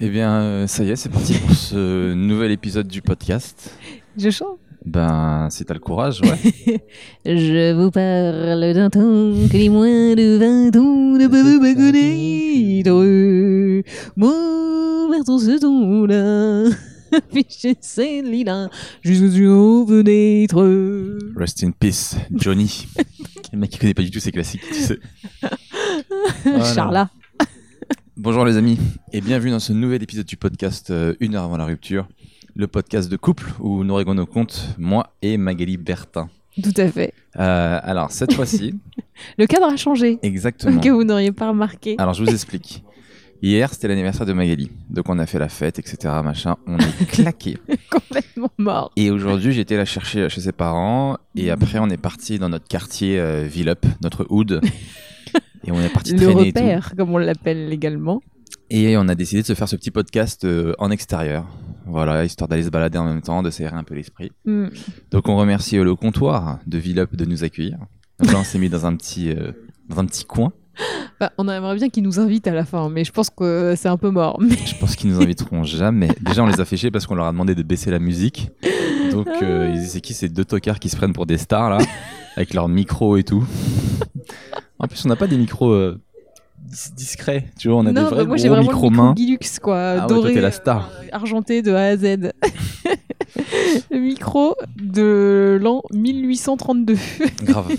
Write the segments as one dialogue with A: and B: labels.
A: Eh bien, euh, ça y est, c'est parti pour ce nouvel épisode du podcast.
B: Je chante.
A: Ben, si t'as le courage, ouais.
B: Je vous parle d'un temps que les moins de 20 ans ne peuvent pas connaître. Moi, vers dans ce temps-là, affiché Céline, jusqu'au haut fenêtre.
A: Rest in peace, Johnny. le mec qui connaît pas du tout ses classiques, tu sais. Voilà.
B: Charla.
A: Bonjour les amis et bienvenue dans ce nouvel épisode du podcast euh, Une heure avant la rupture, le podcast de couple où nous réglons nos comptes, moi et Magali Bertin.
B: Tout à fait.
A: Euh, alors cette fois-ci,
B: Le cadre a changé,
A: exactement. Ah.
B: que vous n'auriez pas remarqué.
A: Alors je vous explique. Hier c'était l'anniversaire de Magali, donc on a fait la fête, etc. Machin, on est claqué.
B: Complètement mort.
A: Et aujourd'hui, j'ai été la chercher euh, chez ses parents. Et après, on est parti dans notre quartier euh, Villeup, notre hood. et on est parti
B: Le
A: traîner et tout.
B: repère, comme on l'appelle légalement.
A: Et on a décidé de se faire ce petit podcast euh, en extérieur. Voilà, histoire d'aller se balader en même temps, de s'aérer un peu l'esprit.
B: Hmm.
A: Donc, on remercie euh, le comptoir de Villeup de nous accueillir. Donc là, on s'est mis dans un petit, euh, dans un petit coin.
B: Bah, on aimerait bien qu'ils nous invitent à la fin, mais je pense que c'est un peu mort. Mais
A: Je pense qu'ils nous inviteront jamais. Déjà, on les a fait chier parce qu'on leur a demandé de baisser la musique. Donc, euh,
B: Ah.
A: ils disaient, c'est qui ces deux tocards qui se prennent pour des stars là, avec leurs micros et tout. En plus, on n'a pas des micros euh, dis- discrets, tu vois, on a
B: non,
A: des
B: bah,
A: vrais
B: moi j'ai
A: gros
B: vraiment
A: micros
B: le micro
A: mains. Ah
B: Gilux, quoi,
A: ouais, toi,
B: doré,
A: t'es la star.
B: euh, argenté de A à Z. le micro de l'an 1832.
A: Grave.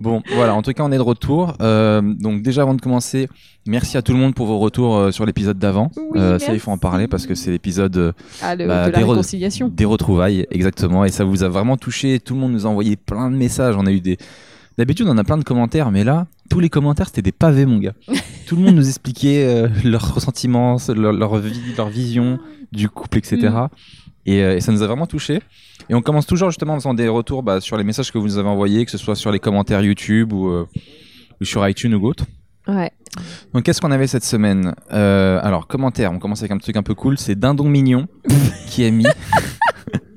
A: Bon, voilà, en tout cas, on est de retour. Euh, donc, déjà, avant de commencer, merci à tout le monde pour vos retours euh, sur l'épisode d'avant. Euh,
B: Oui,
A: ça, il faut en parler
B: merci.
A: parce que c'est l'épisode euh,
B: Ah, le,
A: Bah,
B: de la
A: des re-
B: réconciliation.
A: Des retrouvailles, exactement. Et ça vous a vraiment touché. Tout le monde nous a envoyé plein de messages. On a eu des. D'habitude, on a plein de commentaires, mais là, tous les commentaires, c'était des pavés, mon gars. Tout le monde nous expliquait euh, leurs ressentiments, leur, leur vie, leur vision du couple, etc. Et, euh, et ça nous a vraiment touché. Et on commence toujours justement en faisant des retours bah, sur les messages que vous nous avez envoyés, que ce soit sur les commentaires YouTube ou, euh, ou sur iTunes ou autre.
B: Ouais.
A: Donc, qu'est-ce qu'on avait cette semaine Euh, Alors, commentaire, on commence avec un truc un peu cool. C'est Dindon Mignon qui a mis.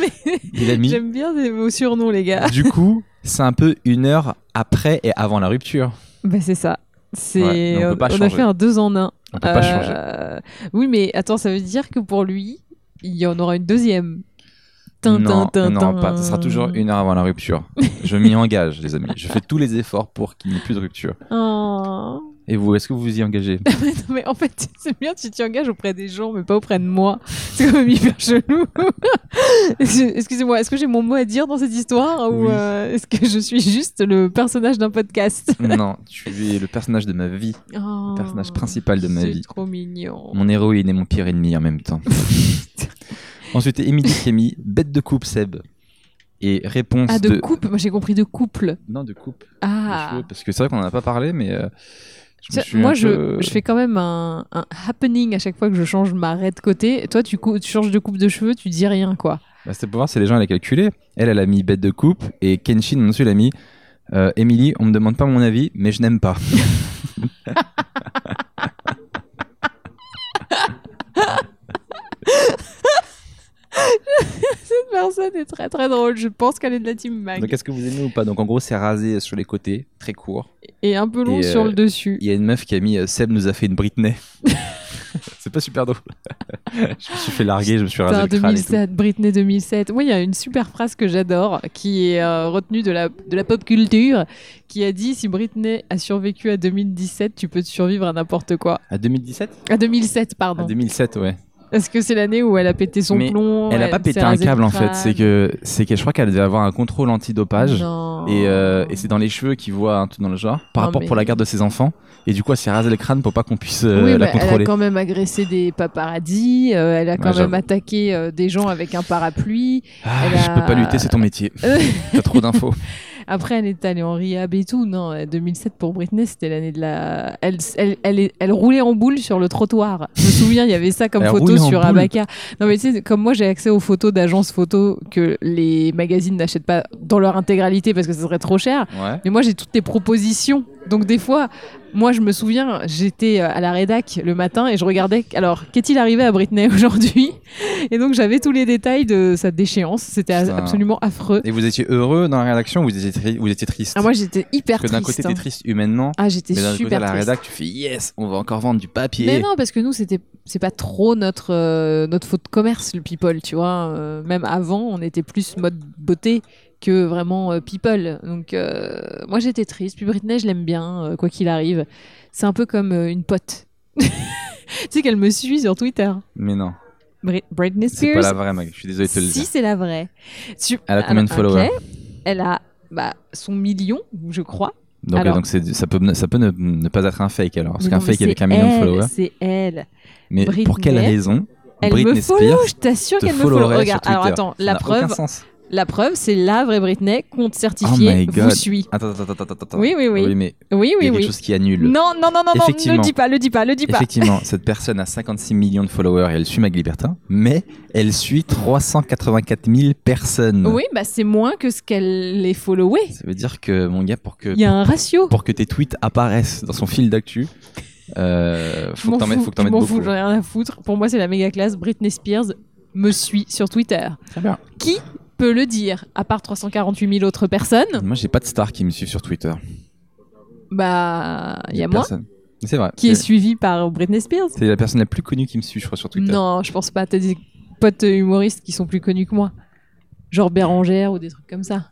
B: Mais
A: Il a mis.
B: J'aime bien ces- vos surnoms, les gars.
A: Du coup, c'est un peu une heure après et avant la rupture.
B: Bah, c'est ça. C'est...
A: Ouais, mais on peut pas
B: a
A: changer.
B: fait un deux en un.
A: On peut pas changer.
B: Euh, Oui, mais attends, ça veut dire que pour lui, il y en aura une deuxième. Tin,
A: non,
B: tin, tin,
A: non,
B: tin.
A: pas. Ce sera toujours une heure avant la rupture. Je m'y engage, les amis. Je fais tous les efforts pour qu'il n'y ait plus de rupture.
B: Oh.
A: Et vous, est-ce que vous vous y engagez
B: Non, mais en fait, c'est bien, tu t'y engages auprès des gens, mais pas auprès de moi. C'est quand même hyper chelou. Excusez-moi, est-ce que j'ai mon mot à dire dans cette histoire ou
A: Oui.
B: euh, est-ce que je suis juste le personnage d'un podcast
A: Non, tu es le personnage de ma vie,
B: Le
A: le personnage principal de ma vie,
B: Oh, C'est trop mignon.
A: mon héroïne et mon pire ennemi en même temps. Ensuite, Émilie qui a mis bête de coupe, Seb. Et réponse
B: Ah, de, couple Moi, j'ai compris de couple.
A: Non, de coupe. des
B: Ah
A: cheveux, parce que c'est vrai qu'on n'en a pas parlé, mais euh, je me
B: Tiens,
A: suis
B: moi,
A: un
B: je,
A: peu-
B: je fais quand même un, un happening à chaque fois que je change ma raie de côté. Toi, tu, cou- tu changes de coupe de cheveux, tu dis rien, quoi.
A: Bah, C'était pour voir si les gens allaient calculer. Elle, elle a mis bête de coupe et Kenshin, en dessous, elle a mis euh, Emily, on me demande pas mon avis, mais je n'aime pas.
B: Cette personne est très très drôle. Je pense qu'elle est de la team Mag.
A: Donc, est-ce que vous aimez ou pas Donc, en gros, c'est rasé sur les côtés, très court.
B: Et un peu long
A: Et,
B: sur
A: euh,
B: le dessus.
A: Il y a une meuf qui a mis euh, Seb nous a fait une Britney. c'est pas super drôle. je me suis fait larguer, je me suis rasé
B: Putain,
A: le crâne. et tout.
B: 2007, Britney 2007. Moi, il y a une super phrase que j'adore qui est euh, retenue de la, de la pop culture qui a dit Si Britney a survécu à 2017, tu peux survivre à n'importe quoi.
A: À 2017
B: À 2007,
A: À
B: pardon.
A: 2007, ouais.
B: Parce que c'est l'année où elle a pété son
A: Mais
B: plomb.
A: elle a pas
B: s'est
A: pété un
B: rasé le
A: câble en fait.
B: crâne.
A: C'est que, c'est que je crois qu'elle devait avoir un contrôle antidopage.
B: Non.
A: Et, euh, et c'est dans les cheveux qu'il voit un truc dans le genre, par
B: Non,
A: rapport
B: mais-
A: pour la garde de ses enfants. Et du coup, elle s'est rasée le crâne pour pas qu'on puisse euh, la
B: Oui, mais elle a
A: contrôler.
B: quand même agressé des paparazzis, euh, elle a quand
A: Ouais,
B: même
A: j'avoue.
B: attaqué euh, des gens avec un parapluie.
A: Ah,
B: elle
A: Je
B: a-
A: peux pas lutter, c'est ton métier. T'as trop d'infos.
B: Après, elle est allée en rehab et tout. Non, euh, 2007 pour Britney, c'était l'année de la. Elle, elle, elle, est- elle roulait en boule sur le trottoir. Je me souviens, il y avait ça comme
A: Elle
B: photo
A: roulait en
B: sur
A: boule.
B: Abaca. Non, mais tu sais, comme moi, j'ai accès aux photos d'agences photos que les magazines n'achètent pas dans leur intégralité parce que ça serait trop cher.
A: Ouais.
B: Mais moi, j'ai toutes les propositions. Donc, des fois, Moi, je me souviens, j'étais euh, à la rédac le matin et je regardais. Alors, qu'est-il arrivé à Britney aujourd'hui Et donc, j'avais tous les détails de sa déchéance. C'était a-
A: Putain.
B: absolument affreux.
A: Et vous étiez heureux dans la rédaction ou vous étiez, tri- vous étiez triste
B: Ah, moi, j'étais hyper
A: Parce que d'un
B: triste.
A: côté,
B: hein.
A: t'es triste humainement,
B: Ah, j'étais
A: mais d'un autre côté, à
B: super
A: la
B: triste.
A: rédac, tu fais yes, on va encore vendre du
B: Mais
A: papier.
B: non, parce que nous, c'était c'est pas trop notre euh, notre faute de commerce le people, tu vois. Euh, même avant, on était plus mode beauté que vraiment euh, people. Donc euh, moi, j'étais triste. Puis Britney, je l'aime bien, euh, quoi qu'il arrive. C'est un peu comme euh, une pote. tu sais qu'elle me suit sur Twitter.
A: Mais non,
B: Bri- Britney
A: c'est pas
B: Spears.
A: la vraie, Mag. Je suis désolé de te le
B: si
A: dire.
B: c'est la vraie. Tu-
A: Elle a combien de
B: Alors,
A: followers
B: ok. Elle a bah, son million, je crois.
A: Donc,
B: Alors-
A: euh, donc c'est- ça peut, ne- ça peut ne, ne pas être un fake alors. Parce
B: Mais
A: qu'un
B: non, mais
A: fake avec
B: c'est
A: un million de
B: elle,
A: followers.
B: C'est elle.
A: Mais pour
B: Britney,
A: quelle raison
B: Elle me
A: Britney
B: follow,
A: Spears
B: je t'assure
A: te
B: qu'elle me follow.
A: followerait sur
B: Regarde,
A: Twitter
B: alors attends,
A: Ça
B: la
A: n'a aucun
B: preuve,
A: sens.
B: la preuve, c'est la vraie Britney, compte
A: Oh my
B: certifié,
A: God.
B: vous suit.
A: Attends, attends, attends, attends, attends.
B: Oui, oui, oui.
A: mais
B: Oui,
A: il y
B: oui,
A: a quelque
B: oui.
A: chose qui annule.
B: Non, non, non, non, non, ne
A: Effectivement.
B: le dis pas, le dis pas, le dis pas.
A: Effectivement, cette personne a 56 millions de followers et elle suit Mag Libertin, mais elle suit 384 000 personnes.
B: Oui, bah c'est moins que ce qu'elle est followée.
A: Ça veut dire que, mon gars, pour que,
B: Il y a un ratio.
A: pour que tes tweets apparaissent dans son fil d'actu, euh, faut
B: Je
A: que
B: m'en
A: t'en mettes,
B: fous,
A: faut que t'en
B: je
A: mettes
B: m'en
A: beaucoup.
B: fous, j'en ai rien à foutre. Pour moi, c'est la méga classe. Britney Spears me suit sur Twitter.
A: Très bien.
B: Qui peut le dire, à part 348 000 autres personnes
A: Moi, j'ai pas de stars qui me suivent sur Twitter.
B: Bah, il y a moi
A: Personne. C'est vrai.
B: qui est
A: C'est-
B: suivi par Britney Spears.
A: C'est la personne la plus connue qui me suit, je crois, sur Twitter.
B: Non, je pense pas. T'as des potes humoristes qui sont plus connus que moi. Genre Bérangère ou des trucs comme ça.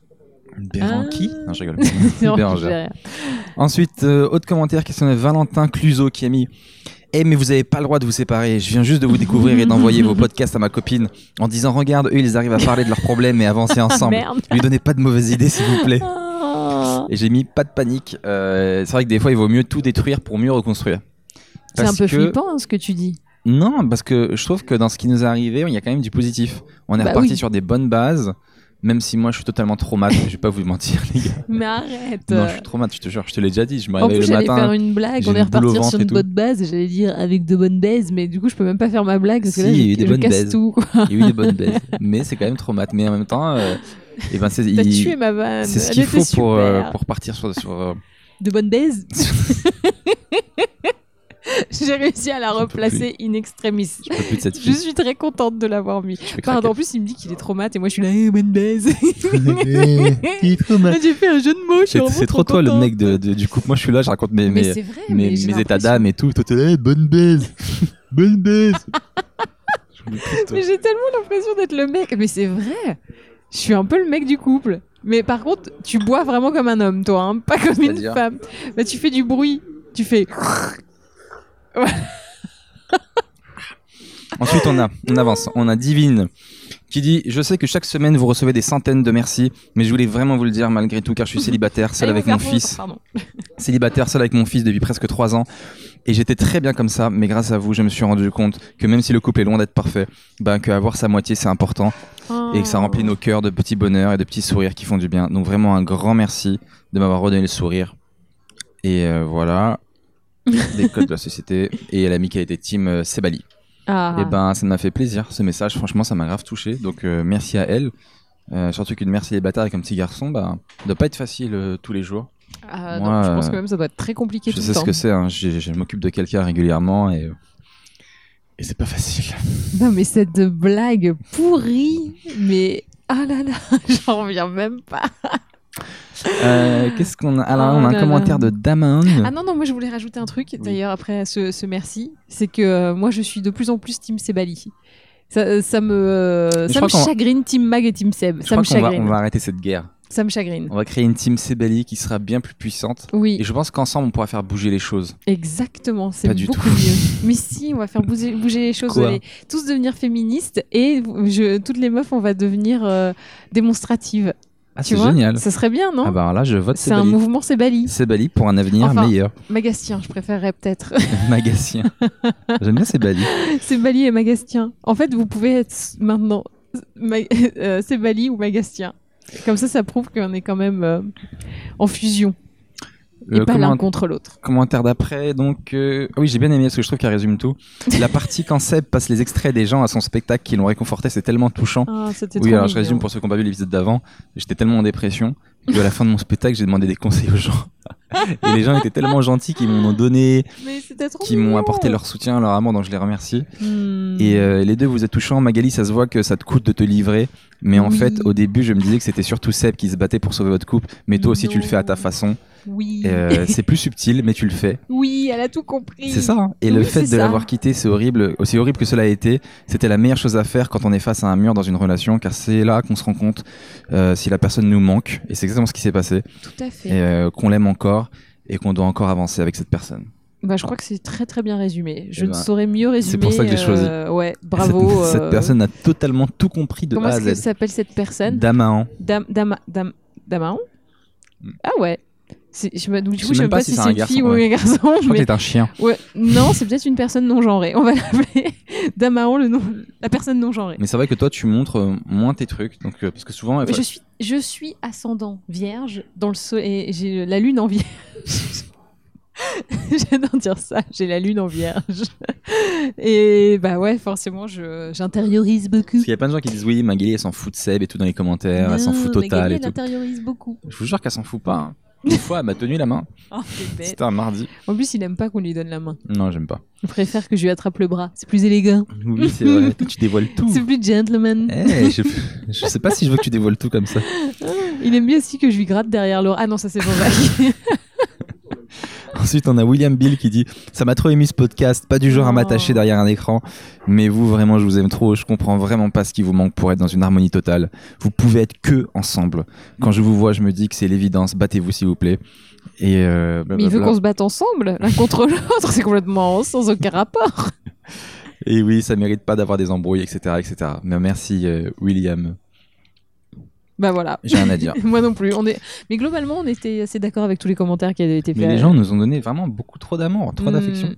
A: Béran
B: Ah.
A: qui Non, je rigole.
B: Non,
A: Bérangère.
B: j'ai rien.
A: Ensuite, euh, autre commentaire question de Valentin Cluzo qui a mis Eh, mais vous avez pas le droit de vous séparer. Je viens juste de vous découvrir et d'envoyer vos podcasts à ma copine en disant Regarde, eux, ils arrivent à parler de leurs problèmes et avancer
B: Ah,
A: ensemble.
B: merde.
A: Lui donnez pas de mauvaises idées, s'il vous plaît.
B: Ah.
A: Et j'ai mis Pas de panique. Euh, c'est vrai que des fois, il vaut mieux tout détruire pour mieux reconstruire.
B: C'est un
A: Parce
B: peu
A: que-
B: flippant hein, ce que tu dis.
A: Non, parce que je trouve que dans ce qui nous est arrivé, il y a quand même du positif. On est
B: Bah
A: reparti
B: oui.
A: sur des bonnes bases. Même si moi je suis totalement traumatisé, je vais pas vous mentir les gars.
B: Mais arrête.
A: Non, je suis traumatisé, je te jure, je te l'ai déjà dit, je me
B: en
A: réveille
B: plus,
A: le
B: j'allais
A: matin.
B: faire une blague,
A: j'ai
B: on est
A: une boule au
B: reparti
A: ventre
B: sur
A: et
B: une
A: tout.
B: bonne base, et j'allais dire avec de bonnes baises, mais du coup, je peux même pas faire ma blague parce que
A: Si,
B: là,
A: il y a eu
B: je,
A: des
B: je
A: bonnes
B: casse
A: baises.
B: tout. quoi.
A: Il y a eu des bonnes baises, mais c'est quand même traumat. Mais en même temps, euh, eh ben c'est
B: T'as
A: il-
B: tué ma vanne.
A: c'est ce
B: Elle
A: qu'il
B: était
A: faut pour, euh,
B: super.
A: pour partir sur. sur, euh,
B: De bonnes baises. J'ai réussi à la
A: J'en peux
B: replacer in extremis.
A: je peux plus de cette
B: Je
A: fille.
B: suis très contente de l'avoir mis.
A: Je vais
B: Pardon, en plus, il me dit qu'il est traumatisé et moi, je suis là, eh, bonne baise.
A: craquer.
B: Là, J'ai fait un jeu de mots, je suis
A: C'est
B: vraiment
A: c'est trop toi le
B: contente.
A: mec de, de- du couple. Moi je suis là, je raconte mes,
B: Mais,
A: mes,
B: c'est vrai,
A: mes,
B: mais j'ai
A: mes états
B: l'impression-
A: d'âme et tout. Toi t'es là, eh, bonne baise, bonne baise. J'en peux plus de toi.
B: Mais j'ai tellement l'impression d'être le mec. Mais c'est vrai, je suis un peu le mec du couple. Mais par contre, tu bois vraiment comme un homme, toi, hein, pas comme une
A: C'est-à-dire
B: femme. Bah, tu fais du bruit, tu fais.
A: Ensuite, on a, on avance, on a Divine qui dit Je sais que chaque semaine vous recevez des centaines de merci, mais je voulais vraiment vous le dire malgré tout car je suis célibataire, seul
B: Allez,
A: avec
B: faire
A: mon
B: fondre,
A: fils.
B: Pardon.
A: célibataire seul avec mon fils depuis presque 3 ans et j'étais très bien comme ça mais grâce à vous je me suis rendu compte que même si le couple est loin d'être parfait ben que avoir sa moitié c'est important et que ça remplit
B: Oh.
A: nos cœurs de petits bonheurs et de petits sourires qui font du bien donc vraiment un grand merci de m'avoir redonné le sourire et euh, voilà des codes de la société et elle a mis qu'elle était team euh, Sebali
B: Ah.
A: et ben ça m'a fait plaisir ce message franchement ça m'a grave touché donc euh, merci à elle Euh, surtout qu'une mère célibataire avec un petit garçon bah doit pas être facile euh, tous les jours
B: Ah,
A: moi,
B: non, je pense
A: euh,
B: que même ça doit être très compliqué
A: je
B: tout
A: sais
B: le temps.
A: ce que c'est, hein. J'ai- je m'occupe de quelqu'un régulièrement et, et c'est pas facile.
B: Non, mais cette blague pourrie, mais ah là là, j'en reviens même pas.
A: Euh, Qu'est-ce qu'on a Alors, on
B: Oh
A: a
B: là
A: un
B: là.
A: commentaire de Damon.
B: Ah non, non, moi je voulais rajouter un truc, d'ailleurs, après ce, ce merci, c'est que euh, moi je suis de plus en plus Team Sebali. Ça, euh, ça me, euh,
A: je
B: ça
A: crois
B: me
A: qu'on va-
B: chagrine, Team Mag et Team Seb.
A: je
B: Ça me
A: crois qu'on va,
B: chagrine.
A: on va arrêter cette guerre.
B: Ça me chagrine.
A: On va créer une team Sebali qui sera bien plus puissante.
B: Oui,
A: Et je pense qu'ensemble, on pourra faire bouger les choses.
B: exactement. C'est
A: Pas du
B: beaucoup
A: tout.
B: mieux. Mais si, on va faire bouger, bouger les choses.
A: Quoi
B: Vous allez tous devenir féministes et je, toutes les meufs, on va devenir euh, démonstratives.
A: Ah,
B: tu
A: c'est
B: vois
A: génial.
B: Ça serait bien, non
A: Ah, bah alors là, je vote
B: C'est un
A: Sebali.
B: mouvement Sebali.
A: Sebali pour un avenir
B: Enfin.
A: meilleur.
B: Magastien, je préférerais peut-être.
A: Magassien. J'aime bien Sebali.
B: C'est Bali et Magastien. En fait, vous pouvez être s- maintenant Ma- euh, c'est Bali ou Magastien. Comme ça, ça prouve qu'on est quand même euh, en fusion et
A: Le
B: pas
A: Euh, comment-
B: l'un contre l'autre.
A: commentaire d'après. Donc, euh, ah oui, j'ai bien aimé parce que je trouve qu'elle résume tout. La partie quand Seb passe les extraits des gens à son spectacle qui l'ont réconforté, c'est tellement touchant.
B: Ah, c'était
A: Oui,
B: trop
A: alors je
B: mignon.
A: résume pour ceux qui n'ont pas vu l'épisode d'avant. J'étais tellement en dépression Et à la fin de mon spectacle, j'ai demandé des conseils aux gens. Et les gens étaient tellement gentils qu'ils m'en ont donné,
B: Mais c'était trop
A: qu'ils m'ont apporté leur soutien, leur amour, donc je les remercie.
B: Hmm.
A: Et euh, les deux, vous êtes touchants. Magali, ça se voit que ça te coûte de te livrer. Mais en
B: Oui.
A: fait, au début, je me disais que c'était surtout Seb qui se battait pour sauver votre couple. Mais toi aussi, tu le fais à ta façon.
B: Oui.
A: Et, euh, c'est plus subtil, mais tu le fais.
B: Oui, elle a tout compris.
A: C'est ça. hein. Et le
B: Oui,
A: fait
B: c'est
A: de
B: ça.
A: l'avoir quitté, c'est horrible. Aussi horrible que cela a été, c'était la meilleure chose à faire quand on est face à un mur dans une relation, car c'est là qu'on se rend compte euh, si la personne nous manque. Et c'est exactement ce qui s'est passé.
B: Tout à fait.
A: Et euh, qu'on l'aime encore et qu'on doit encore avancer avec cette personne.
B: Bah, je crois que c'est très très bien résumé. Je
A: Eh
B: ne
A: ben,
B: saurais mieux résumer.
A: pour ça que j'ai choisi.
B: euh, Ouais,
A: Cette,
B: bravo. euh,
A: cette personne a totalement tout compris de
B: Comment
A: A à
B: est-ce que
A: Z. hein.
B: s'appelle cette personne
A: Damahan.
B: Dam, Dam- Dam- Damaon
A: Hmm.
B: Ah ouais. C'est- Je me, donc, du
A: Je sais
B: coup, je
A: même
B: sais
A: pas
B: pas
A: si
B: si,
A: c'est
B: c'est
A: un
B: une
A: garçon,
B: fille ou
A: ouais.
B: un garçon.
A: Je crois que
B: mais-
A: c'est un chien.
B: Ouais, non, c'est peut-être une personne non genrée. On va l'appeler Damaon, le nom, la personne non genrée.
A: Mais c'est vrai que toi, tu montres euh, moins tes trucs. Donc, euh, parce que souvent,
B: Mais
A: enfin,
B: je suis, je suis ascendant vierge dans le so- et j'ai la lune en vierge. J'adore dire ça, j'ai la lune en vierge. Et bah ouais, forcément, je- j'intériorise beaucoup.
A: parce qu'il y a plein de gens qui disent oui, Magali, elle s'en fout de Seb et tout dans les commentaires, elle s'en
B: Non,
A: fout
B: Magali,
A: total et
B: elle
A: tout.
B: intériorise beaucoup.
A: Je vous jure qu'elle s'en fout pas. hein. Une fois, elle m'a tenu la main.
B: Oh, c'est bête.
A: C'était un mardi.
B: En plus, il aime pas qu'on lui donne la main.
A: Non, j'aime pas.
B: Il préfère que je lui attrape le bras. C'est plus élégant.
A: Oui, c'est vrai. Toi, tu dévoiles tout.
B: C'est plus gentleman.
A: Eh, je... je sais pas si je veux que tu dévoiles tout comme ça.
B: Il aime bien aussi que je lui gratte derrière l'oreille. Ah non, ça c'est pas vrai.
A: Ensuite, on a William Bill qui dit Ça m'a trop ému ce podcast, pas du genre à
B: Oh.
A: m'attacher derrière un écran, mais vous, vraiment, je vous aime trop. Je comprends vraiment pas ce qui vous manque pour être dans une harmonie totale. Vous pouvez être que ensemble. Quand je vous vois, je me dis que c'est l'évidence. Battez-vous, s'il vous plaît. Et euh,
B: Mais il veut
A: blablabla.
B: qu'on se batte ensemble, l'un contre l'autre. C'est complètement sans aucun rapport.
A: Et oui, ça mérite pas d'avoir des embrouilles, etc. etc. Mais merci, euh, William.
B: Bah voilà.
A: J'ai rien à dire.
B: Moi non plus. On est... Mais globalement, on était assez d'accord avec tous les commentaires qui avaient été faits.
A: Mais les gens nous ont donné vraiment beaucoup trop d'amour, trop
B: Mm.
A: d'affection.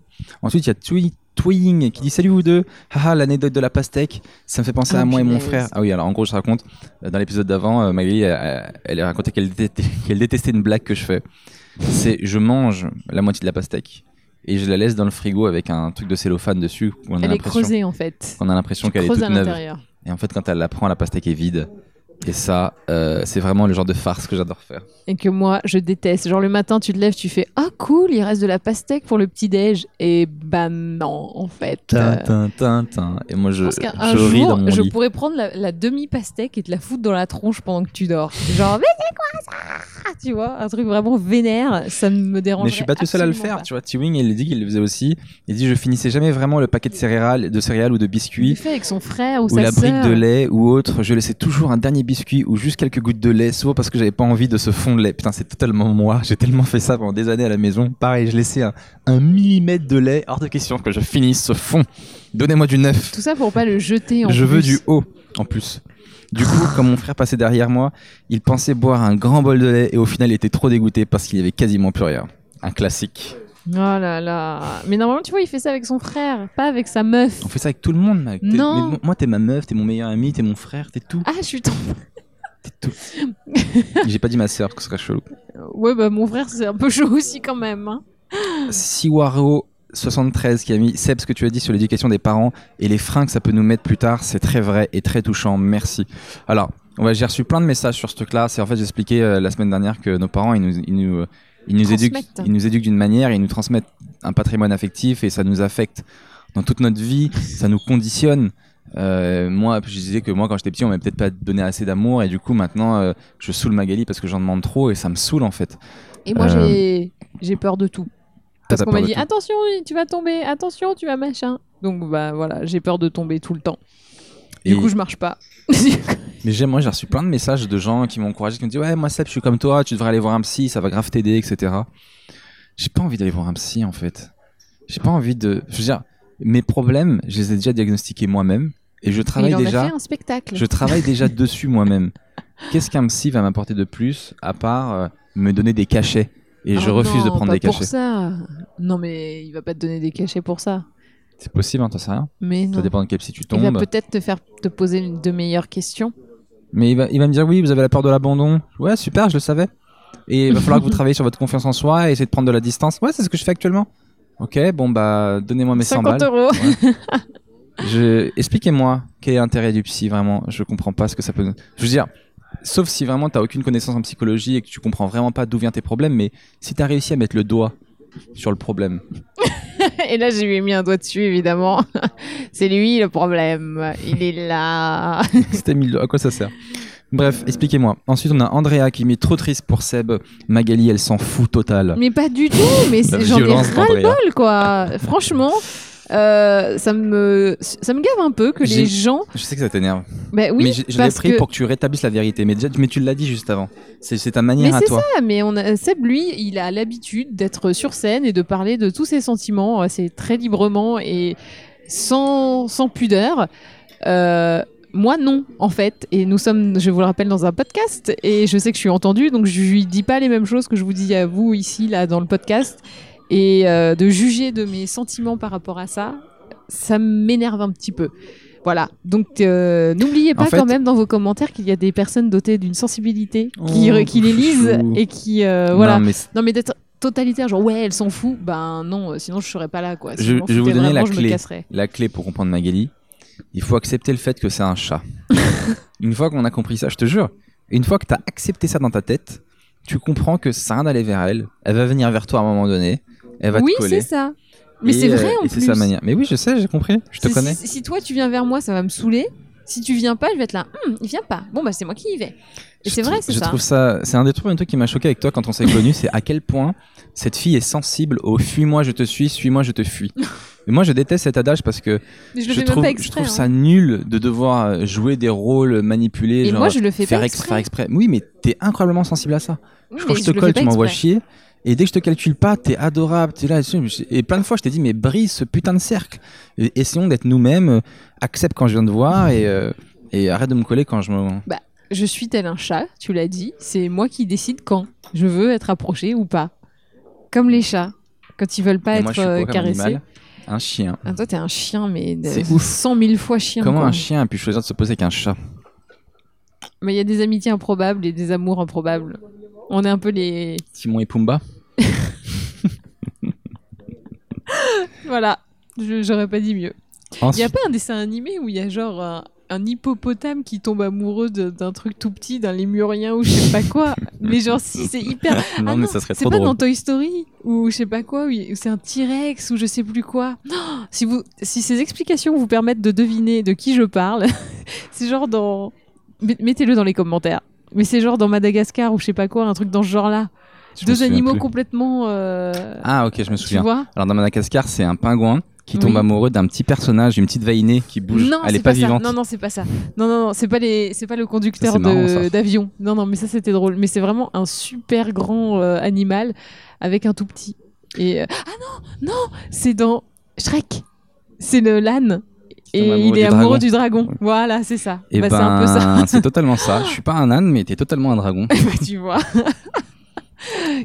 A: Ensuite, il y a Twi- Twing qui dit Salut vous deux, haha, l'anecdote de la pastèque, ça me fait penser
B: Ah,
A: à moi et mon
B: punaise.
A: frère. Ah oui, alors en gros, je raconte, euh, dans l'épisode d'avant, euh, Magali, elle, elle a raconté qu'elle détestait, qu'elle détestait une blague que je fais. C'est je mange la moitié de la pastèque et je la laisse dans le frigo avec un truc de cellophane dessus. où On a
B: Elle est
A: l'impression
B: creusée en fait.
A: qu'on a l'impression qu'elle est
B: Creuse
A: toute
B: à
A: neuve.
B: l'intérieur.
A: Et en fait, quand elle la prend, la pastèque est vide. Et ça, euh, c'est vraiment le genre de farce que j'adore faire.
B: Et que moi, je déteste. Genre le matin, tu te lèves, tu fais Ah cool, il reste de la pastèque pour le petit-déj. Et bah non, en fait. euh,
A: Tin, tin, tin, tin. Et moi,
B: Je
A: je,
B: pense qu'un un
A: Euh, je ris dans
B: jour,
A: mon
B: je
A: lit.
B: pourrais prendre la, la demi-pastèque et te la foutre dans la tronche pendant que tu dors. Genre, mais c'est quoi ça Tu vois, un truc vraiment vénère, ça ne me dérange
A: Mais je suis pas tout seul à le faire, tu vois. T-Wing, il dit qu'il le faisait aussi. Il dit je finissais jamais vraiment le paquet de céréales, de céréales ou de
B: Il le
A: biscuits,
B: fait avec son frère ou,
A: ou
B: sa
A: la brique
B: sœur.
A: de lait ou autre. Je laissais toujours un dernier biscuit ou juste quelques gouttes de lait, souvent parce que j'avais pas envie de ce fond de lait. Putain, c'est totalement moi. J'ai tellement fait ça pendant des années à la maison. Pareil, je laissais un, un millimètre de lait. Hors de question que je finisse ce fond. Donnez-moi du neuf.
B: Tout ça pour pas le jeter en
A: Je veux
B: plus.
A: du haut, en plus. Du coup, quand mon frère passait derrière moi, il pensait boire un grand bol de lait et au final il était trop dégoûté parce qu'il y avait quasiment plus rien. Un classique.
B: Oh là là. Mais normalement, tu vois, il fait ça avec son frère, pas avec sa meuf.
A: On fait ça avec tout le monde, mec. T'es-
B: Non.
A: mais bon, moi, t'es ma meuf, t'es mon meilleur ami, t'es mon frère, t'es tout.
B: Ah, je suis tombée.
A: T'es tout. J'ai pas dit ma sœur, parce que ce serait chelou.
B: Ouais, bah mon frère, c'est un peu chaud aussi quand même. hein.
A: Siwaro73 qui a mis Seb, ce que tu as dit sur l'éducation des parents et les freins que ça peut nous mettre plus tard, c'est très vrai et très touchant. Merci. Alors, ouais, j'ai reçu plein de messages sur ce truc-là. C'est en fait, j'expliquais euh, la semaine dernière que nos parents, ils nous, ils nous, euh, ils nous éduquent,
B: Transmettent.
A: ils nous éduquent d'une manière, ils nous transmettent un patrimoine affectif et ça nous affecte dans toute notre vie, ça nous conditionne. Euh, moi, je disais que moi, quand j'étais petit, on m'avait peut-être pas donné assez d'amour et du coup, maintenant, euh, je saoule Magali parce que j'en demande trop et ça me saoule en fait.
B: Et moi,
A: Euh,
B: j'ai- j'ai peur de tout.
A: T'as
B: Parce
A: pas
B: qu'on m'a
A: peur de
B: dit
A: tout
B: attention, tu vas tomber, attention, tu vas machin. Donc bah voilà, j'ai peur de tomber tout le temps. ah, Du
A: Et-
B: coup, je marche pas.
A: Mais j'aime, moi j'ai reçu plein de messages de gens qui m'ont encouragé, qui me disent Ouais, moi Seb, je suis comme toi, tu devrais aller voir un psy, ça va grave t'aider, etc. J'ai pas envie d'aller voir un psy en fait. J'ai pas envie de. Je veux dire, mes problèmes, je les ai déjà diagnostiqués moi-même et je
B: Mais
A: travaille
B: il en
A: déjà.
B: a fait un spectacle.
A: Je travaille déjà dessus moi-même. Qu'est-ce qu'un psy va m'apporter de plus à part euh, me donner des cachets Et je
B: Ah
A: refuse de
B: non,
A: prendre
B: pas
A: des
B: Pour
A: cachets.
B: ça. Non mais il va pas te donner des cachets pour ça.
A: C'est possible, hein, t'en sais rien.
B: Mais
A: Ça
B: non. Eh ben,
A: dépend de quel psy tu
B: Il va
A: tombes.
B: peut-être te faire te poser une- de meilleures questions.
A: Mais il va, il va me dire oui, vous avez la peur de l'abandon. Ouais, super, je le savais. Et il va falloir que vous travaillez sur votre confiance en soi et essayer de prendre de la distance. Ouais, c'est ce que je fais actuellement. Ok, bon bah donnez-moi mes 100
B: 50
A: balles.
B: euros.
A: Je... Expliquez-moi quel est l'intérêt du psy vraiment. Je comprends pas ce que ça peut. Je veux dire, sauf si vraiment t'as aucune connaissance en psychologie et que tu comprends vraiment pas d'où viennent tes problèmes, mais si t'as réussi à mettre le doigt sur le problème,
B: Et là, j'ai lui ai mis un doigt dessus, évidemment. C'est lui le problème. Il est là.
A: c'était mis le doigt, à quoi ça sert Bref, expliquez-moi. Ensuite, on a Andrea qui met trop triste pour Seb. Magali, elle s'en fout total.
B: Mais pas du tout. Mais c'est- j'en ai
A: violence d'Andrea.
B: ras-le-bol, quoi. Franchement. euh, ça me ça me gave un peu que
A: J'ai-
B: les gens
A: Je sais que ça t'énerve.
B: bah oui
A: mais je, je l'ai
B: parce
A: pris
B: que
A: pour que tu rétablisses la vérité. Mais, déjà, mais tu l'as dit juste avant. C'est c'est ta manière
B: Mais
A: à
B: c'est
A: toi.
B: Ah, mais on a- Seb, lui, il a l'habitude d'être sur scène et de parler de tous ses sentiments assez très librement et sans, sans pudeur. Euh, moi, non, en fait. Et nous sommes, je vous le rappelle, dans un podcast et je sais que je suis entendue, donc je lui dis pas les mêmes choses que je vous dis à vous ici, là, dans le podcast. Et euh, de juger de mes sentiments par rapport à ça, ça m'énerve un petit peu. Voilà, donc euh, n'oubliez pas
A: En fait-
B: quand même dans vos commentaires qu'il y a des personnes dotées d'une sensibilité qui,
A: Oh,
B: qui les lisent
A: chouchou.
B: et qui euh, voilà.
A: Non,
B: Non,
A: mais c'est-
B: mais, d'être totalitaire, genre ouais, elle s'en fout. Ben non, euh, sinon je serais pas là quoi. Si
A: Je-
B: m'en
A: je vais vous
B: foutais
A: donner la
B: vraiment, Je me
A: clé.
B: casserais.
A: la clé pour comprendre Magali, il faut accepter le fait que c'est un chat. une fois qu'on a compris ça, je te jure, une fois que t'as accepté ça dans ta tête, tu comprends que ça a rien d'aller vers elle. Elle va venir vers toi à un moment donné. Elle va
B: Oui,
A: te coller.
B: c'est ça. Mais
A: Et,
B: c'est vrai
A: euh,
B: en
A: et
B: plus.
A: C'est sa manière. Mais oui, je sais, j'ai compris. Je te
B: Si-
A: connais.
B: Si, si toi tu viens vers moi, ça va me saouler. Si tu viens pas, je vais être là. Hum, il vient pas. Bon bah c'est moi qui y vais. Et
A: Je
B: c'est vrai,
A: trou-
B: c'est
A: Je
B: ça.
A: trouve ça. C'est un des trucs, un truc qui m'a choqué avec toi quand on s'est connus, c'est à quel point cette fille est sensible au fuis-moi, je te suis, suis-moi, je te fuis. Et moi, je déteste cet adage parce que
B: Mais je
A: je,
B: le fais
A: trouve,
B: même pas
A: je
B: exprès.
A: trouve
B: hein.
A: ça nul de devoir euh, jouer des rôles manipulés.
B: Et
A: genre,
B: moi je le fais
A: faire
B: pas
A: ex-
B: exprès.
A: faire exprès. Oui, mais t'es incroyablement sensible à ça.
B: Oui,
A: Je
B: mais
A: Quand je te
B: le
A: colle,
B: fais
A: tu
B: pas
A: m'envoies
B: exprès.
A: chier. Et dès que je te calcule pas, t'es adorable, t'es là. Et plein de fois, je t'ai dit, mais brise ce putain de cercle. Et- essayons d'être nous-mêmes, euh, accepte quand je viens de voir et, euh, et arrête de me coller quand je me.
B: Je suis tel un chat, tu l'as dit. C'est moi qui décide quand je veux être approché ou pas. Comme les chats, quand ils veulent pas
A: Et
B: être
A: moi, je suis
B: euh,
A: quoi comme
B: caressés.
A: animal Un chien.
B: Ah, toi, t'es un chien, mais de-
A: C'est ouf.
B: 100 000 fois chien.
A: Comment
B: quoi.
A: un chien a pu choisir de se poser avec un chat
B: Mais il y a des amitiés improbables et des amours improbables. On est un peu les.
A: Timon et Pumba
B: Voilà, Je- j'aurais pas dit mieux. Il y a
A: Ensuite,
B: pas un dessin animé où il y a genre un, un hippopotame qui tombe amoureux de- d'un truc tout petit, d'un lémurien ou je sais pas quoi. mais genre, si c'est hyper
A: non,
B: Ah
A: mais
B: non,
A: ça serait
B: C'est
A: trop
B: pas
A: drôle.
B: dans Toy Story ou je sais pas quoi, où il- où c'est un T-Rex ou je sais plus quoi. Non, si, vous, si ces explications vous permettent de deviner de qui je parle, c'est genre dans. Met- Mettez-le dans les commentaires. Mais c'est genre dans Madagascar ou je sais pas quoi, un truc dans ce genre-là.
A: Je me
B: Deux
A: souviens
B: animaux
A: plus.
B: complètement. euh,
A: Ah, ok, je me
B: tu
A: souviens.
B: vois
A: Alors, dans Madagascar, c'est un pingouin qui tombe
B: Oui.
A: amoureux d'un petit personnage, une petite vainée qui bouge.
B: Non,
A: Elle
B: c'est
A: est pas,
B: ça.
A: vivante.
B: Non, non, c'est pas ça. Non, non, non, c'est pas les, c'est pas le conducteur
A: c'est marrant,
B: de-
A: ça.
B: d'avion. Non, non, mais ça c'était drôle. Mais c'est vraiment un super grand euh, animal avec un tout petit. Et euh, ah non, non, c'est dans Shrek. C'est le l'âne et
A: tombe amoureux
B: il est
A: du
B: amoureux
A: dragon.
B: du dragon. Voilà, c'est ça.
A: Et
B: Bah,
A: ben,
B: c'est un peu ça.
A: c'est totalement ça. Je suis pas un âne, mais t'es totalement un dragon.
B: Bah, tu vois.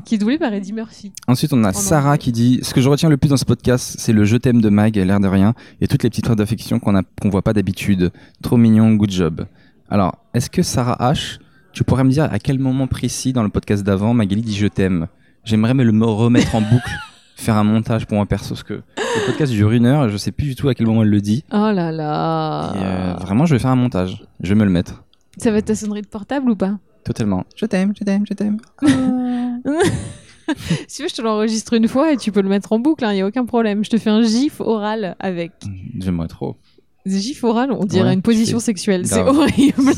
B: Qui est doublé par Eddie Murphy.
A: Ensuite, on a
B: Oh non.
A: Sarah qui dit Ce que je retiens le plus dans ce podcast, c'est le je t'aime de Mag, l'air de rien, et toutes les petites traces d'affection qu'on a- qu'on voit pas d'habitude. Trop mignon, good job. Alors, est-ce que Sarah H, tu pourrais me dire à quel moment précis dans le podcast d'avant Magali dit je t'aime J'aimerais me le me remettre en boucle, faire un montage pour moi perso, parce que le podcast dure une heure et je sais plus du tout à quel moment elle le dit.
B: Oh là
A: Et,
B: là.
A: euh, vraiment, je vais faire un montage. Je vais me le mettre.
B: Ça va être ta sonnerie de portable ou pas
A: Totalement. Je t'aime, je t'aime, je t'aime.
B: Si tu veux, je te l'enregistre une fois et tu peux le mettre en boucle. Il n'y a aucun problème. Je te fais un gif oral avec.
A: J'aimerais trop.
B: Des gifs orales, on dirait
A: Ouais,
B: une position
A: c'est
B: sexuelle. C'est
A: grave.
B: horrible.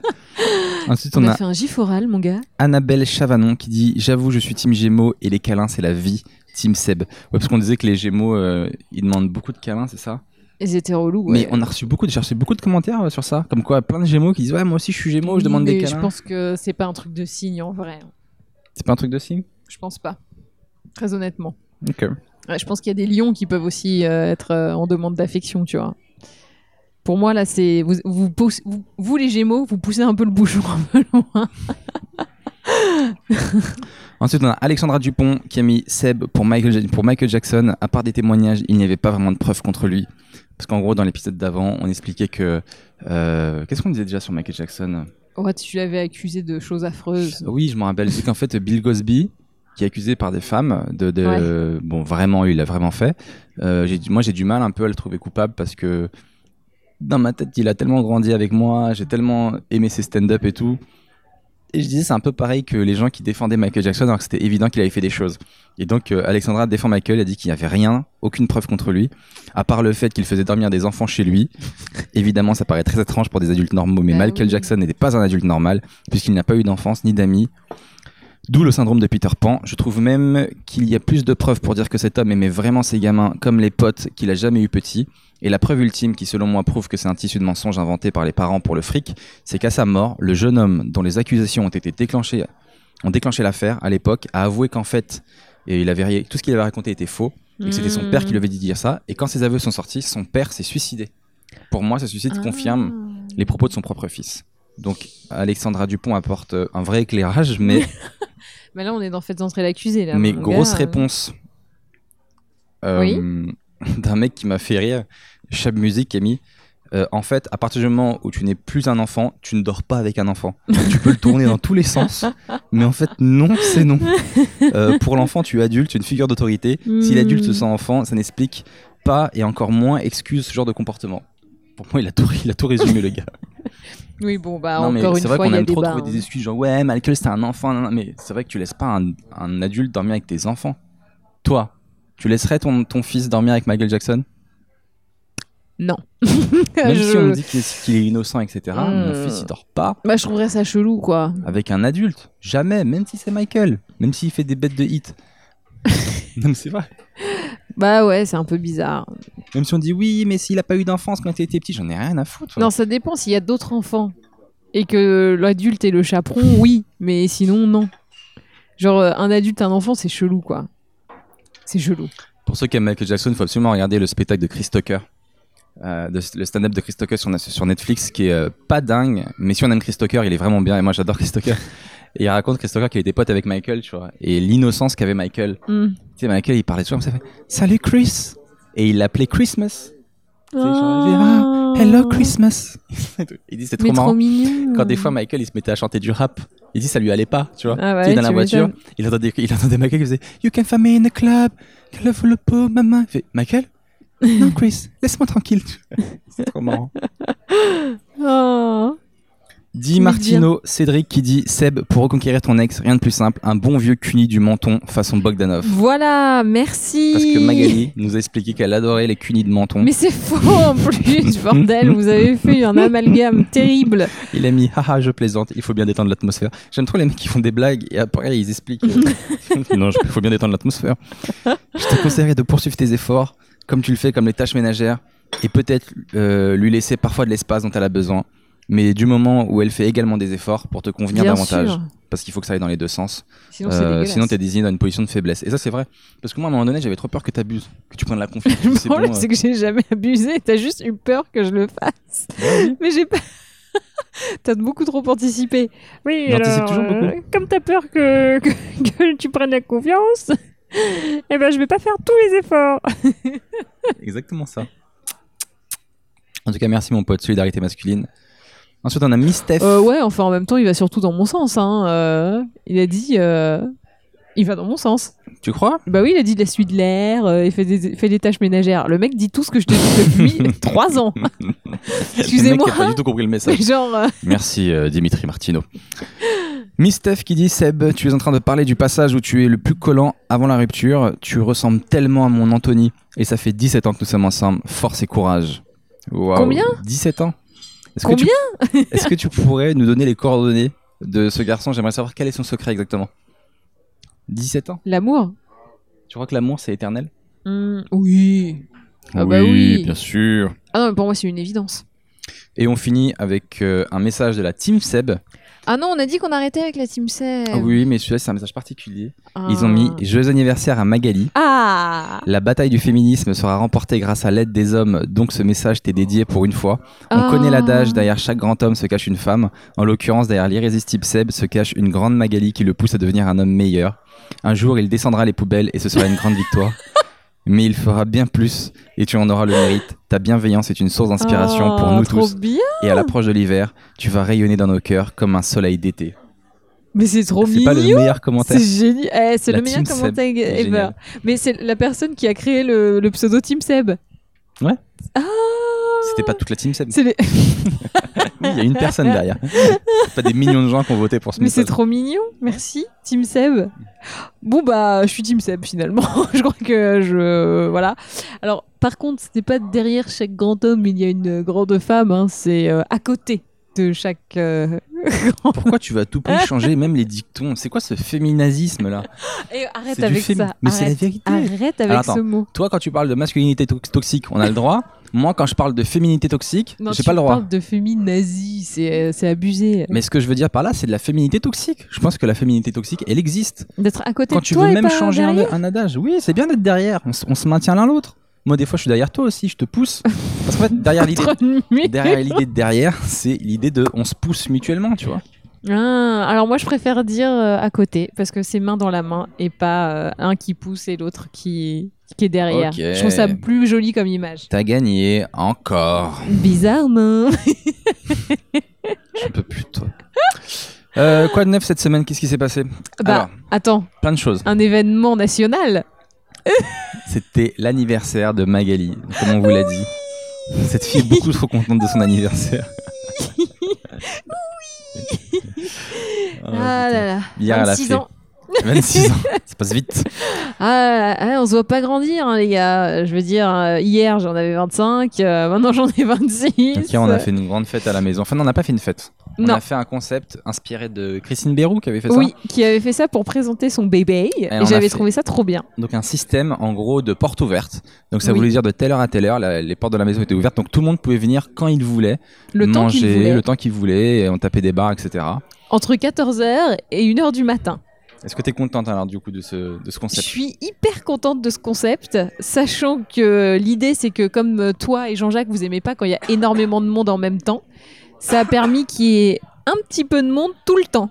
A: Ensuite,
B: On,
A: on
B: a,
A: a
B: fait un gif oral, mon gars.
A: Annabelle Chavanon qui dit J'avoue, je suis Team Gémeaux et les câlins, c'est la vie. Team Seb. Ouais, parce qu'on disait que les Gémeaux, euh, ils demandent beaucoup de câlins, c'est ça
B: Et c'était relou.
A: Mais on a reçu beaucoup, de- j'ai reçu beaucoup de commentaires euh, sur ça. Comme quoi, plein de Gémeaux qui disent Ouais, moi aussi, je suis Gémeaux, je demande des
B: Je
A: câlins.
B: pense que c'est pas un truc de signe en vrai.
A: C'est pas un truc de signe
B: Je pense pas. Très honnêtement.
A: Ok.
B: Ouais, je pense qu'il y a des lions qui peuvent aussi euh, être euh, en demande d'affection, tu vois. Pour moi, là, c'est. Vous, vous, pousse- vous, vous, les Gémeaux, vous poussez un peu le bouchon un peu loin.
A: Ensuite, on a Alexandra Dupont qui a mis Seb pour Michael, Ja- pour Michael Jackson. À part des témoignages, il n'y avait pas vraiment de preuves contre lui. Parce qu'en gros, dans l'épisode d'avant, on expliquait que. euh, Qu'est-ce qu'on disait déjà sur Michael Jackson
B: Ouais, tu l'avais accusé de choses affreuses.
A: Oui, je me rappelle. C'est qu'en fait, Bill Cosby, qui est accusé par des femmes de. de- Bon, vraiment, lui, il a vraiment fait. Euh, j'ai du- moi, j'ai du mal un peu à le trouver coupable parce que dans ma tête, il a tellement grandi avec moi, j'ai tellement aimé ses stand-up et tout, Et je disais, c'est un peu pareil que les gens qui défendaient Michael Jackson alors que c'était évident qu'il avait fait des choses. Et donc, euh, Alexandra défend Michael, elle dit qu'il n'y avait rien, aucune preuve contre lui, à part le fait qu'il faisait dormir des enfants chez lui. Évidemment, ça paraît très étrange pour des adultes normaux, mais
B: Bah
A: Michael
B: oui.
A: Jackson n'était pas un adulte normal, puisqu'il n'a pas eu d'enfance ni d'amis. D'où le syndrome de Peter Pan. Je trouve même qu'il y a plus de preuves pour dire que cet homme aimait vraiment ses gamins comme les potes qu'il a jamais eu petit. Et la preuve ultime qui, selon moi, prouve que c'est un tissu de mensonge inventé par les parents pour le fric, c'est qu'à sa mort, le jeune homme dont les accusations ont été déclenchées, ont déclenché l'affaire à l'époque, a avoué qu'en fait, et il avait, tout ce qu'il avait raconté était faux, et que c'était son
B: Hmm.
A: père qui lui avait dit de dire ça. Et quand ses aveux sont sortis, son père s'est suicidé. Pour moi, ce suicide
B: Ah.
A: confirme les propos de son propre fils. Donc, Alexandra Dupont apporte euh, un vrai éclairage, mais,
B: Mais là, on est dans Faites entrer l'accusé. là,
A: mais
B: mon
A: grosse
B: gars.
A: réponse euh, d'un mec qui m'a fait rire. Chab Music a mis euh, En fait, à partir du moment où tu n'es plus un enfant, tu ne dors pas avec un enfant. tu peux le tourner dans tous les sens, mais en fait, non, c'est non. Euh, pour l'enfant, tu es adulte, tu es une figure d'autorité. Si
B: Hmm.
A: l'adulte se sent enfant, ça n'explique pas et encore moins excuse ce genre de comportement. Pour moi, il a tout, il a tout résumé, le gars.
B: Oui, bon, bah,
A: non, mais
B: encore une
A: c'est vrai
B: fois,
A: qu'on
B: il y a
A: aime
B: des hein.
A: trop
B: bas.
A: trouver des excuses, genre ouais, Michael, c'était un enfant, nan, nan, mais c'est vrai que tu laisses pas un, un adulte dormir avec tes enfants. Toi, tu laisserais ton, ton fils dormir avec Michael Jackson
B: Non.
A: Même si
B: Euh, Je-
A: on dit qu'il est, qu'il est innocent, etc., mon
B: Hmm.
A: fils, il dort pas
B: Bah, je trouverais ça chelou, quoi.
A: avec un adulte. Jamais, même si c'est Michael. Même s'il fait des bêtes de hit. non, mais c'est vrai.
B: Bah ouais, c'est un peu bizarre.
A: Même si on dit oui, mais s'il a pas eu d'enfance quand il était petit, j'en ai rien à foutre.
B: Non, ça dépend s'il y a d'autres enfants. Et que l'adulte est le chaperon, oui. Mais sinon, non. Genre, euh, un adulte, un enfant, c'est chelou, quoi. C'est chelou.
A: Pour ceux qui aiment Michael Jackson, il faut absolument regarder le spectacle de Chris Tucker. Euh, de- le stand-up de Chris Tucker sur, sur Netflix qui est euh, pas dingue, mais si on aime Chris Tucker, il est vraiment bien et moi j'adore Chris Tucker. Et il raconte Chris Tucker qu'il était pote avec Michael, tu vois, et l'innocence qu'avait Michael.
B: Hmm.
A: Tu sais, Michael il parlait toujours comme ça, fait, Salut Chris Et il l'appelait Christmas. C'est genre,
B: Ah.
A: Hello Christmas Il dit c'est trop
B: Mais
A: marrant.
B: trop mignon.
A: Quand des fois Michael il se mettait à chanter du rap, il dit ça lui allait pas, tu vois.
B: Hmm. Ah
A: Tu sais,
B: ouais,
A: dans la
B: tu
A: voiture,
B: m'étonnes.
A: il entendait, il entendait Michael qui faisait You can find me in the club, colorful peau, maman. Il fait Michael Non, Chris, laisse-moi tranquille. C'est trop marrant.
B: Ah.
A: Di Martino, Cédric qui dit Seb, pour reconquérir ton ex, rien de plus simple, un bon vieux cuni du menton façon Bogdanov.
B: Voilà, merci.
A: Parce que Magali nous a expliqué qu'elle adorait les cunis de menton.
B: Mais c'est faux en plus, bordel, vous avez fait un amalgame terrible.
A: Il a mis Haha, je plaisante, il faut bien détendre l'atmosphère. J'aime trop les mecs qui font des blagues et après ils expliquent. euh, non, je- il faut bien détendre l'atmosphère. Je te conseillerais de poursuivre tes efforts, comme tu le fais, comme les tâches ménagères, et peut-être euh, lui laisser parfois de l'espace dont elle a besoin. Mais du moment où elle fait également des efforts pour te convenir
B: Bien
A: davantage,
B: sûr.
A: parce qu'il faut que ça aille dans les deux sens.
B: Sinon, c'est
A: Euh,
B: dégueulasse.
A: sinon, t'es désigné dans une position de faiblesse. Et ça, c'est vrai. Parce que moi, à un moment donné, j'avais trop peur que t'abuses, que tu prennes la confiance.
B: Le
A: C'est bon,
B: problème,
A: euh,
B: c'est que j'ai jamais abusé. T'as juste eu peur que je le fasse. Mais j'ai pas. T'as beaucoup trop anticipé. Oui,
A: J'anticipe
B: alors,
A: toujours
B: euh, comme t'as peur que, que, que tu prennes la confiance, eh ben, je vais pas faire tous les efforts.
A: Exactement ça. En tout cas, merci mon pote, solidarité masculine. Ensuite, on a Mistef.
B: Euh, ouais, enfin, en même temps, il va surtout dans mon sens. Hein. Euh, il a dit. euh, Il va dans mon sens.
A: Tu crois
B: Bah oui, il a dit de la suite de l'air, euh, il fait des, fait des tâches ménagères. Le mec dit tout ce que je te dis depuis 3 ans. Excusez-moi.
A: Le mec qui a pas du tout compris le
B: Mais
A: message.
B: genre, euh,
A: Merci euh, Dimitri Martino. Mistef qui dit Seb, tu es en train de parler du passage où tu es le plus collant avant la rupture. Tu ressembles tellement à mon Anthony. Et ça fait 17 ans que nous sommes ensemble. Force et courage. Waouh.
B: Combien
A: 17 ans. Est-ce
B: combien
A: que tu, Est-ce que tu pourrais nous donner les coordonnées de ce garçon J'aimerais savoir quel est son secret exactement. 17 ans
B: L'amour
A: Tu crois que l'amour c'est éternel
B: Hmm, Oui. Ah bah oui.
A: sûr.
B: Ah non, mais pour moi, c'est une évidence.
A: Et on finit avec euh, un message de la Team Seb.
B: Ah non, on a dit qu'on arrêtait avec la Team Ah. Seb.
A: Ah oui, mais celui-là, c'est un message particulier. Ils ont mis Joyeux anniversaire à Magali.
B: Ah
A: La bataille du féminisme sera remportée grâce à l'aide des hommes, donc ce message t'est dédié pour une fois. On
B: Ah.
A: connaît l'adage, derrière chaque grand homme se cache une femme. En l'occurrence, derrière l'irrésistible Seb se cache une grande Magali qui le pousse à devenir un homme meilleur. Un jour, il descendra les poubelles et ce sera une grande victoire. Mais il fera bien plus et tu en auras le mérite. Ta bienveillance est une source d'inspiration pour
B: Ah,
A: nous
B: trop
A: tous.
B: bien
A: Et à l'approche de l'hiver, tu vas rayonner dans nos cœurs comme un soleil d'été.
B: Mais c'est trop
A: C'est
B: mignon
A: pas le meilleur commentaire.
B: C'est génial. Eh, c'est
A: La
B: le meilleur
A: Team Seb,
B: commentaire
A: c'est
B: ever.
A: génial.
B: Mais c'est la personne qui a créé le, le pseudo Team Seb.
A: Ouais.
B: Ah
A: c'était pas toute la team Seb.
B: C'est les-
A: Oui, il y a une personne derrière. C'est pas des millions de gens qui ont voté pour ce
B: Mais c'est
A: message.
B: trop mignon, merci, Team Seb. Bon bah, je suis Team Seb finalement. je crois que je voilà. Alors par contre, ce n'est pas derrière chaque grand homme il y a une grande femme, hein, c'est euh, à côté de chaque. euh, grand-
A: Pourquoi tu vas à tout prix changer même les dictons C'est quoi ce féminazisme là
B: Et arrête
A: C'est du
B: avec
A: fémi-
B: ça.
A: Mais c'est la
B: arrête.
A: vérité.
B: Arrête avec
A: Alors,
B: ce
A: attends.
B: mot.
A: Toi, quand tu parles de masculinité to- toxique, on a le droit. Moi, quand je parle de féminité toxique,
B: Non,
A: j'ai
B: tu
A: pas le droit.
B: parles de féminazie, c'est euh, c'est abusé.
A: Mais ce que je veux dire par là, c'est de la féminité toxique. Je pense que la féminité toxique, elle existe.
B: D'être à côté
A: Quand
B: de
A: tu
B: toi
A: veux
B: et
A: même
B: pas
A: changer un,
B: derrière.
A: un adage, oui, c'est bien d'être derrière. On, se- on se maintient l'un l'autre. Moi, des fois, je suis derrière toi aussi, je te pousse. Parce qu'en fait, derrière l'idée
B: Contre une mue.
A: derrière l'idée de derrière, c'est l'idée de on se pousse mutuellement, tu vois.
B: Ah, alors moi je préfère dire euh, à côté parce que c'est main dans la main et pas euh, un qui pousse et l'autre qui, qui est derrière.
A: Ok.
B: Je trouve ça plus joli comme image.
A: T'as gagné encore.
B: Bizarre, non
A: Je peux plus de toi. Euh, quoi de neuf cette semaine Qu'est-ce qui s'est passé
B: Bah
A: Alors,
B: attends,
A: plein de choses.
B: un événement national
A: C'était l'anniversaire de Magali, comme on vous l'a dit. Cette fille est beaucoup trop contente de son anniversaire. Oui.
B: Ah là là,
A: Euh, Hier, elle a
B: 26
A: fait
B: ans.
A: 26 ans. Ça passe vite.
B: Ah, là là, ah, on se voit pas grandir hein, les gars. Je veux dire, euh, hier j'en avais 25, euh, maintenant j'en ai 26.
A: Donc hier, on a fait une grande fête à la maison. Enfin, non, on n'a pas fait une fête. On
B: Non.
A: a fait un concept inspiré de Christine Bérou qui avait fait ça.
B: Oui, qui avait fait ça pour présenter son bébé et,
A: on a
B: j'avais
A: fait-
B: trouvé ça trop bien.
A: Donc un système en gros de portes ouvertes. Donc ça
B: Oui.
A: voulait dire de telle heure à telle heure, la- les portes de la maison étaient ouvertes. Donc tout le monde pouvait venir quand il voulait,
B: Le temps
A: manger
B: qu'il voulait,
A: le temps qu'il voulait, et on tapait des bars, etc.
B: entre 14h et 1h du matin.
A: Est-ce que t'es contente alors du coup de ce, de ce
B: Je
A: concept
B: suis hyper contente de ce concept, sachant que l'idée c'est que comme euh, toi et Jean-Jacques, vous aimez pas quand il y a énormément de monde en même temps, ça a permis qu'il y ait un petit peu de monde tout le temps.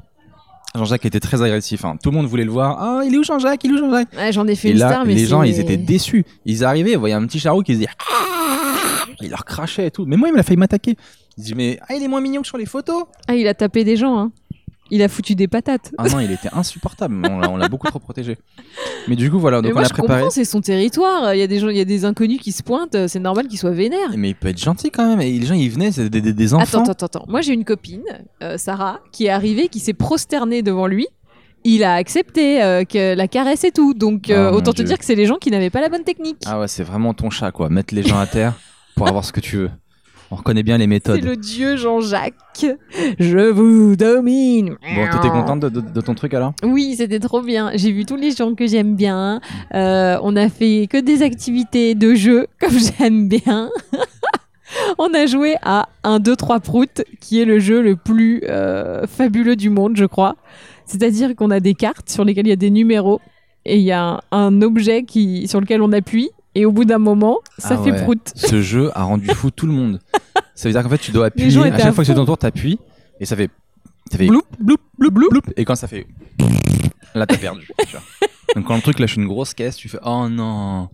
A: Jean-Jacques était très agressif. hein. Tout le monde voulait le voir. Ah, il est où Jean-Jacques Il est où Jean-Jacques
B: Ah, J'en ai fait
A: Et
B: une
A: là,
B: star, mais
A: les gens,
B: c'est-
A: ils étaient déçus. Ils arrivaient, ils voyaient un petit charou qui se disait. Ah Il leur crachait et tout. Mais moi, il m'a failli m'attaquer. Il dit mais ah, il est moins mignon que sur les photos.
B: Ah, il a tapé des gens, hein. Il a foutu des patates.
A: Ah non, il était insupportable. mais On l'a- on l'a beaucoup trop protégé. Mais du coup, voilà. Donc
B: mais moi,
A: on a
B: je
A: préparé.
B: comprends, c'est son territoire. Il y a des gens, il y a des inconnus qui se pointent. euh, C'est normal qu'ils soient vénères.
A: Mais il peut être gentil quand même. Et les gens, ils venaient, c'était des, des- des enfants.
B: Attends, attends, attends. Moi, j'ai une copine, euh, Sarah, qui est arrivée, qui s'est prosternée devant lui. Il a accepté euh, que la caresse et tout. Donc, euh,
A: Oh mon
B: autant te
A: Dieu.
B: dire que c'est les gens qui n'avaient pas la bonne technique.
A: Ah ouais, c'est vraiment ton chat, quoi. Mettre les gens à terre pour avoir ce que tu veux. On reconnaît bien les méthodes.
B: c'est le dieu Jean-Jacques. Je vous domine.
A: Bon, t'étais contente de, de- de ton truc alors
B: Oui, c'était trop bien. J'ai vu tous les gens que j'aime bien. Euh, on a fait que des activités de jeu comme j'aime bien. on a joué à 1, 2, 3 proutes, qui est le jeu le plus euh, fabuleux du monde, je crois. C'est-à-dire qu'on a des cartes sur lesquelles il y a des numéros et il y a un, un objet qui, sur lequel on appuie. Et au bout d'un moment, ça
A: Ah
B: fait
A: ouais.
B: prout.
A: Ce jeu a rendu fou tout le monde. Ça veut dire qu'en fait, tu dois appuyer.
B: gens
A: À
B: étaient à
A: chaque fois que c'est
B: fond.
A: ton tour, t'appuies et ça fait. Ça fait.
B: Bloup,
A: bloup, bloup, bloup, bloup. Et quand ça fait. Là, t'as perdu. tu vois. Donc quand le truc lâche une grosse caisse, tu fais Oh non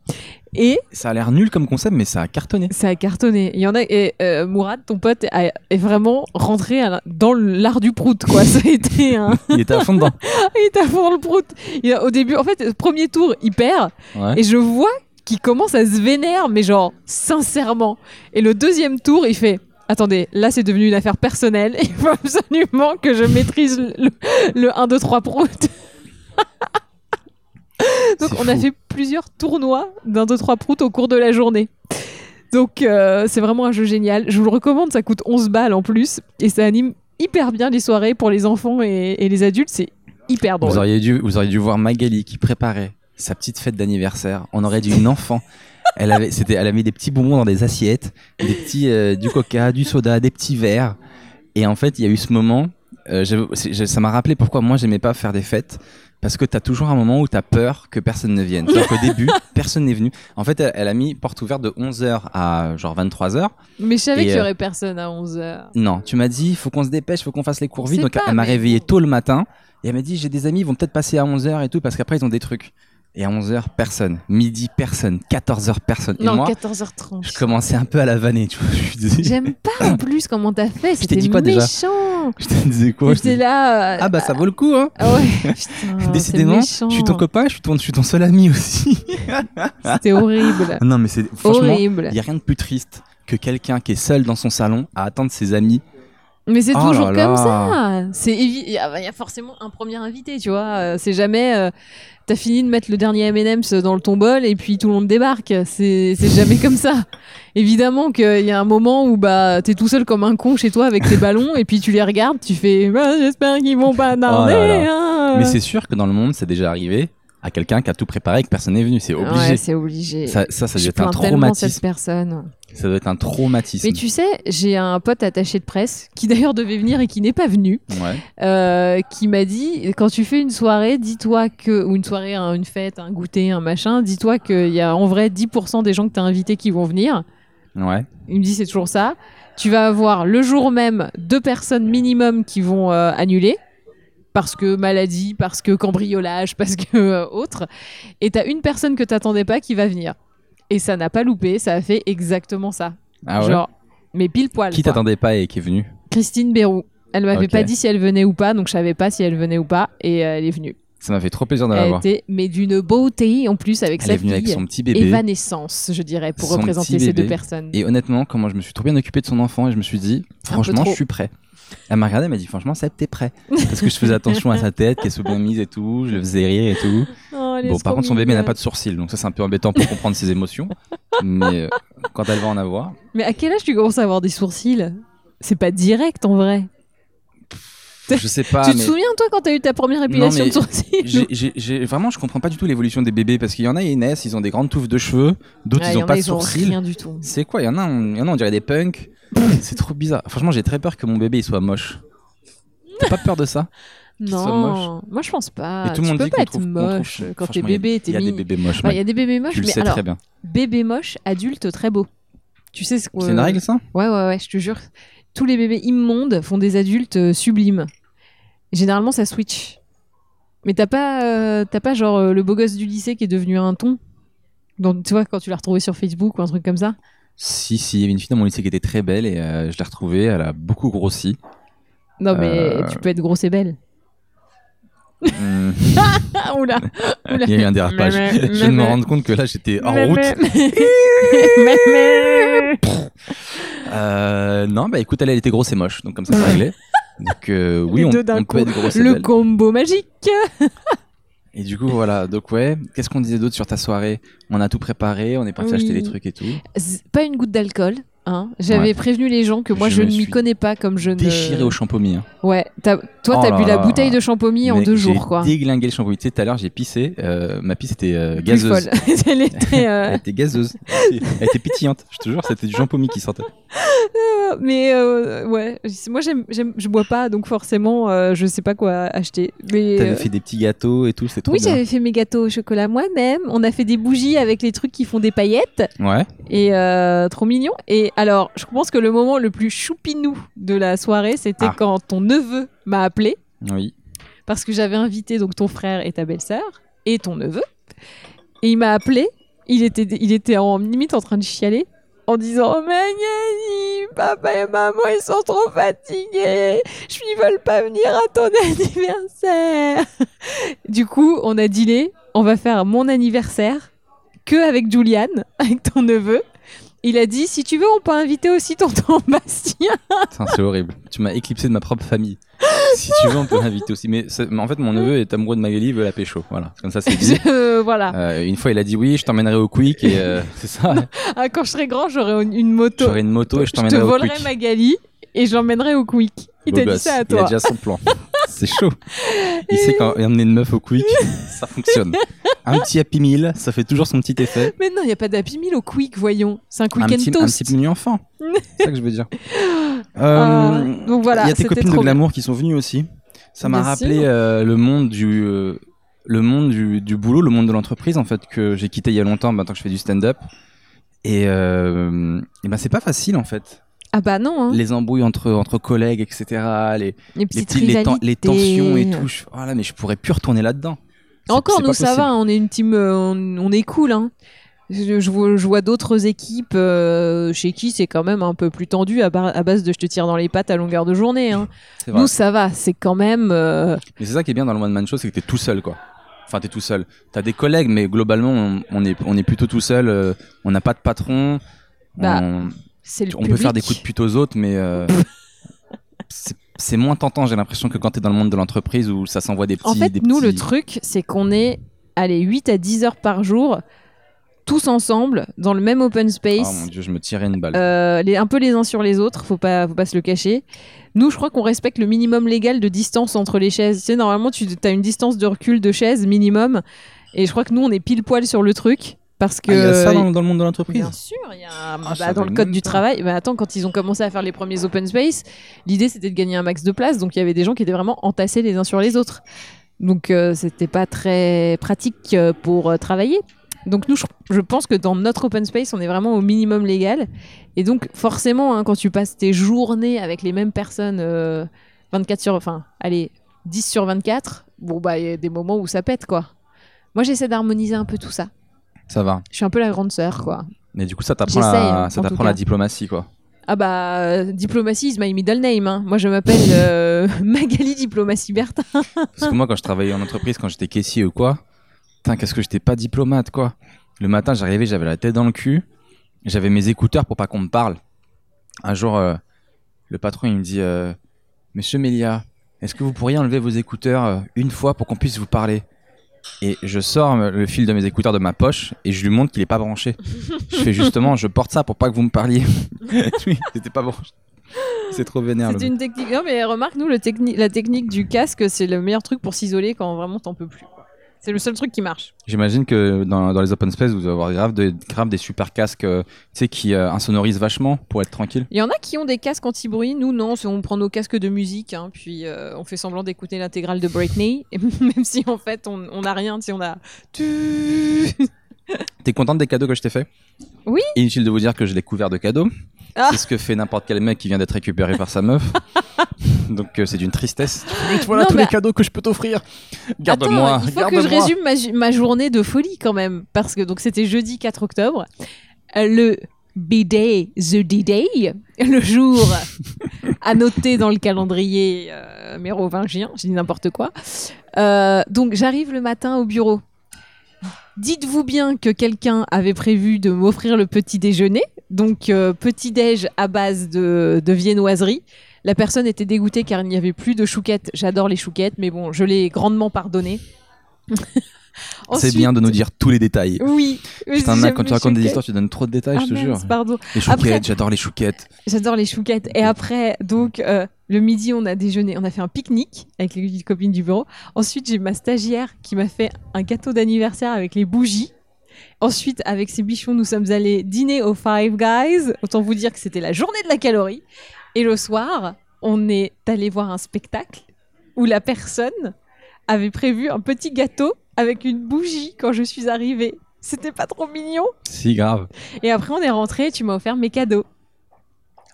B: Et
A: Ça a l'air nul comme concept, mais ça a cartonné.
B: Ça a cartonné. Il y en a. Et euh, Mourad, ton pote, a- est vraiment rentré à la- dans l'art du prout, quoi. Ça a été un.
A: Il était à fond dedans.
B: Il était à fond dans le prout. Il a- au début, en fait, premier tour, il perd.
A: Ouais.
B: Et je vois qu'il commence à se vénère, mais genre, sincèrement. Et le deuxième tour, il fait. Attendez, là c'est devenu une affaire personnelle. Il faut absolument que je maîtrise le, le 1, 2, 3 prout. Donc
A: C'est
B: on a
A: fou.
B: fait plusieurs tournois d'un 2 3 proutes au cours de la journée. Donc euh, c'est vraiment un jeu génial. Je vous le recommande, ça coûte 11 balles en plus et ça anime hyper bien les soirées pour les enfants et, et les adultes, c'est hyper
A: Vous
B: drôle.
A: auriez, dû, vous auriez dû voir Magali qui préparait sa petite fête d'anniversaire. On aurait dit une enfant. Elle avait, c'était, elle a mis des petits bonbons dans des assiettes, des petits, euh, du coca, du soda, des petits verres. Et en fait, il y a eu ce moment. euh, j'avais- c'est- j'ai- ça m'a rappelé pourquoi moi j'aimais pas faire des fêtes. Parce que t'as toujours un moment où t'as peur que personne ne vienne. Alors qu'au début, personne n'est venu. En fait, elle, elle a mis porte ouverte de 11h à genre 23h.
B: Mais je savais
A: Et,
B: qu'il y
A: euh,
B: aurait personne à 11h.
A: Non, tu m'as dit, faut qu'on se dépêche, faut qu'on fasse les cours
B: On
A: vite.
B: sait
A: Donc
B: pas,
A: elle m'a
B: mais-
A: réveillé tôt le matin et elle m'a dit, j'ai des amis, ils vont peut-être passer à 11h et tout parce qu'après ils ont des trucs. Et à 11h, personne. Midi, personne. 14h, personne. Et
B: Non,
A: moi,
B: 14h30.
A: je commençais un peu à la vanner, tu vois. Je disais,
B: J'aime pas en plus comment t'as fait,
A: Je t'ai
B: c'était
A: dit quoi, déjà
B: méchant.
A: je te disais quoi je
B: J'étais
A: disais,
B: là. euh,
A: Ah bah ça vaut le coup, hein.
B: ah ouais, putain, c'est
A: Décidément,
B: méchant.
A: je suis ton copain, je suis ton, je suis ton seul ami aussi.
B: C'était horrible.
A: non, mais c'est franchement,
B: horrible.
A: il y a rien de plus triste que quelqu'un qui est seul dans son salon à attendre ses amis.
B: Mais c'est
A: Oh
B: toujours
A: là là.
B: comme ça. C'est évi- il y, a il y a forcément un premier invité, tu vois. Euh, C'est jamais euh, t'as fini de mettre le dernier M&M's dans le tombol et puis tout le monde débarque. C'est c'est jamais comme ça. Évidemment qu'il y a un moment où bah t'es tout seul comme un con chez toi avec tes ballons et puis tu les regardes, tu fais Bah, j'espère qu'ils vont pas tarder. hein.
A: Oh Mais c'est sûr que dans le monde, c'est déjà arrivé à quelqu'un qui a tout préparé et que personne n'est venu. C'est obligé.
B: Ouais, c'est obligé.
A: ça, ça, ça
B: Je
A: doit être un
B: plains tellement cette
A: traumatisme.
B: personne.
A: Ça doit être un traumatisme.
B: Mais tu sais, j'ai un pote attaché de presse qui d'ailleurs devait venir et qui n'est pas venu.
A: Ouais.
B: euh, qui m'a dit quand tu fais une soirée, dis-toi que ou une soirée, hein, une fête, un goûter, un machin, dis-toi qu'il y a en vrai 10% des gens que t'as invités qui vont venir.
A: Ouais.
B: Il me dit c'est toujours ça. Tu vas avoir le jour même deux personnes minimum qui vont euh, annuler parce que maladie, parce que cambriolage, parce que euh, autre. Et t'as une personne que t'attendais pas qui va venir. Et ça n'a pas loupé, ça a fait exactement ça.
A: Ah ouais.
B: Genre, mais pile poil.
A: Qui
B: quoi.
A: t'attendait pas et qui est venu
B: Christine Bérou. Elle m'avait
A: Ok.
B: pas dit si elle venait ou pas, donc je savais pas si elle venait ou pas, et euh, elle est venue.
A: Ça m'a fait trop plaisir de la
B: elle
A: voir.
B: était, mais d'une beauté en plus avec
A: Elle
B: sa
A: est venue
B: fille.
A: avec son petit bébé.
B: Évanescence, je dirais, pour
A: Son
B: représenter
A: petit
B: ces
A: bébé.
B: deux personnes.
A: Et honnêtement, comment je me suis trop bien occupé de son enfant et je me suis dit, franchement,
B: trop.
A: je suis prêt. Elle m'a regardé, elle m'a dit, franchement, Seb, t'es prêt. Parce que je faisais attention à sa tête, qu'elle soit bien mise et tout, je le faisais rire et tout.
B: Oh, elle est
A: Bon, par
B: trop
A: contre, son bébé
B: mignonne.
A: n'a pas de sourcils, donc ça, c'est un peu embêtant pour comprendre ses émotions. Mais euh, quand elle va en avoir,
B: Mais à quel âge tu commences à avoir des sourcils C'est pas direct en vrai.
A: je sais pas.
B: tu te
A: Ah, mais
B: souviens, toi, quand t'as eu ta première
A: mais
B: épilation de sourcils
A: j'ai- j'ai- j'ai- Vraiment, je comprends pas du tout l'évolution des bébés parce qu'il y en a, ils naissent, ils ont des grandes touffes de cheveux, d'autres, ils
B: Ouais, Ah, y
A: ont
B: en
A: pas
B: a,
A: de
B: ils ont
A: sourcils.
B: rien du tout.
A: C'est quoi Il y en a, on, il y en a, on dirait des punks. c'est trop bizarre. Franchement, j'ai très peur que mon bébé il soit moche. T'as pas peur de ça sont
B: Non, moi je pense pas.
A: Et tout le
B: tu
A: monde
B: peux
A: dit
B: pas
A: qu'on
B: être
A: trouve- qu'on trouve-
B: moche quand t'es
A: franchement, il y a-
B: bébé,
A: Il
B: t'es
A: y a des
B: mignon.
A: bébés moches.
B: Enfin, Il y a des bébés moches,
A: tu le
B: mais
A: sais
B: alors
A: très bien.
B: bébé moche, adulte très beau. Tu sais ce euh, qu'on.
A: C'est une règle, ça
B: Ouais, ouais, ouais, je te jure. Tous les bébés immondes font des adultes euh, sublimes. Généralement, ça switch. Mais t'as pas, euh, t'as pas genre euh, le beau gosse du lycée qui est devenu un ton Donc, Tu vois, quand tu l'as retrouvé sur Facebook ou un truc comme ça
A: Si, si. Il y avait une fille dans mon lycée qui était très belle et euh, je l'ai retrouvée. Elle a beaucoup grossi.
B: Non, mais
A: Euh.
B: tu peux être grosse et belle.
A: Hum,
B: Ah, oula Oula.
A: Il y a eu un dérapage.
B: Mais, mais,
A: je viens de me
B: mais,
A: rendre compte que là, j'étais en
B: Mais,
A: route.
B: mais, mais, mais.
A: Euh, non, bah écoute, elle, elle était grosse et moche. Donc, comme ça, c'est
B: Ouais.
A: réglé. Donc, euh, oui,
B: Les
A: on,
B: deux d'un
A: on
B: coup.
A: peut être grosse et
B: Le
A: belle.
B: combo magique
A: Et du coup, voilà. Donc, ouais. Qu'est-ce qu'on disait d'autre sur ta soirée On a tout préparé. On est parti
B: Oui.
A: acheter des trucs et tout.
B: Z- Pas une goutte d'alcool. Hein. J'avais
A: Ouais.
B: prévenu les gens que moi
A: Je
B: je,
A: me
B: ne m'y
A: suis
B: connais pas comme je ne.
A: Déchiré au champomis. hein.
B: Ouais, t'as- toi
A: Oh
B: t'as
A: là
B: bu la
A: là.
B: bouteille de champomis en
A: Mais
B: deux
A: j'ai
B: jours quoi.
A: déglingué le champomis. Tu sais, tout à l'heure, j'ai pissé. euh, ma pisse était euh,
B: Plus
A: gazeuse.
B: folle. Elle était, euh,
A: Elle était gazeuse. Elle était pétillante. Je te jure, c'était du jampomis qui sortait.
B: mais euh, ouais, moi j'aime, j'aime- je bois pas donc forcément euh, je sais pas quoi acheter. Mais
A: T'avais
B: euh,
A: fait des petits gâteaux et tout, c'était trop
B: oui,
A: bien.
B: j'avais fait mes gâteaux au chocolat moi-même. On a fait des bougies avec les trucs qui font des paillettes
A: Ouais.
B: et euh, trop mignon. Et alors, je pense que le moment le plus choupinou de la soirée, c'était
A: Ah.
B: quand ton neveu m'a appelé
A: Oui.
B: parce que j'avais invité donc ton frère et ta belle-sœur et ton neveu. Et il m'a appelé. Il était, il était en limite en train de chialer en disant oh, mais Agnès, papa et maman ils sont trop fatigués, je ils veulent pas venir à ton anniversaire. Du coup, on a dealé, on va faire mon anniversaire que avec Julian, avec ton neveu. Il a dit si tu veux, on peut inviter aussi tonton Bastien.
A: Putain, c'est horrible. Tu m'as éclipsé de ma propre famille. Si tu veux, on peut l'inviter aussi. Mais, c'est- mais en fait, mon neveu est amoureux de Magali, il veut la pécho. Voilà. Comme ça, c'est dit.
B: Euh, voilà.
A: Euh, une fois, il a dit oui, je t'emmènerai au quick et euh, c'est ça.
B: Ah, quand je serai grand, j'aurai une- une moto.
A: J'aurai une moto et je
B: je te
A: t'emmènerai au
B: volerai
A: quick.
B: Magali et je l'emmènerai au Quick. Il
A: Beau
B: t'a dit
A: gosse.
B: ça à
A: Il a
B: toi.
A: déjà son plan. C'est chaud. Il sait qu'emmener une meuf au quick, ça fonctionne. Un petit happy meal, ça fait toujours son petit effet.
B: Mais non, il n'y a pas d'Happy Meal au Quick, voyons. C'est un
A: un
B: Quick
A: petit,
B: and
A: un
B: Toast.
A: petit menu enfant. c'est ça que je veux dire.
B: Ah,
A: Euh,
B: donc voilà,
A: Il y a tes
B: c'était
A: copines de
B: trop bien.
A: glamour qui sont venues aussi. Ça m'a
B: Bien
A: rappelé
B: sûr.
A: euh, le monde du euh, le monde du, du boulot, le monde de l'entreprise en fait que j'ai quitté il y a longtemps. Maintenant que je fais du stand-up et, euh, et ben c'est pas facile en fait.
B: Ah bah non, hein.
A: Les embrouilles entre entre collègues, etc. Les,
B: les,
A: les,
B: petites
A: petits- les, ten-
B: rivalités.
A: les tensions et tout. Je, oh là, mais je pourrais plus retourner là-dedans. C'est-
B: Encore,
A: c'est
B: nous,
A: pas
B: ça
A: possible.
B: va, on est une team, euh, on, on est cool. Hein. Je, je vois, je vois d'autres équipes euh, chez qui c'est quand même un peu plus tendu à, bar- à base de je te tire dans les pattes à longueur de journée. Hein.
A: C'est vrai.
B: Nous, ça va, c'est quand même. euh,
A: Mais c'est ça qui est bien dans le one man show, c'est que t'es tout seul, quoi. Enfin, t'es tout seul. T'as des collègues, mais globalement, on, on est, on est plutôt tout seul. euh, on n'a pas de patron.
B: Bah,
A: on-
B: c'est le
A: On
B: public.
A: peut faire des coups de pute aux autres, mais euh, c'est- c'est moins tentant. J'ai l'impression que quand t'es dans le monde de l'entreprise où ça s'envoie des petits.
B: En fait,
A: des
B: nous, le
A: petits-
B: truc, c'est qu'on est, allez, 8 à 10 heures par jour, tous ensemble, dans le même open
A: Oh
B: space.
A: mon dieu, je me tirais une balle.
B: Euh, les, un peu les uns sur les autres, faut pas, faut pas se le cacher. Nous, je crois qu'on respecte le minimum légal de distance entre les chaises. Tu sais, normalement, tu as une distance de recul de chaise minimum. Et je crois que nous, on est pile poil sur le truc. Parce que.
A: Ah, il y a ça dans, dans le monde de l'entreprise.
B: Bien sûr, il y a un-
A: Ah, je
B: bah,
A: savais
B: dans le code
A: même
B: du
A: pas.
B: travail. Bah, attends, quand ils ont commencé à faire les premiers open space, l'idée c'était de gagner un max de place. Donc il y avait des gens qui étaient vraiment entassés les uns sur les autres. Donc euh, c'était pas très pratique euh, pour euh, travailler. Donc nous, je, je pense que dans notre open space, on est vraiment au minimum légal. Et donc forcément, hein, quand tu passes tes journées avec les mêmes personnes, euh, 24 sur, enfin, allez, 10 sur 24, bon bah il y a des moments où ça pète quoi. Moi j'essaie d'harmoniser un peu tout ça.
A: Ça va.
B: Je suis un peu la grande sœur quoi.
A: Mais du coup, ça t'apprend
B: J'essaye,
A: la,
B: hein,
A: ça
B: en tout
A: t'apprend la
B: cas.
A: diplomatie, quoi.
B: Ah bah, euh, diplomatie is my middle name. hein. Moi, je m'appelle euh, Magali Diplomatie Bertin.
A: Parce que moi, quand je travaillais en entreprise, quand j'étais caissier ou quoi, putain, qu'est-ce que j'étais pas diplomate, quoi. Le matin, j'arrivais, j'avais la tête dans le cul, j'avais mes écouteurs pour pas qu'on me parle. Un jour, euh, le patron, il me dit euh, Monsieur Melia, est-ce que vous pourriez enlever vos écouteurs euh, une fois pour qu'on puisse vous parler Et je sors euh, le fil de mes écouteurs de ma poche et je lui montre qu'il est pas branché. je fais justement, je porte ça pour pas que vous me parliez. oui, c'était pas branché. C'est trop vénère.
B: C'est
A: le mec.
B: une technique. Non, mais remarque, nous, le techni- la technique du casque, c'est le meilleur truc pour s'isoler quand vraiment t'en peux plus. quoi. C'est le seul truc qui marche.
A: J'imagine que dans, dans les open space, vous devez avoir grave, de, grave des super casques euh, tu sais, qui euh, insonorisent vachement pour être tranquille.
B: Il y en a qui ont des casques anti-bruit. Nous, non. c'est- On prend nos casques de musique, hein, puis euh, on fait semblant d'écouter l'intégrale de Britney. Et même si, en fait, on on n'a rien. Tu sais, on a. Tu-
A: T'es contente des cadeaux que je t'ai fait
B: Oui.
A: Inutile de vous dire que je l'ai couvert de cadeaux.
B: Ah.
A: C'est ce que fait n'importe quel mec qui vient d'être récupéré par sa meuf. Donc euh, c'est d'une tristesse. Mais voilà
B: Non,
A: tous
B: mais-
A: les cadeaux que je peux t'offrir.
B: Attends,
A: Garde-moi.
B: Il faut que
A: garde-moi.
B: je résume ma, ju- ma journée de folie quand même. Parce que donc c'était jeudi 4 octobre. Euh, le B-Day, The D-Day, le jour annoté dans le calendrier euh, mérovingien, je dis n'importe quoi. Euh, donc j'arrive le matin au bureau. Dites-vous bien que quelqu'un avait prévu de m'offrir le petit déjeuner, donc euh, petit déj à base de, de viennoiserie. La personne était dégoûtée car il n'y avait plus de chouquettes. J'adore les chouquettes, mais bon, je l'ai grandement pardonné.
A: C'est bien de nous dire tous les détails.
B: Oui. mais
A: Putain,
B: j'aime
A: mec, quand tu
B: les
A: racontes des
B: chouquettes.
A: histoires, tu donnes trop de détails,
B: Ah,
A: je te
B: mince,
A: jure.
B: Pardon.
A: Les chouquettes,
B: Après-
A: j'adore les chouquettes.
B: J'adore les chouquettes. Et après, donc, euh, le midi, on a déjeuné, on a fait un pique-nique avec les copines du bureau. Ensuite, j'ai ma stagiaire qui m'a fait un gâteau d'anniversaire avec les bougies. Ensuite, avec ces bichons, nous sommes allés dîner au Five Guys. Autant vous dire que c'était la journée de la calorie. Et le soir, on est allé voir un spectacle où la personne avait prévu un petit gâteau avec une bougie quand je suis arrivée. C'était pas trop mignon.
A: Si, grave.
B: Et après, on est rentré et tu m'as offert mes cadeaux.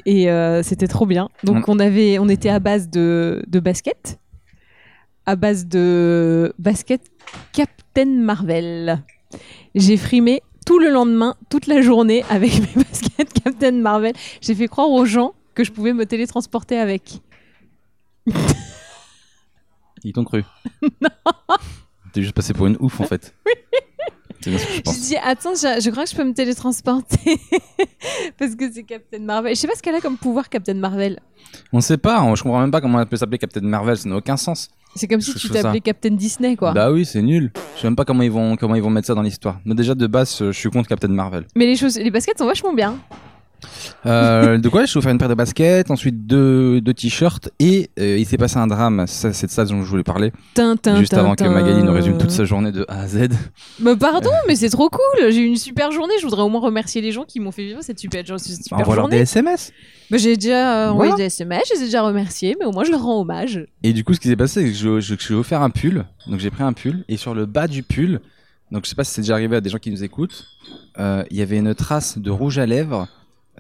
B: Et euh, c'était trop bien.
A: Mm.
B: Donc, on, avait, on était à base de, de basket. À base de basket Captain Marvel. J'ai frimé tout le lendemain, toute la journée avec mes baskets Captain Marvel. J'ai fait croire aux gens que je pouvais me télétransporter avec.
A: Ils t'ont cru. T'es juste passé pour une ouf, en fait. C'est bien ce que je
B: Je
A: pense.
B: dis attends, je, je crois que je peux me télétransporter parce que c'est Captain Marvel. Je sais pas ce qu'elle a comme pouvoir Captain Marvel.
A: On sait pas, on- je comprends même pas comment elle peut s'appeler Captain Marvel, ça n'a aucun sens.
B: C'est comme si
A: Je
B: tu
A: trouve ça-
B: t'appelais Captain Disney quoi.
A: Bah oui, c'est nul. Je sais même pas comment ils vont, comment ils vont mettre ça dans l'histoire. Mais déjà de base, euh, je suis contre Captain Marvel.
B: Mais les choses, les baskets sont vachement bien.
A: Euh, de quoi je vais vous faire une paire de baskets, ensuite deux, deux t-shirts et euh, il s'est passé un drame. Ça, C'est de ça dont je voulais parler.
B: Tintin.
A: Juste avant que Magali nous résume toute sa journée de A à Z.
B: Mais Bah, pardon, mais c'est trop cool. J'ai eu une super journée. Je voudrais au moins remercier les gens qui m'ont fait vivre cette super, jo- cette super
A: Envoie leur des
B: journée.
A: SMS.
B: Bah, j'ai déjà euh, envoyé
A: Voilà.
B: des SMS, je les ai déjà remerciés, mais au moins je leur rends hommage.
A: Et du coup, ce qui s'est passé, c'est que je, je, je lui ai offert un pull. Donc j'ai pris un pull et sur le bas du pull, donc je sais pas si c'est déjà arrivé à des gens qui nous écoutent, euh, il y avait une trace de rouge à lèvres,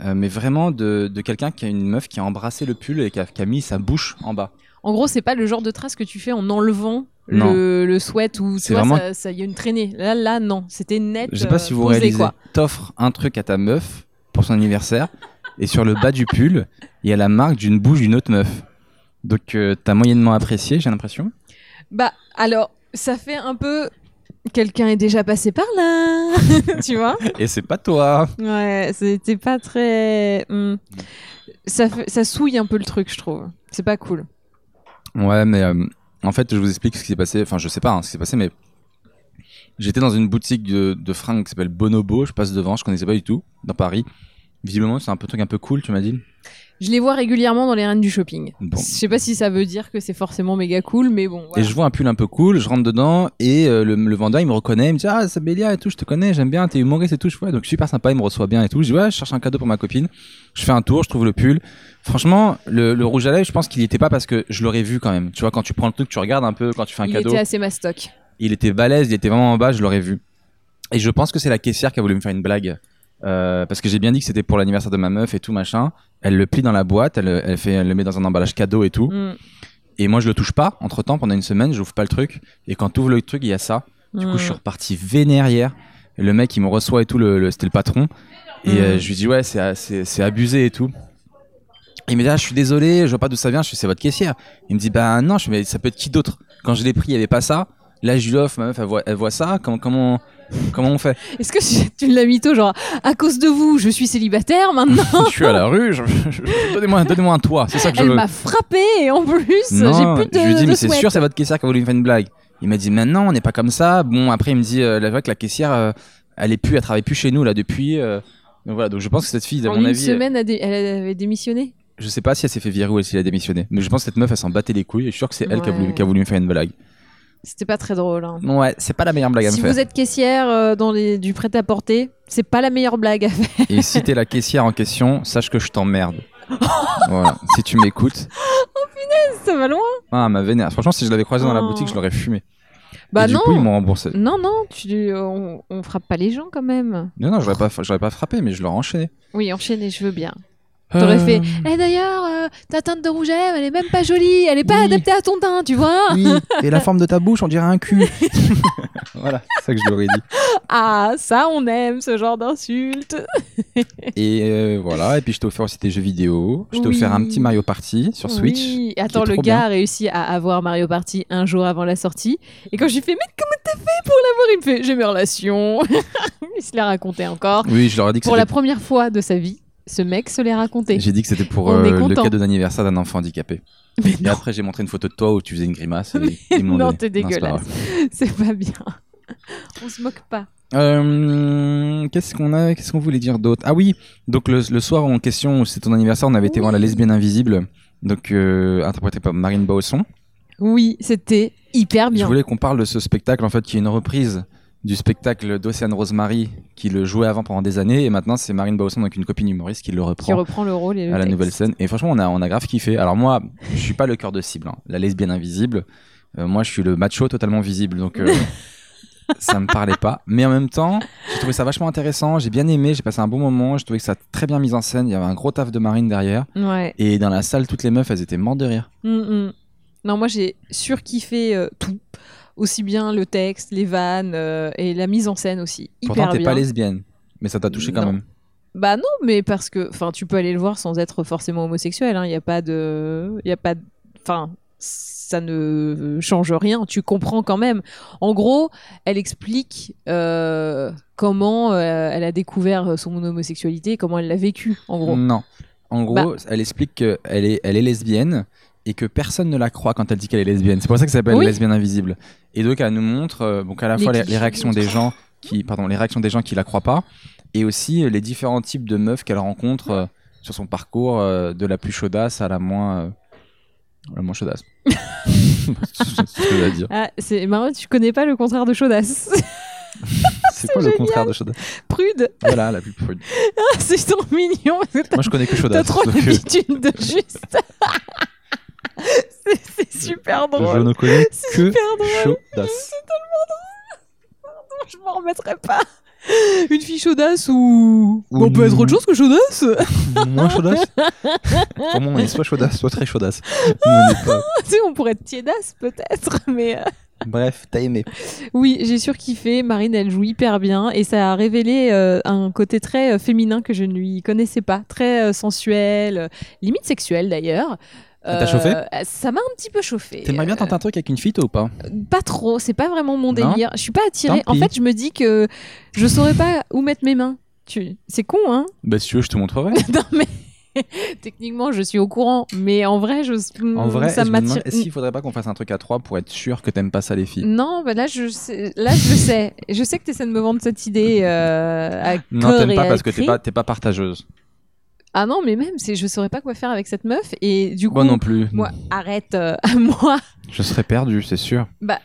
A: euh, mais vraiment de, de quelqu'un qui a une meuf qui a embrassé le pull et qui a, qui a mis sa bouche en bas.
B: En gros, c'est pas le genre de trace que tu fais en enlevant
A: Non.
B: le, le sweat ou tu
A: C'est
B: vois,
A: vraiment-
B: ça- ça- il y a une traînée. Là, là, non, c'était net.
A: Je sais pas
B: euh,
A: si vous
B: posé,
A: réalisez,
B: quoi.
A: t'offres un truc à ta meuf pour son anniversaire et sur le bas du pull, il y a la marque d'une bouche d'une autre meuf. Donc euh, t'as moyennement apprécié, j'ai l'impression.
B: Bah alors, ça fait un peu quelqu'un est déjà passé par là, tu vois
A: Et c'est pas toi.
B: Ouais, c'était pas très.
A: Mm.
B: hmm. Ça, fait- ça souille un peu le truc, je trouve. C'est pas cool.
A: Ouais, mais euh, en fait, je vous explique ce qui s'est passé. Enfin, je sais pas hein, ce qui s'est passé, mais j'étais dans une boutique de, de fringues qui s'appelle Bonobo. Je passe devant, je connaissais pas du tout, dans Paris. Visiblement, c'est un peu truc un peu cool, tu m'as dit.
B: Je les vois régulièrement dans les reines du shopping.
A: Bon.
B: Je sais pas si ça veut dire que c'est forcément méga cool, mais bon.
A: Et
B: voilà.
A: je vois un pull un peu cool, je rentre dedans et euh, le, le vendeur il me reconnaît, il me dit Ah, c'est Bélia et tout, je te connais, j'aime bien, t'es humoriste et tout. Je vois, donc super sympa, il me reçoit bien et tout. Je dis Ouais, je cherche un cadeau pour ma copine. Je fais un tour, je trouve le pull. Franchement, le, le rouge à lèvres, je pense qu'il n'y était pas parce que je l'aurais vu quand même. Tu vois, quand tu prends le truc, tu regardes un peu, quand tu fais un
B: Il
A: cadeau.
B: était assez mastoc.
A: Il était balèze, il était vraiment en bas, je l'aurais vu. Et je pense que c'est la caissière qui a voulu me faire une blague. Euh, parce que j'ai bien dit que c'était pour l'anniversaire de ma meuf et tout machin. Elle le plie dans la boîte, elle, elle fait, elle le met dans un emballage cadeau et tout.
B: Mm.
A: Et moi, je le touche pas. Entre temps, pendant une semaine, j'ouvre pas le truc. Et quand tu ouvres le truc, il y a ça. Du coup, je suis
B: Mm. Hmm.
A: reparti vénère hier. Et Le mec, il me reçoit et tout. Le, le- c'était le patron. Et
B: Mm.
A: euh, je lui dis, ouais, c'est, c'est, c'est abusé et tout. Il me dit, ah, je suis désolé, je vois pas d'où ça vient. Je fais, c'est votre caissière. Il me dit, bah non, je fais, mais ça peut être qui d'autre Quand je l'ai pris, il y avait pas ça. Là, je lui offre, ma meuf, elle voit, elle voit ça. Comment, comment, comment on fait
B: Est-ce que tu- tu l'as mytho genre à cause de vous, je suis célibataire maintenant
A: Je suis à la rue. je- je- je- donnez-moi, donnez-moi un toit. C'est ça que je
B: Elle
A: veux.
B: m'a frappé et en plus, j'ai
A: Non,
B: plus de
A: je lui dis,
B: de
A: mais c'est
B: sweat.
A: sûr, c'est votre caissière qui a voulu me faire une blague. Il m'a dit, maintenant, on n'est pas comme ça. Bon, après, il me dit, euh, la vraie que la caissière, euh, elle est plus, elle travaille plus chez nous, là, depuis. euh. donc voilà, donc je pense que cette fille, à
B: En
A: mon
B: une
A: avis, euh,
B: semaine, elle dé- elle avait démissionné.
A: je sais pas si elle s'est fait virer ou si elle a démissionné. Mais je pense que cette meuf, elle s'en battait les couilles et je suis sûr que c'est elle qui a,
B: Ouais.
A: voulu, qui a voulu me faire une blague.
B: C'était pas très drôle. hein.
A: Ouais, c'est pas la meilleure blague à
B: Si
A: me
B: vous
A: faire.
B: êtes caissière euh, dans les, du prêt-à-porter, c'est pas la meilleure blague à faire.
A: Et si t'es la caissière en question, sache que je t'emmerde. voilà, si tu m'écoutes.
B: Ça va loin.
A: Ah, ma vénère. Franchement, si je l'avais croisée dans la
B: Oh.
A: boutique, je l'aurais fumé.
B: Bah
A: et
B: non.
A: du coup, ils m'ont remboursé.
B: Non, non, tu, on, on frappe pas les gens quand même.
A: Non, non, j'aurais pas, j'aurais pas frappé, mais je l'aurais enchaîné. Euh,
B: Oui, enchaînez, je veux bien. T'aurais fait. Eh d'ailleurs, euh, ta teinte de rouge à lèvres, elle est même pas jolie, elle est pas
A: Oui.
B: adaptée à ton teint, tu vois.
A: Oui, et la forme de ta bouche, on dirait un cul. voilà, c'est ça que je l'aurais dit.
B: Ah, ça, on aime ce genre d'insulte.
A: Et euh, voilà, et puis je t'ai offert aussi tes jeux vidéo. Je t'ai
B: Oui.
A: offert un petit Mario Party sur Switch.
B: Oui. Attends, le
A: trop
B: gars
A: bien.
B: a réussi à avoir Mario Party un jour avant la sortie. Et quand je lui fais, mais comment t'as fait pour l'avoir Il me fait, j'ai mes relations. il se les racontait encore.
A: Oui, je leur ai dit que
B: Pour la
A: c'était...
B: première fois de sa vie, ce mec se les racontait.
A: J'ai dit que c'était pour
B: On est
A: euh, le
B: content.
A: cadeau d'anniversaire d'un enfant handicapé.
B: Mais
A: Et après, j'ai montré une photo de toi où tu faisais une grimace. Et ils me l'ont
B: non,
A: donné.
B: t'es
A: c'est pas
B: dégueulasse.
A: grave.
B: C'est pas bien. On se moque pas.
A: Euh, qu'est-ce qu'on a Qu'est-ce qu'on voulait dire d'autre Ah oui, donc le, le soir en question, où c'était ton anniversaire, on avait été
B: Oui.
A: voir La Lesbienne Invisible, donc euh, interprétée par Marine Bausson.
B: Oui, c'était hyper
A: Je
B: bien.
A: voulais qu'on parle de ce spectacle, en fait, qui est une reprise du spectacle d'Océane Rosemary, qui le jouait avant pendant des années, et maintenant c'est Marine Bausson, donc une copine humoriste, qui le
B: Qui
A: reprend
B: reprend le rôle et le
A: à la
B: texte.
A: nouvelle scène. Et franchement, on a, on a grave kiffé. Alors moi, je suis pas le cœur de cible, hein, la lesbienne invisible. Euh, moi, je suis le macho totalement visible, donc euh, ça me parlait pas. Mais en même temps, j'ai trouvé ça vachement intéressant, j'ai bien aimé, j'ai passé un bon moment, j'ai trouvé que ça a très bien mis en scène, il y avait un gros taf de Marine derrière.
B: Ouais.
A: Et dans la salle, toutes les meufs, elles étaient mortes de rire.
B: Mm, mm. Non, moi j'ai surkiffé euh, tout. Aussi bien le texte, les vannes euh, et la mise en scène aussi. Hyper
A: Pourtant, t'es
B: bien.
A: pas lesbienne, mais ça t'a touché quand
B: Non.
A: même.
B: Bah non, mais parce que, enfin, tu peux aller le voir sans être forcément homosexuel. Il n'y a pas de, il y a pas, de- enfin, ça ne change rien. Tu comprends quand même. En gros, elle explique euh, comment euh, elle a découvert son homosexualité, comment elle l'a vécu. En gros,
A: Non. En gros,
B: Bah.
A: elle explique qu'elle est, elle est lesbienne et que personne ne la croit quand elle dit qu'elle est lesbienne. C'est pour ça que ça s'appelle
B: Oui.
A: lesbienne invisible. Et donc elle nous montre euh, donc à la
B: Les
A: fois les, les
B: clichés.
A: réactions des gens qui pardon, les réactions des gens qui la croient pas et aussi euh, les différents types de meufs qu'elle rencontre euh, sur son parcours euh, de la plus chaudasse à la moins euh, la moins chaudasse. c'est ce que j'allais dire.
B: ah, c'est marrant. Tu connais pas le contraire de chaudasse,
A: C'est quoi le contraire de chaudasse
B: prude.
A: Voilà, la plus prude.
B: Ah, c'est trop mignon. parce que t'as-
A: Moi je connais que
B: T'as
A: chaudasse.
B: trop
A: donc, euh,
B: l'habitude de juste. C'est- c'est super
A: je
B: drôle.
A: ne connais
B: hein. C'est
A: que
B: super drôle.
A: chaudasse.
B: Je m'en remettrai pas. Une fille chaudasse ou.
A: Ou
B: On peut être
A: une-
B: autre chose que chaudasse
A: moins chaudasse Pour moi, on est soit chaudasse, soit très chaudasse. Nous, on est pas.
B: Tu sais, on pourrait être tiédasse peut-être, mais. euh,
A: Bref, t'as aimé.
B: Oui, j'ai surkiffé. Marine, elle joue hyper bien et ça a révélé euh, un côté très euh, féminin que je ne lui connaissais pas. Très euh, sensuel, euh, limite sexuel d'ailleurs.
A: Ça t'a Ah, chauffé
B: Ça m'a un petit peu chauffé.
A: T'aimerais bien tenter
B: euh,
A: un truc avec une fille, toi, ou pas
B: Pas trop, c'est pas vraiment mon
A: Non
B: délire. Je suis pas attirée.
A: Tant
B: En
A: pis.
B: fait, je me dis que je saurais pas où mettre mes mains. Tu... C'est con, hein
A: Bah, si tu veux, je te montrerai.
B: Non, mais techniquement, je suis au courant. Mais en vrai, je... mm,
A: En vrai,
B: ça
A: je me demande,
B: m'attire. mm.
A: est-ce qu'il faudrait pas qu'on fasse un truc à trois pour être sûr que t'aimes pas ça, les filles
B: Non, bah là, je sais... là, je le sais. Je sais que tu essaies de me vendre cette idée euh, à
A: Non,
B: corps
A: t'aimes
B: et
A: pas
B: à
A: parce que t'es
B: cri.
A: pas, t'es pas partageuse.
B: Ah non, mais même, c'est je saurais pas quoi faire avec cette meuf. Et du coup,
A: Moi non plus.
B: moi, arrête, euh, moi,
A: Je serais perdu, c'est sûr.
B: vu
A: Ah,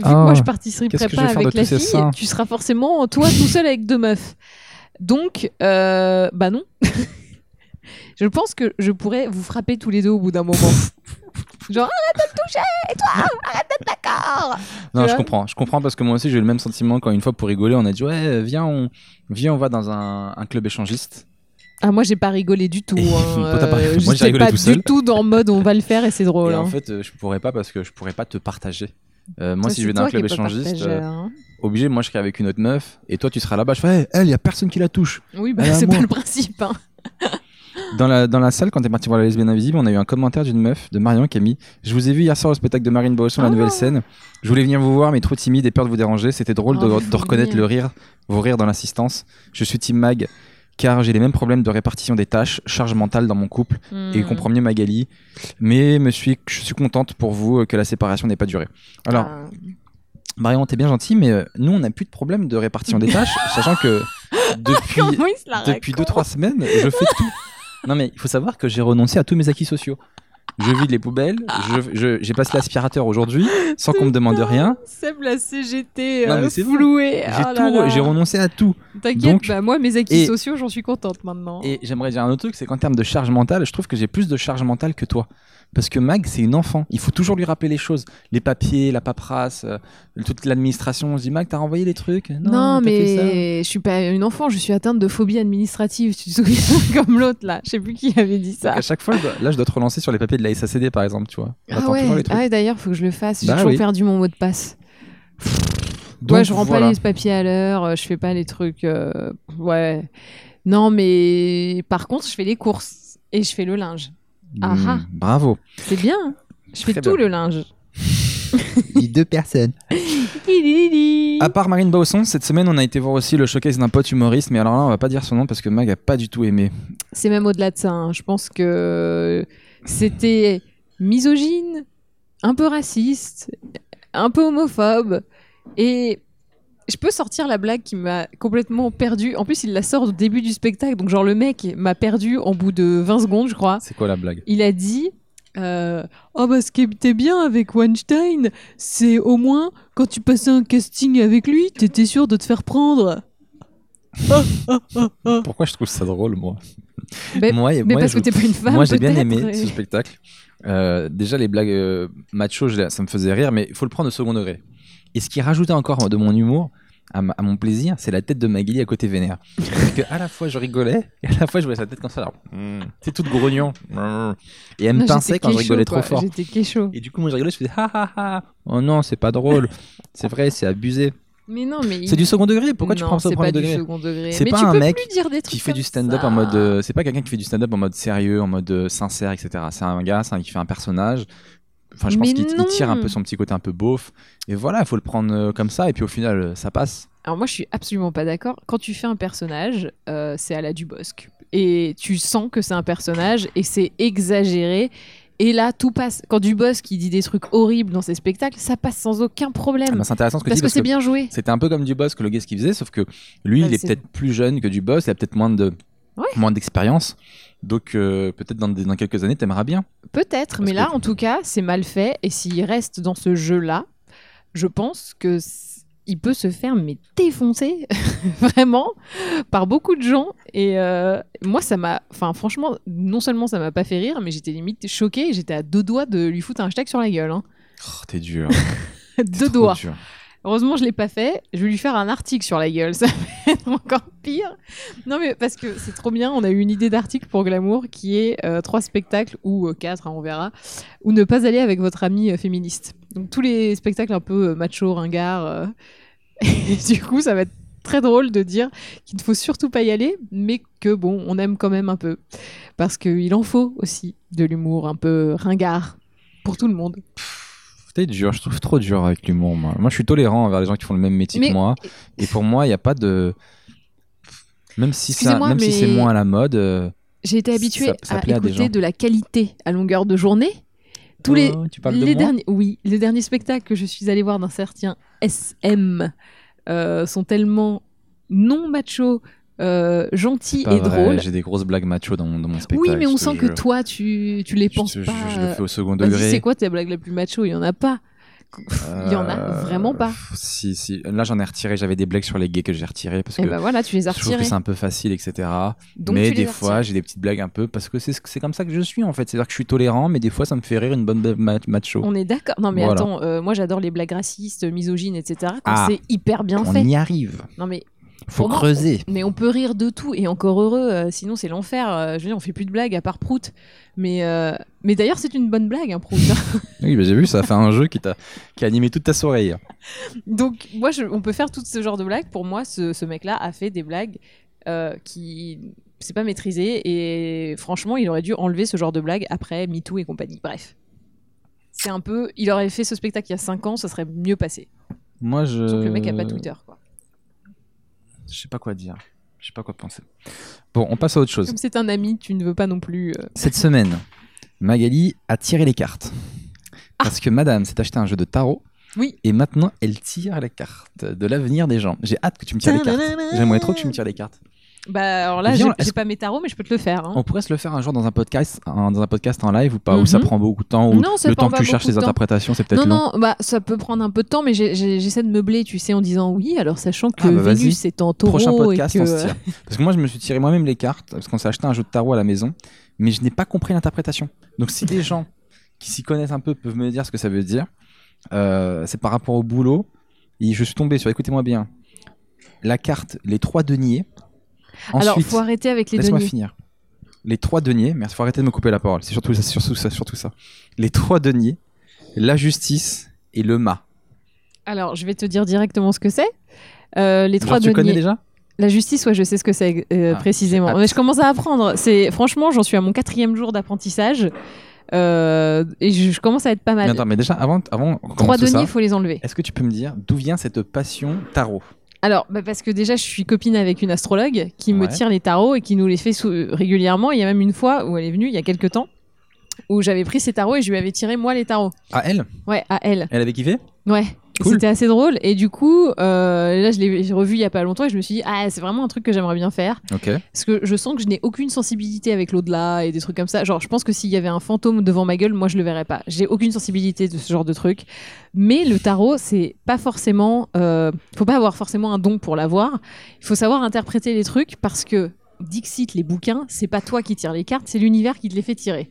B: que moi je participerai
A: qu'est-ce
B: pas
A: que je vais faire
B: avec
A: de
B: la
A: tous ces
B: fille,
A: seins
B: tu seras forcément toi tout seul avec deux meufs. Donc, euh, bah non. je pense que je pourrais vous frapper tous les deux au bout d'un moment. Genre, arrête
A: Non,
B: Tu
A: je
B: vois
A: comprends. Je comprends parce que moi aussi j'ai eu le même sentiment quand une fois pour rigoler, on a dit ouais, viens, on, viens, on va dans un, un club échangiste.
B: Ah, moi j'ai pas rigolé du tout.
A: Et
B: Hein.
A: toi, t'as pas-
B: Euh,
A: moi, j'ai
B: j'étais
A: rigolé
B: pas
A: tout seul.
B: du tout dans le mode on va le faire et c'est drôle.
A: et en
B: hein.
A: fait, euh, je pourrais pas parce que je pourrais pas te partager. Euh, moi,
B: Toi,
A: si
B: c'est
A: je vais dans un
B: toi qui
A: club
B: es pas
A: échangiste,
B: partageur,
A: euh,
B: hein.
A: obligé, moi je serai avec une autre meuf et toi tu seras là-bas. Je fais, Hey, elle, y a personne qui la touche.
B: Oui, bah
A: elle a
B: c'est
A: moi.
B: pas le principe. hein.
A: Dans la, dans la salle, quand t'es parti voir la lesbienne invisible, on a eu un commentaire d'une meuf, de Marion, qui a mis Je vous ai vu hier soir au spectacle de Marine Boisson, la
B: Ah.
A: nouvelle scène. Je voulais venir vous voir, mais trop timide et peur de vous déranger. C'était drôle
B: Oh,
A: de- de,
B: faut
A: reconnaître
B: venir.
A: le rire, vos rires dans l'assistance. Je suis Team Mag, car j'ai les mêmes problèmes de répartition des tâches, charge mentale dans mon couple, et
B: Hmm.
A: comprends mieux Magali. Mais me suis, je suis contente pour vous euh, que la séparation n'ait pas duré. Alors,
B: Ah.
A: Marion, t'es bien gentille, mais euh, nous, on n'a plus de problème de répartition des tâches, sachant que depuis
B: Comment il se la
A: depuis
B: raconte
A: 2-3 semaines, je fais tout. Non, mais il faut savoir que j'ai renoncé à tous mes acquis sociaux. Je vide les poubelles, je- je- j'ai passé l'aspirateur aujourd'hui sans qu'on me demande rien.
B: Seb, la CGT
A: Non,
B: euh,
A: mais c'est vrai.
B: flouée.
A: J'ai
B: Oh là
A: tout,
B: là.
A: j'ai renoncé à tout.
B: T'inquiète,
A: Donc-
B: bah, moi, mes acquis
A: et-
B: sociaux, j'en suis contente maintenant.
A: Et j'aimerais dire un autre truc, c'est qu'en termes de charge mentale, je trouve que j'ai plus de charge mentale que toi. Parce que Mag, c'est une enfant. Il faut toujours lui rappeler les choses. Les papiers, la paperasse, euh, toute l'administration. On se dit, Mag, t'as renvoyé les trucs
B: non,
A: t'as fait ça.
B: mais je suis pas une enfant, je suis atteinte de phobie administrative, tu te souviens, comme l'autre là. Je sais plus qui avait dit
A: Donc
B: ça.
A: à chaque fois, je dois- là, je dois te relancer sur les papiers de la SACD, par exemple, tu vois.
B: Ah
A: J'attends
B: ouais,
A: toujours les trucs.
B: ah ouais, d'ailleurs, faut que je le fasse. J'ai
A: Bah
B: toujours
A: oui.
B: perdu mon mot de passe.
A: Donc,
B: ouais, je rends
A: voilà.
B: pas les papiers à l'heure, euh, je fais pas les trucs. euh, ouais. Non, mais par contre, je fais les courses et je fais le linge. Ah
A: Hmm,
B: ah.
A: Bravo.
B: C'est bien. hein. Je fais
A: Très
B: tout
A: bien.
B: le linge.
A: Deux personnes.
B: Lili.
A: À part Marine Bausson, cette semaine, on a été voir aussi le showcase d'un pote humoriste, mais alors là, on va pas dire son nom parce que Mag a pas du tout aimé.
B: C'est même au-delà de ça. hein. Je pense que c'était misogyne, un peu raciste, un peu homophobe. Et je peux sortir la blague qui m'a complètement perdu. En plus, il la sort au début du spectacle. Donc, genre, le mec m'a perdu en bout de 20 secondes, je crois.
A: C'est quoi la blague
B: Il a dit. euh, oh bah ce qui était bien avec Weinstein, c'est au moins quand tu passais un casting avec lui, t'étais sûr de te faire prendre.
A: Pourquoi je trouve ça drôle, moi
B: Oh. Mais-
A: Moi,
B: Mais
A: moi,
B: parce
A: je-
B: que t'es pris une femme.
A: moi, j'ai bien
B: peut-être,
A: aimé
B: et-
A: ce spectacle. Euh, déjà, les blagues euh, macho, je l'ai- ça me faisait rire, mais il faut le prendre au second degré. Et ce qui rajoutait encore de mon humour, à, ma- à mon plaisir, c'est la tête de Magali à côté vénère. Parce que à la fois, je rigolais, et à la fois, je voyais sa tête comme ça. alors, mm, C'est toute grognon. mm. Et elle
B: Non,
A: me
B: j'étais
A: pinçait quand je
B: kécho,
A: rigolais trop
B: quoi.
A: fort.
B: J'étais kécho.
A: Et du coup, moi, je rigolais, je faisais ha ha ha. Oh non, c'est pas drôle. c'est vrai, c'est abusé.
B: Mais non, mais.
A: C'est du second degré. Pourquoi tu
B: Non,
A: prends ça au
B: c'est pas
A: premier
B: du
A: degré
B: second degré.
A: C'est
B: Mais
A: pas
B: tu
A: un
B: peux
A: mec
B: plus dire des trucs
A: Qui fait
B: comme
A: du stand-up
B: ça.
A: en mode. euh, c'est pas quelqu'un qui fait du stand-up en mode sérieux, en mode euh, sincère, etc. C'est un gars, c'est un qui fait un personnage. Enfin, je pense
B: Mais
A: qu'il il
B: non.
A: tire un peu son petit côté un peu beauf. Et voilà, il faut le prendre euh, comme ça. Et puis au final, euh, ça passe.
B: Alors moi, je suis absolument pas d'accord. Quand tu fais un personnage, euh, c'est à la Dubosc. Et tu sens que c'est un personnage et c'est exagéré. Et là, tout passe. Quand Dubosc il dit des trucs horribles dans ses spectacles, ça passe sans aucun
A: Ah
B: problème.
A: ben, c'est intéressant ce que tu
B: parce
A: dis.
B: que
A: parce
B: c'est
A: que
B: bien joué.
A: C'était un peu comme Dubos que le gars ce qu'il faisait, sauf que lui,
B: Ah,
A: il est
B: c'est-
A: peut-être plus jeune que Dubos, il a peut-être moins de
B: Ouais.
A: moins d'expérience. Donc euh, peut-être dans, des- dans quelques années, t'aimeras bien.
B: Peut-être, mais
A: que-
B: là, en tout cas, c'est mal fait. Et s'il reste dans ce jeu-là, je pense que c- il peut se faire mais défoncer vraiment par beaucoup de gens. Et euh, moi, ça m'a, enfin, franchement, non seulement ça m'a pas fait rire, mais j'étais limite choquée. J'étais à deux doigts de lui foutre un hashtag sur la gueule. hein.
A: Oh, t'es dur.
B: Deux
A: Trop
B: doigts.
A: dur.
B: Heureusement, je l'ai pas fait. Je vais lui faire un article sur la gueule. Ça va être encore pire. Non, mais parce que c'est trop bien. On a eu une idée d'article pour Glamour qui est euh, trois spectacles ou euh, quatre, hein, on verra, ou ne pas aller avec votre amie euh, féministe. Donc tous les spectacles un peu euh, macho, ringard. euh, et du coup, ça va être très drôle de dire qu'il ne faut surtout pas y aller, mais que bon, on aime quand même un peu. Parce qu'il en faut aussi de l'humour un peu ringard pour tout le monde.
A: C'était dur, je trouve trop dur avec l'humour. Moi. moi, je suis tolérant envers les gens qui font le même métier
B: Mais-
A: que moi. Et pour moi, il n'y a pas de. Même si, ça,
B: Excusez-moi,
A: même si
B: mais-
A: c'est moins à la mode. euh,
B: J'ai été
A: Ça-
B: habituée
A: ça
B: à
A: plaît à des
B: écouter
A: gens.
B: de la qualité à longueur de journée. Tous les,
A: euh, tu parles de
B: les
A: moi
B: derniers, oui, les derniers spectacles que je suis allée voir d'un certain SM euh, sont tellement non macho, euh, gentils
A: Pas
B: et
A: vrai,
B: drôles.
A: J'ai des grosses blagues macho dans mon, dans mon spectacle.
B: Oui, mais
A: je
B: on
A: te
B: sent que
A: jure.
B: toi, tu, tu les
A: Je
B: penses
A: te jure,
B: pas.
A: Je, le
B: euh,
A: fais au second
B: Vas-y, c'est
A: degré.
B: quoi ta blague la plus macho Il y en a pas. Il y en a
A: Euh,
B: vraiment pas.
A: pff, Si, si. Là, j'en ai retiré. J'avais des blagues sur les gays que j'ai retirées parce que
B: Et ben voilà, tu les as
A: je trouve que
B: retirés.
A: c'est un peu facile, etc.
B: Donc
A: mais
B: tu les
A: des
B: as
A: fois, j'ai des petites blagues un peu parce que c'est ce que- c'est comme ça que je suis en fait. C'est-à-dire que je suis tolérant, mais des fois, ça me fait rire une bonne blague ma- macho.
B: On est d'accord. Non, mais
A: Voilà.
B: attends, euh, moi j'adore les blagues racistes, misogynes, etc. Quand
A: Ah.
B: c'est hyper bien
A: On
B: fait.
A: y arrive.
B: Non, mais,
A: Faut
B: Pour moi,
A: creuser.
B: mais on peut rire de tout et encore heureux, euh, sinon c'est l'enfer. Euh, je veux dire, on fait plus de blagues à part Prout. Mais, euh, mais d'ailleurs, c'est une bonne blague, hein, Prout.
A: Oui, bah, j'ai vu, ça a fait un jeu qui, t'a- qui a animé toute ta soirée hier.
B: Donc, moi, je- on peut faire tout ce genre de blagues. Pour moi, ce, ce mec-là a fait des blagues euh, qui. C'est pas maîtrisé et franchement, il aurait dû enlever ce genre de blagues après MeToo et compagnie. Bref. C'est un peu. Il aurait fait ce spectacle il y a 5 ans, ça serait mieux passé.
A: Moi, je.
B: Sauf que le mec a
A: Euh,
B: pas Twitter, quoi.
A: Je sais pas quoi dire. Je sais pas quoi penser. Bon, on passe à autre chose.
B: Comme c'est un ami, tu ne veux pas non plus. euh,
A: Cette semaine, Magali a tiré les cartes. Parce que madame s'est acheté un jeu de tarot.
B: Ah. Oui.
A: Et maintenant, elle tire les cartes de l'avenir des gens. J'ai hâte que tu me tires les cartes. J'aimerais trop que tu me tires les cartes.
B: Bah alors là, j'ai
A: Viens, est-ce-
B: j'ai pas mes tarots, mais je peux te le faire. hein.
A: On pourrait se le faire un jour dans un podcast, un- dans un podcast en live ou pas, où
B: Mhm.
A: ça prend beaucoup de temps, où
B: Non, ça
A: le
B: prend
A: temps que
B: pas
A: tu cherches
B: beaucoup
A: les
B: de temps.
A: interprétations, c'est peut-être
B: Non,
A: long.
B: non, bah, ça peut prendre un peu de temps, mais j'ai- j'ai- j'essaie de meubler, tu sais, en disant oui, alors sachant que
A: Ah, bah, vas-y.
B: Vénus est en taureau
A: Prochain podcast,
B: et que...
A: on se tire. Parce que moi, je me suis tiré moi-même les cartes, parce qu'on s'est acheté un jeu de tarot à la maison, mais je n'ai pas compris l'interprétation. Donc, si des gens qui s'y connaissent un peu peuvent me dire ce que ça veut dire, euh, c'est par rapport au boulot. Et je suis tombé sur, écoutez-moi bien, la carte, les trois deniers.
B: alors,
A: Ensuite,
B: faut arrêter avec les
A: laisse-moi
B: deniers.
A: finir. Les trois deniers, merci, faut arrêter de me couper la parole, c'est surtout ça, surtout ça, surtout ça. Les trois deniers, la justice et le mât.
B: Alors, je vais te dire directement ce que c'est. Euh, les trois
A: Genre, tu connais
B: deniers.
A: déjà
B: La justice, ouais, je sais ce que c'est euh,
A: Ah,
B: précisément.
A: j'ai hâte.
B: Mais je commence à apprendre. C'est franchement, j'en suis à mon quatrième jour d'apprentissage euh, et je, je commence à être pas
A: mais
B: mal.
A: Attends, mais déjà, avant, avant qu'on
B: Trois
A: commence tout ça,
B: deniers, faut les enlever.
A: Est-ce que tu peux me dire d'où vient cette passion tarot
B: Alors, bah, parce que déjà, je suis copine avec une astrologue qui me
A: Ouais.
B: tire les tarots et qui nous les fait sou- euh, régulièrement. Il y a même une fois où elle est venue, il y a quelques temps, où j'avais pris ses tarots et je lui avais tiré moi les tarots.
A: Ah, elle
B: Ouais, à elle.
A: Elle avait kiffé
B: Ouais.
A: Cool.
B: C'était assez drôle. Et du coup, euh, là, je l'ai j'ai revu il y a pas longtemps et je me suis dit, ah, c'est vraiment un truc que j'aimerais bien faire.
A: Ok.
B: Parce que je sens que je n'ai aucune sensibilité avec l'au-delà et des trucs comme ça. Genre, je pense que s'il y avait un fantôme devant ma gueule, moi, je le verrais pas. J'ai aucune sensibilité de ce genre de truc. Mais le tarot, c'est pas forcément. euh, faut pas avoir forcément un don pour l'avoir. Il faut savoir interpréter les trucs parce que Dixit, les bouquins, c'est pas toi qui tires les cartes, c'est l'univers qui te les fait tirer.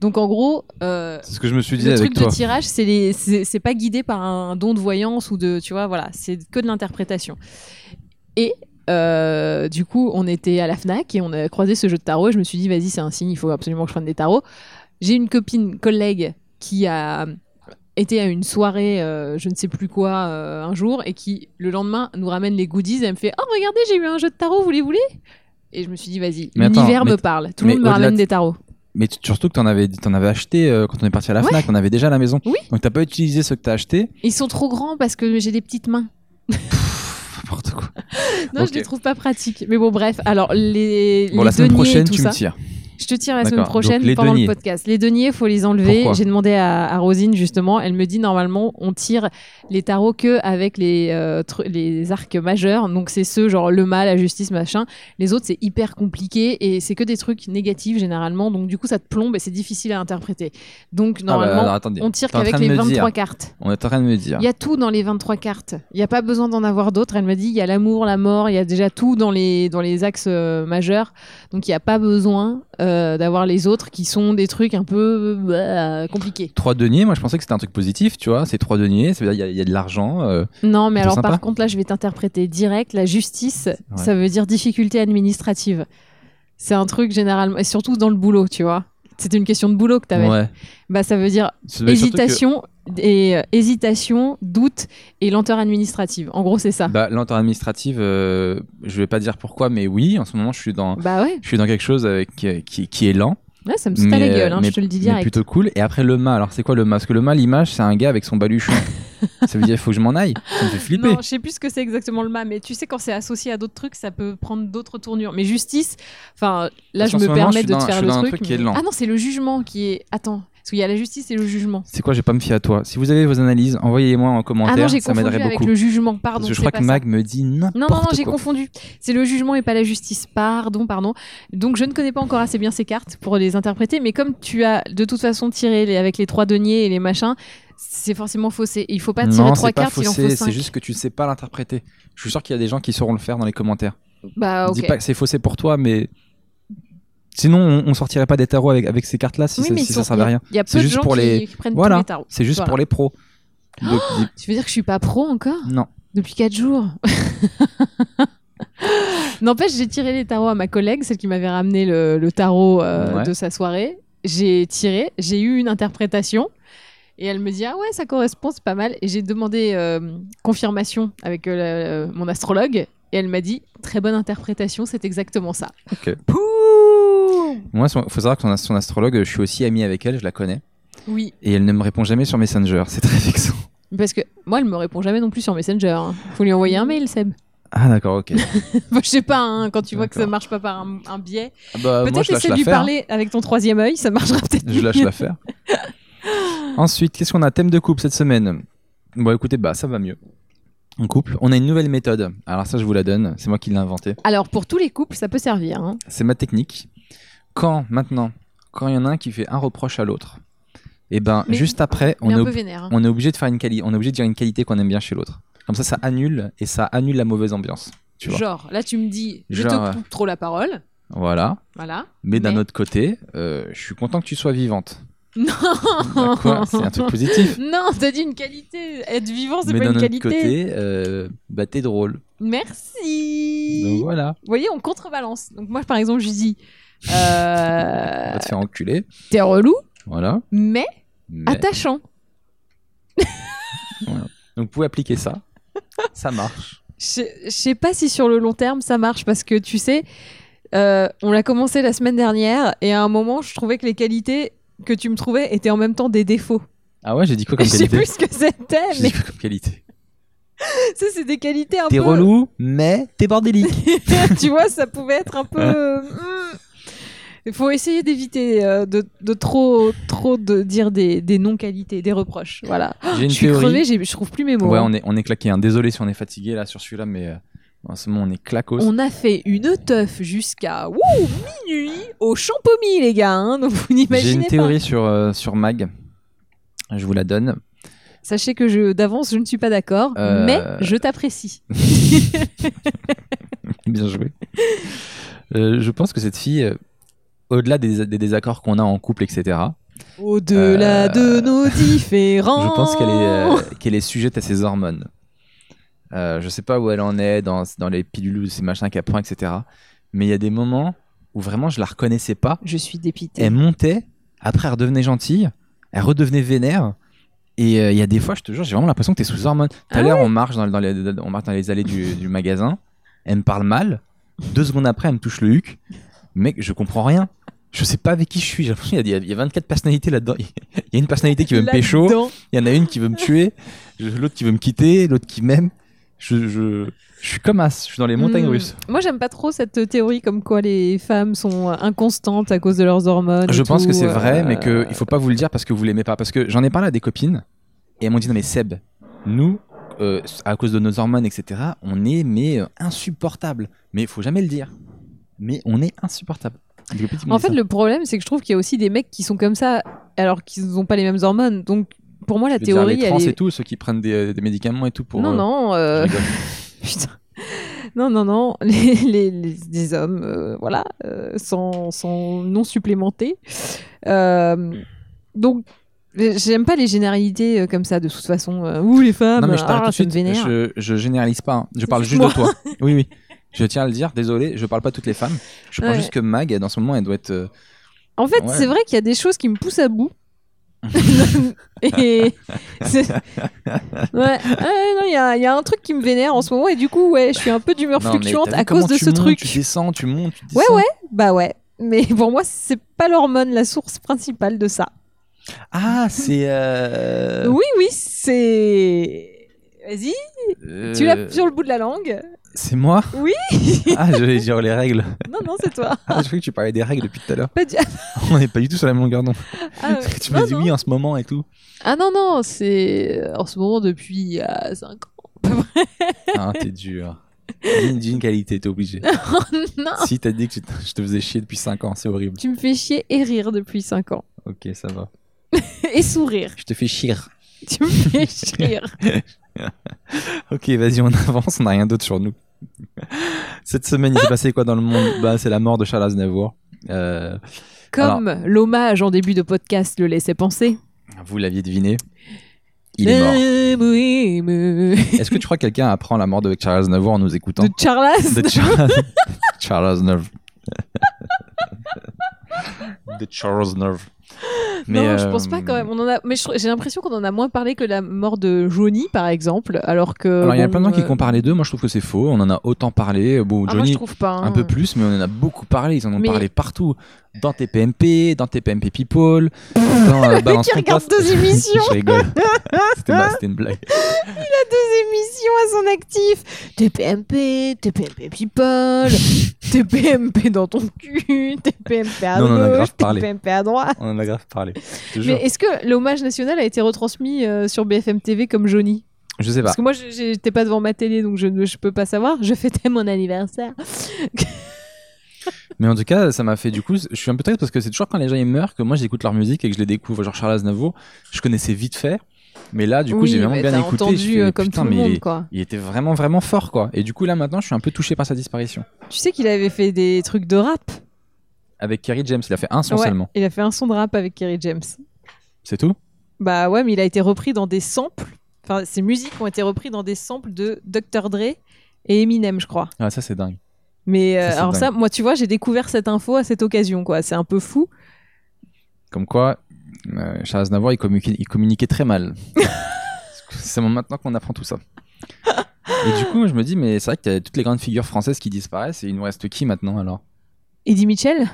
B: Donc, en gros, euh,
A: C'est ce que je me suis dit
B: le
A: avec
B: truc
A: toi.
B: de tirage, c'est les- c'est c'est pas guidé par un don de voyance ou de, tu vois, voilà, c'est que de l'interprétation. Et euh, du coup, on était à la Fnac et on a croisé ce jeu de tarot. Et je me suis dit, vas-y, c'est un signe, il faut absolument que je prenne des tarots. J'ai une copine, collègue, qui a été à une soirée, euh, je ne sais plus quoi, euh, un jour, et qui le lendemain nous ramène les goodies. Et elle me fait, oh regardez, j'ai eu un jeu de tarot, vous les voulez Et je me suis dit, vas-y,
A: Mais attends,
B: l'univers
A: mais-
B: me parle. Tout
A: mais
B: le monde me
A: au-delà
B: ramène
A: de-
B: des tarots.
A: Mais tu- surtout que t'en avais, t'en avais acheté euh, quand on est parti à la
B: Ouais.
A: Fnac, on avait déjà à la maison.
B: Oui.
A: Donc t'as pas utilisé ce que t'as acheté.
B: Ils sont trop grands parce que j'ai des petites mains.
A: N'importe quoi.
B: Non,
A: Ok.
B: je les trouve pas pratiques. Mais bon, bref. Alors, les.
A: Bon,
B: les
A: la semaine
B: deniers et
A: prochaine,
B: tout
A: tu
B: ça.
A: me tires. Ah
B: Je te tire la
A: D'accord.
B: semaine
A: Donc,
B: prochaine
A: les
B: pendant
A: deniers.
B: le podcast. Les deniers, faut les enlever.
A: Pourquoi
B: J'ai demandé à, à Rosine, justement. Elle me dit normalement, on tire les tarots que avec les, euh, tru- les arcs majeurs. Donc, c'est ceux, genre le mal, la justice, machin. Les autres, c'est hyper compliqué et c'est que des trucs négatifs, généralement. Donc, du coup, ça te plombe et c'est difficile à interpréter. Donc,
A: Ah bah,
B: normalement,
A: alors, attendez.
B: on tire
A: T'es en
B: qu'avec
A: train de
B: les
A: me
B: 23
A: dire-
B: cartes.
A: On est en train de me dire.
B: Il y a tout dans les 23 cartes. Il n'y a pas besoin d'en avoir d'autres. Elle me dit, il y a l'amour, la mort, il y a déjà tout dans les, dans les axes euh, majeurs. Donc il n'y a pas besoin euh, d'avoir les autres qui sont des trucs un peu euh, compliqués.
A: Trois deniers, moi je pensais que c'était un truc positif, tu vois. C'est trois deniers, ça veut dire il y a- il y, a de l'argent. euh,
B: Non, mais
A: Plutôt
B: alors
A: sympa.
B: par contre, là, je vais t'interpréter direct. La justice, ça veut dire difficulté administrative. C'est un truc généralement, et surtout dans le boulot, tu vois. C'était une question de boulot que tu avais.
A: ouais.
B: Bah, ça veut dire
A: Ça veut dire surtout que
B: hésitation et euh, hésitation, doute et lenteur administrative. En gros, c'est ça.
A: Bah, lenteur administrative, euh, je vais pas dire pourquoi, mais oui, en ce moment, je suis dans,
B: Bah ouais,
A: je suis dans quelque chose avec, euh, qui, qui est lent.
B: Ouais, ça me saute à la
A: Mais, euh,
B: gueule, hein,
A: mais-
B: je te le dis
A: mais
B: direct.
A: plutôt cool. Et après, le mât. Alors, c'est quoi le mât Parce que le mât, l'image, c'est un gars avec son baluchon. ça veut dire, il faut que je m'en aille. Ça me fait flipper.
B: Non, je sais plus ce que c'est exactement le mât, mais tu sais, quand c'est associé à d'autres trucs, ça peut prendre d'autres tournures. Mais justice, enfin, là,
A: Parce
B: je
A: qu'en
B: me
A: ce moment, je
B: permets
A: suis
B: de
A: dans-
B: te
A: je
B: faire
A: suis
B: le
A: dans un
B: truc.
A: truc qui est
B: mais-
A: lent.
B: Ah non, c'est le jugement qui est. Attends, parce qu'il y a la justice et le jugement.
A: C'est quoi J'ai pas me fier à toi. Si vous avez vos analyses, envoyez-les-moi en
B: Ah
A: commentaire.
B: non, j'ai
A: ça
B: confondu
A: m'aiderait
B: avec
A: beaucoup.
B: le jugement, pardon.
A: Parce que je
B: c'est
A: crois
B: pas
A: que
B: ça.
A: Mag me dit n'importe
B: Non, non, non,
A: quoi.
B: j'ai confondu. C'est le jugement et pas la justice. Pardon, pardon. Donc, je ne connais pas encore assez bien ces cartes pour les interpréter, mais comme tu as de toute façon tiré les- avec les trois deniers et les machins, c'est forcément faussé. Il faut pas tirer
A: Non,
B: trois
A: c'est pas
B: cartes, il en faut
A: faussé.
B: cinq.
A: C'est juste que tu sais pas l'interpréter. Je suis sûr qu'il y a des gens qui sauront le faire dans les commentaires.
B: Bah, ok.
A: Dis pas que c'est faussé pour toi, mais sinon, on, on sortirait pas des tarots avec, avec ces cartes-là si
B: Oui,
A: ça,
B: mais
A: si
B: ils
A: ça
B: sont-
A: servait à rien.
B: Il y a peu
A: C'est
B: de
A: juste
B: gens
A: pour
B: qui,
A: les-
B: qui prennent
A: Voilà.
B: tous les tarots.
A: C'est juste
B: Voilà.
A: pour les pros. Donc, dis-
B: Tu veux dire que je suis pas pro encore
A: non.
B: Depuis 4 jours N'empêche, j'ai tiré les tarots à ma collègue, celle qui m'avait ramené le, le tarot euh,
A: Ouais.
B: de sa soirée. J'ai tiré, j'ai eu une interprétation. Et elle me dit Ah ouais, ça correspond, c'est pas mal. Et j'ai demandé euh, confirmation avec euh, la- euh, mon astrologue. Et elle m'a dit Très bonne interprétation, c'est exactement ça.
A: Ok.
B: Pouh
A: Moi, son- faut savoir que son, son astrologue, je suis aussi ami avec elle, je la connais.
B: Oui,
A: Et elle ne me répond jamais sur Messenger. C'est très vexant.
B: parce que moi, elle me répond jamais non plus sur Messenger. hein. Faut lui envoyer un mail, Seb.
A: Ah, d'accord, ok.
B: Bon, je sais pas, hein, quand tu vois que ça
A: D'accord.
B: marche pas par un, un biais.
A: Bah, moi,
B: Peut-être
A: je lâche
B: essayer de lui
A: l'affaire.
B: parler avec ton troisième œil, ça marchera peut-être.
A: Je lâche
B: mieux.
A: l'affaire. Ensuite, qu'est-ce qu'on a Thème de couple cette semaine Bon, écoutez, bah, ça va mieux. En couple, on a une nouvelle méthode. Alors, ça, je vous la donne. C'est moi qui l'ai inventée.
B: Alors pour tous les couples, ça peut servir. hein.
A: C'est ma technique. Quand, maintenant, quand il y en a un qui fait un reproche à l'autre, et ben,
B: Mais-
A: juste après, on
B: Mais
A: est,
B: un
A: ob-
B: peu vénère. hein.
A: on est obligé de faire une qualité, on est obligé de dire une qualité qu'on aime bien chez l'autre. Comme ça, ça annule et ça annule la mauvaise ambiance. Tu vois.
B: Genre, là tu me dis, je
A: Genre,
B: te
A: ouais.
B: coupe trop la parole.
A: Voilà.
B: Voilà.
A: Mais d'un
B: Mais-
A: autre côté, euh, je suis content que tu sois vivante.
B: Non
A: Bah, quoi C'est un truc positif.
B: Non, t'as dit une qualité. Être vivant, c'est
A: Mais
B: pas
A: d'un
B: une
A: autre
B: qualité.
A: côté, euh, bah t'es drôle.
B: Merci.
A: Donc voilà,
B: Vous voyez, on contrebalance. Donc moi, par exemple, je dis, euh,
A: on va te faire enculer.
B: t'es relou,
A: Voilà.
B: mais
A: Mais-
B: attachant.
A: Donc vous pouvez appliquer ça. ça marche.
B: Je je sais pas si sur le long terme ça marche parce que tu sais, euh, on l'a commencé la semaine dernière et à un moment je trouvais que les qualités que tu me trouvais étaient en même temps des défauts.
A: Ah ouais, j'ai dit quoi
B: Je
A: comme
B: sais
A: qualité
B: plus ce que c'était,
A: J'ai
B: mais
A: dit quoi comme qualité
B: ça c'est des qualités un
A: T'es
B: peu.
A: relou, mais t'es bordélique.
B: tu vois, ça pouvait être un peu. euh,
A: Hein
B: hmm. Il faut essayer d'éviter euh, de, de trop, trop de dire des, des non-qualités, des reproches. Voilà.
A: J'ai une
B: je suis
A: théorie.
B: crevée, j'ai- je trouve plus mes mots.
A: Ouais,
B: hein.
A: on est, on est claqué. hein. Désolé si on est fatigué là sur celui-là, mais euh, en ce moment on est claquos.
B: On a fait une teuf jusqu'à wouh, minuit au Champomy, les gars. hein, donc vous
A: J'ai une
B: n'imaginez pas.
A: théorie sur, euh, sur Mag. Je vous la donne.
B: Sachez que je d'avance, je ne suis pas d'accord,
A: Euh,
B: mais je t'apprécie.
A: Bien joué. Euh, je pense que cette fille, euh, au-delà des, des désaccords qu'on a en couple, etc.,
B: Au-delà
A: Euh,
B: de nos différences.
A: Je pense qu'elle est,
B: Oh.
A: euh, qu'elle est sujette à ses hormones. Euh, je sais pas où elle en est dans, dans les pilules ou ces machins qu'elle prend, etc. Mais il y a des moments où vraiment je la reconnaissais pas.
B: Je suis dépitée.
A: Elle montait, après elle redevenait gentille, elle redevenait vénère. Et euh, il y a des fois, je te jure, j'ai vraiment l'impression que t'es sous hormones. Tout à
B: Ah
A: l'heure, on, marche dans, dans les, on marche dans les allées du, du magasin, elle me parle mal. Deux secondes après, elle me touche le huc. Mec, je comprends rien. Je sais pas avec qui je suis. J'ai l'impression qu'il y, a- il y a 24 personnalités là-dedans. Il y a une personnalité qui veut me pécho.
B: Là-dedans.
A: Il y en a une qui veut me tuer, je- l'autre qui veut me quitter, l'autre qui m'aime. Je, je, je suis comme As, je suis dans les montagnes
B: Hmm.
A: russes.
B: Moi, j'aime pas trop cette théorie comme quoi les femmes sont inconstantes à cause de leurs hormones. et
A: Je pense
B: tout,
A: que c'est
B: euh,
A: vrai, mais qu'il ne faut pas vous le dire parce que vous l'aimez pas. Parce que j'en ai parlé à des copines et elles m'ont dit Non, mais Seb, nous, euh, à cause de nos hormones, etc., on est mais euh, insupportable. Mais il faut jamais le dire. Mais on est insupportable. Des copines qui m'ont
B: En
A: dit
B: fait,
A: ça.
B: le problème, c'est que je trouve qu'il y a aussi des mecs qui sont comme ça alors qu'ils n'ont pas les mêmes hormones. Donc, pour moi, la
A: Je veux dire,
B: théorie,
A: les trans
B: elle est.
A: et tout, ceux qui prennent des, des médicaments et tout pour.
B: non,
A: euh,
B: non.
A: je
B: euh,
A: rigole.
B: Putain. Non, non, non, les, les- les- des hommes, euh, voilà, euh, sont, sont non supplémentés. Euh, donc, j'aime pas les généralités euh, comme ça, de toute façon. euh, Ouh, les femmes,
A: Non, mais je t'arrête
B: ah,
A: tout de
B: ça me
A: suite.
B: vénère.
A: Je, je généralise pas. hein. Je parle
B: juste
A: juste
B: moi.
A: de toi. Oui, oui. Je tiens à le dire. Désolé, je parle pas toutes les femmes. Je parle
B: Ouais.
A: juste que Mag, dans ce moment, elle doit être. euh,
B: En fait,
A: Ouais.
B: c'est vrai qu'il y a des choses qui me poussent à bout. et c'est- ouais, ouais, non, il y a, il y a un truc qui me vénère en ce moment et du coup, ouais, je suis un peu d'humeur
A: Non, mais
B: fluctuante
A: t'as vu
B: à
A: comment
B: cause de
A: tu
B: ce
A: montes,
B: truc.
A: Tu descends, tu montes, tu
B: Ouais,
A: descends.
B: ouais, bah ouais. Mais pour moi, c'est pas l'hormone la source principale de ça.
A: Ah, c'est. euh,
B: Oui, oui, c'est. Vas-y, tu l'as
A: euh,
B: sur le bout de la langue.
A: C'est moi
B: Oui.
A: Ah, j'allais dire les règles.
B: Non, non, c'est toi.
A: Ah, je croyais que tu parlais des règles depuis tout à l'heure.
B: Pas du-
A: On n'est pas du tout sur la même longueur, non
B: Ah, ouais.
A: Tu m'as
B: Non,
A: dit
B: non.
A: oui en ce moment et tout.
B: Ah non, non, c'est euh, en ce moment depuis 5 ans.
A: Ah, t'es dur. D'une d'une qualité, t'es obligé.
B: non,
A: Si t'as dit que tu- je te faisais chier depuis 5 ans, c'est horrible.
B: tu me fais chier et rire depuis 5 ans.
A: Ok, ça va.
B: Et sourire.
A: Je te fais chier.
B: Tu me fais rire.
A: Ok, vas-y, on avance, on n'a rien d'autre sur nous. Cette semaine, il s'est passé quoi dans le monde Bah, c'est la mort de Charles Aznavour. Euh,
B: Comme l'hommage en début de podcast le laissait penser.
A: vous l'aviez deviné, il est mort.
B: Oui, mais-
A: Est-ce que tu crois que quelqu'un apprend la mort de Charles Aznavour en nous écoutant
B: De Charles.
A: De Charles, Charles Aznavour. de Charles Aznavour.
B: non, je
A: euh,
B: pense pas quand même. On en a... Mais je trouve- j'ai l'impression qu'on en a moins parlé que la mort de Johnny, par exemple. Alors que.
A: Alors, il y a
B: bon,
A: plein de gens qui
B: euh,
A: comparent les deux. Moi, je trouve que c'est faux. On en a autant parlé. Bon,
B: ah, moi,
A: Johnny,
B: je trouve pas. hein.
A: un peu plus, mais on en a beaucoup parlé. Ils en ont
B: Mais-
A: parlé partout. Dans TPMP, dans TPMP People, dans euh, Balance
B: qui
A: ton
B: regarde
A: poste.
B: deux émissions.
A: je rigole. C'était ma- c'était une blague.
B: Deux émissions à son actif. TPMP, TPMP People, TPMP dans ton cul, TPMP à
A: Non, non, on a
B: gauche,
A: grave parlé.
B: TPMP à droite.
A: On en a grave parlé. Je, te jure.
B: Mais est-ce que l'hommage national a été retransmis euh, sur BFM TV comme Johnny
A: Je sais pas.
B: Parce que moi, je- j'étais pas devant ma télé, donc je ne je peux pas savoir. Je fêtais mon anniversaire.
A: Mais en tout cas, ça m'a fait du coup. Je suis un peu triste parce que c'est toujours quand les gens ils meurent que moi j'écoute leur musique et que je les découvre. Genre Charles Aznavour, je connaissais vite fait. Mais là, du coup,
B: Oui,
A: j'ai vraiment
B: mais
A: bien
B: t'as
A: écouté.
B: entendu
A: je fais,
B: euh, comme
A: putain,
B: tout le
A: mais il,
B: monde,
A: est-
B: quoi.
A: il était vraiment, vraiment fort, quoi. Et du coup, là maintenant, je suis un peu touché par sa disparition.
B: Tu sais qu'il avait fait des trucs de rap.
A: Avec Kerry James, il a fait un son
B: Ouais,
A: seulement.
B: Il a fait un son de rap avec Kerry James.
A: C'est tout
B: Bah ouais, mais il a été repris dans des samples. Enfin, ses musiques ont été reprises dans des samples de Dr. Dre et Eminem, je crois.
A: Ah, ça c'est dingue.
B: Mais euh,
A: Ça, c'est
B: alors ça, moi, tu vois, j'ai découvert cette info à cette occasion, quoi. C'est un peu fou.
A: Comme quoi, euh, Charles Aznavour, il communiquait, il communiquait très mal. c'est maintenant qu'on apprend tout ça. Et du coup, je me dis, mais c'est vrai qu'il y a toutes les grandes figures françaises qui disparaissent et il nous reste qui maintenant alors
B: Eddie Mitchell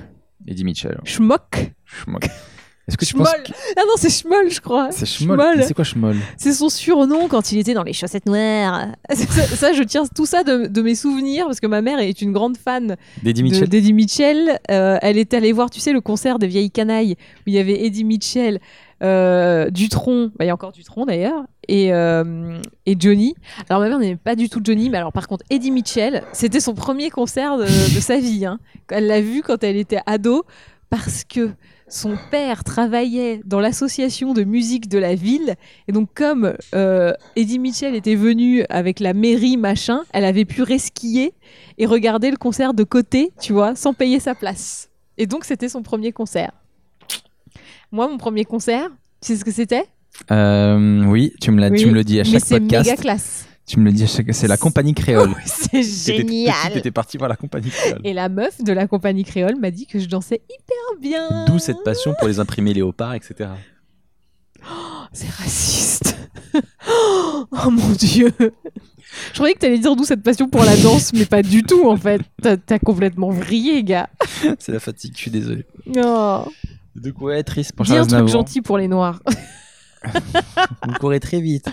A: Eddie Mitchell.
B: Schmock
A: Schmock. Est-ce que tu
B: Schmoll
A: penses
B: Ah non, c'est Schmoll, je crois.
A: C'est Schmoll.
B: Schmoll.
A: Mais C'est quoi Schmoll
B: C'est son surnom quand il était dans les chaussettes noires. ça, ça, je tiens tout ça de, de mes souvenirs parce que ma mère est une grande fan
A: D'Eddie
B: de-
A: Mitchell
B: d'Eddie Mitchell. Euh, elle est allée voir, tu sais, le concert des vieilles canailles où il y avait Eddie Mitchell, euh, Dutron, bah, il y a encore Dutron d'ailleurs, et, euh, et Johnny. Alors ma mère n'aimait pas du tout Johnny, mais alors par contre Eddie Mitchell, c'était son premier concert de, de sa vie. hein. Elle l'a vu quand elle était ado parce que son père travaillait dans l'association de musique de la ville. Et donc comme euh, Eddie Mitchell était venu avec la mairie machin, elle avait pu resquiller et regarder le concert de côté, tu vois, sans payer sa place. Et donc, c'était son premier concert. Moi, mon premier concert, tu sais ce que c'était
A: Euh, Oui, tu me, l'as-
B: Oui,
A: tu me le dis à
B: Mais
A: chaque
B: c'est méga
A: podcast.
B: classe.
A: Tu me le dis à chaque. C'est la compagnie créole.
B: C'est
A: T'étais toute petite,
B: génial.
A: T'étais parti voir la compagnie créole.
B: Et la meuf de la compagnie créole m'a dit que je dansais hyper bien.
A: D'où cette passion pour les imprimés léopard, etc.
B: C'est raciste. oh mon dieu. Je croyais que t'allais dire d'où cette passion pour la danse, mais pas du tout en fait. T'as t'as complètement vrillé, gars.
A: c'est la fatigue, je suis désolé.
B: Oh.
A: Donc, ouais, triste pour
B: Dis
A: Charles
B: un truc
A: Aznavour.
B: gentil pour les noirs.
A: Vous courez très vite.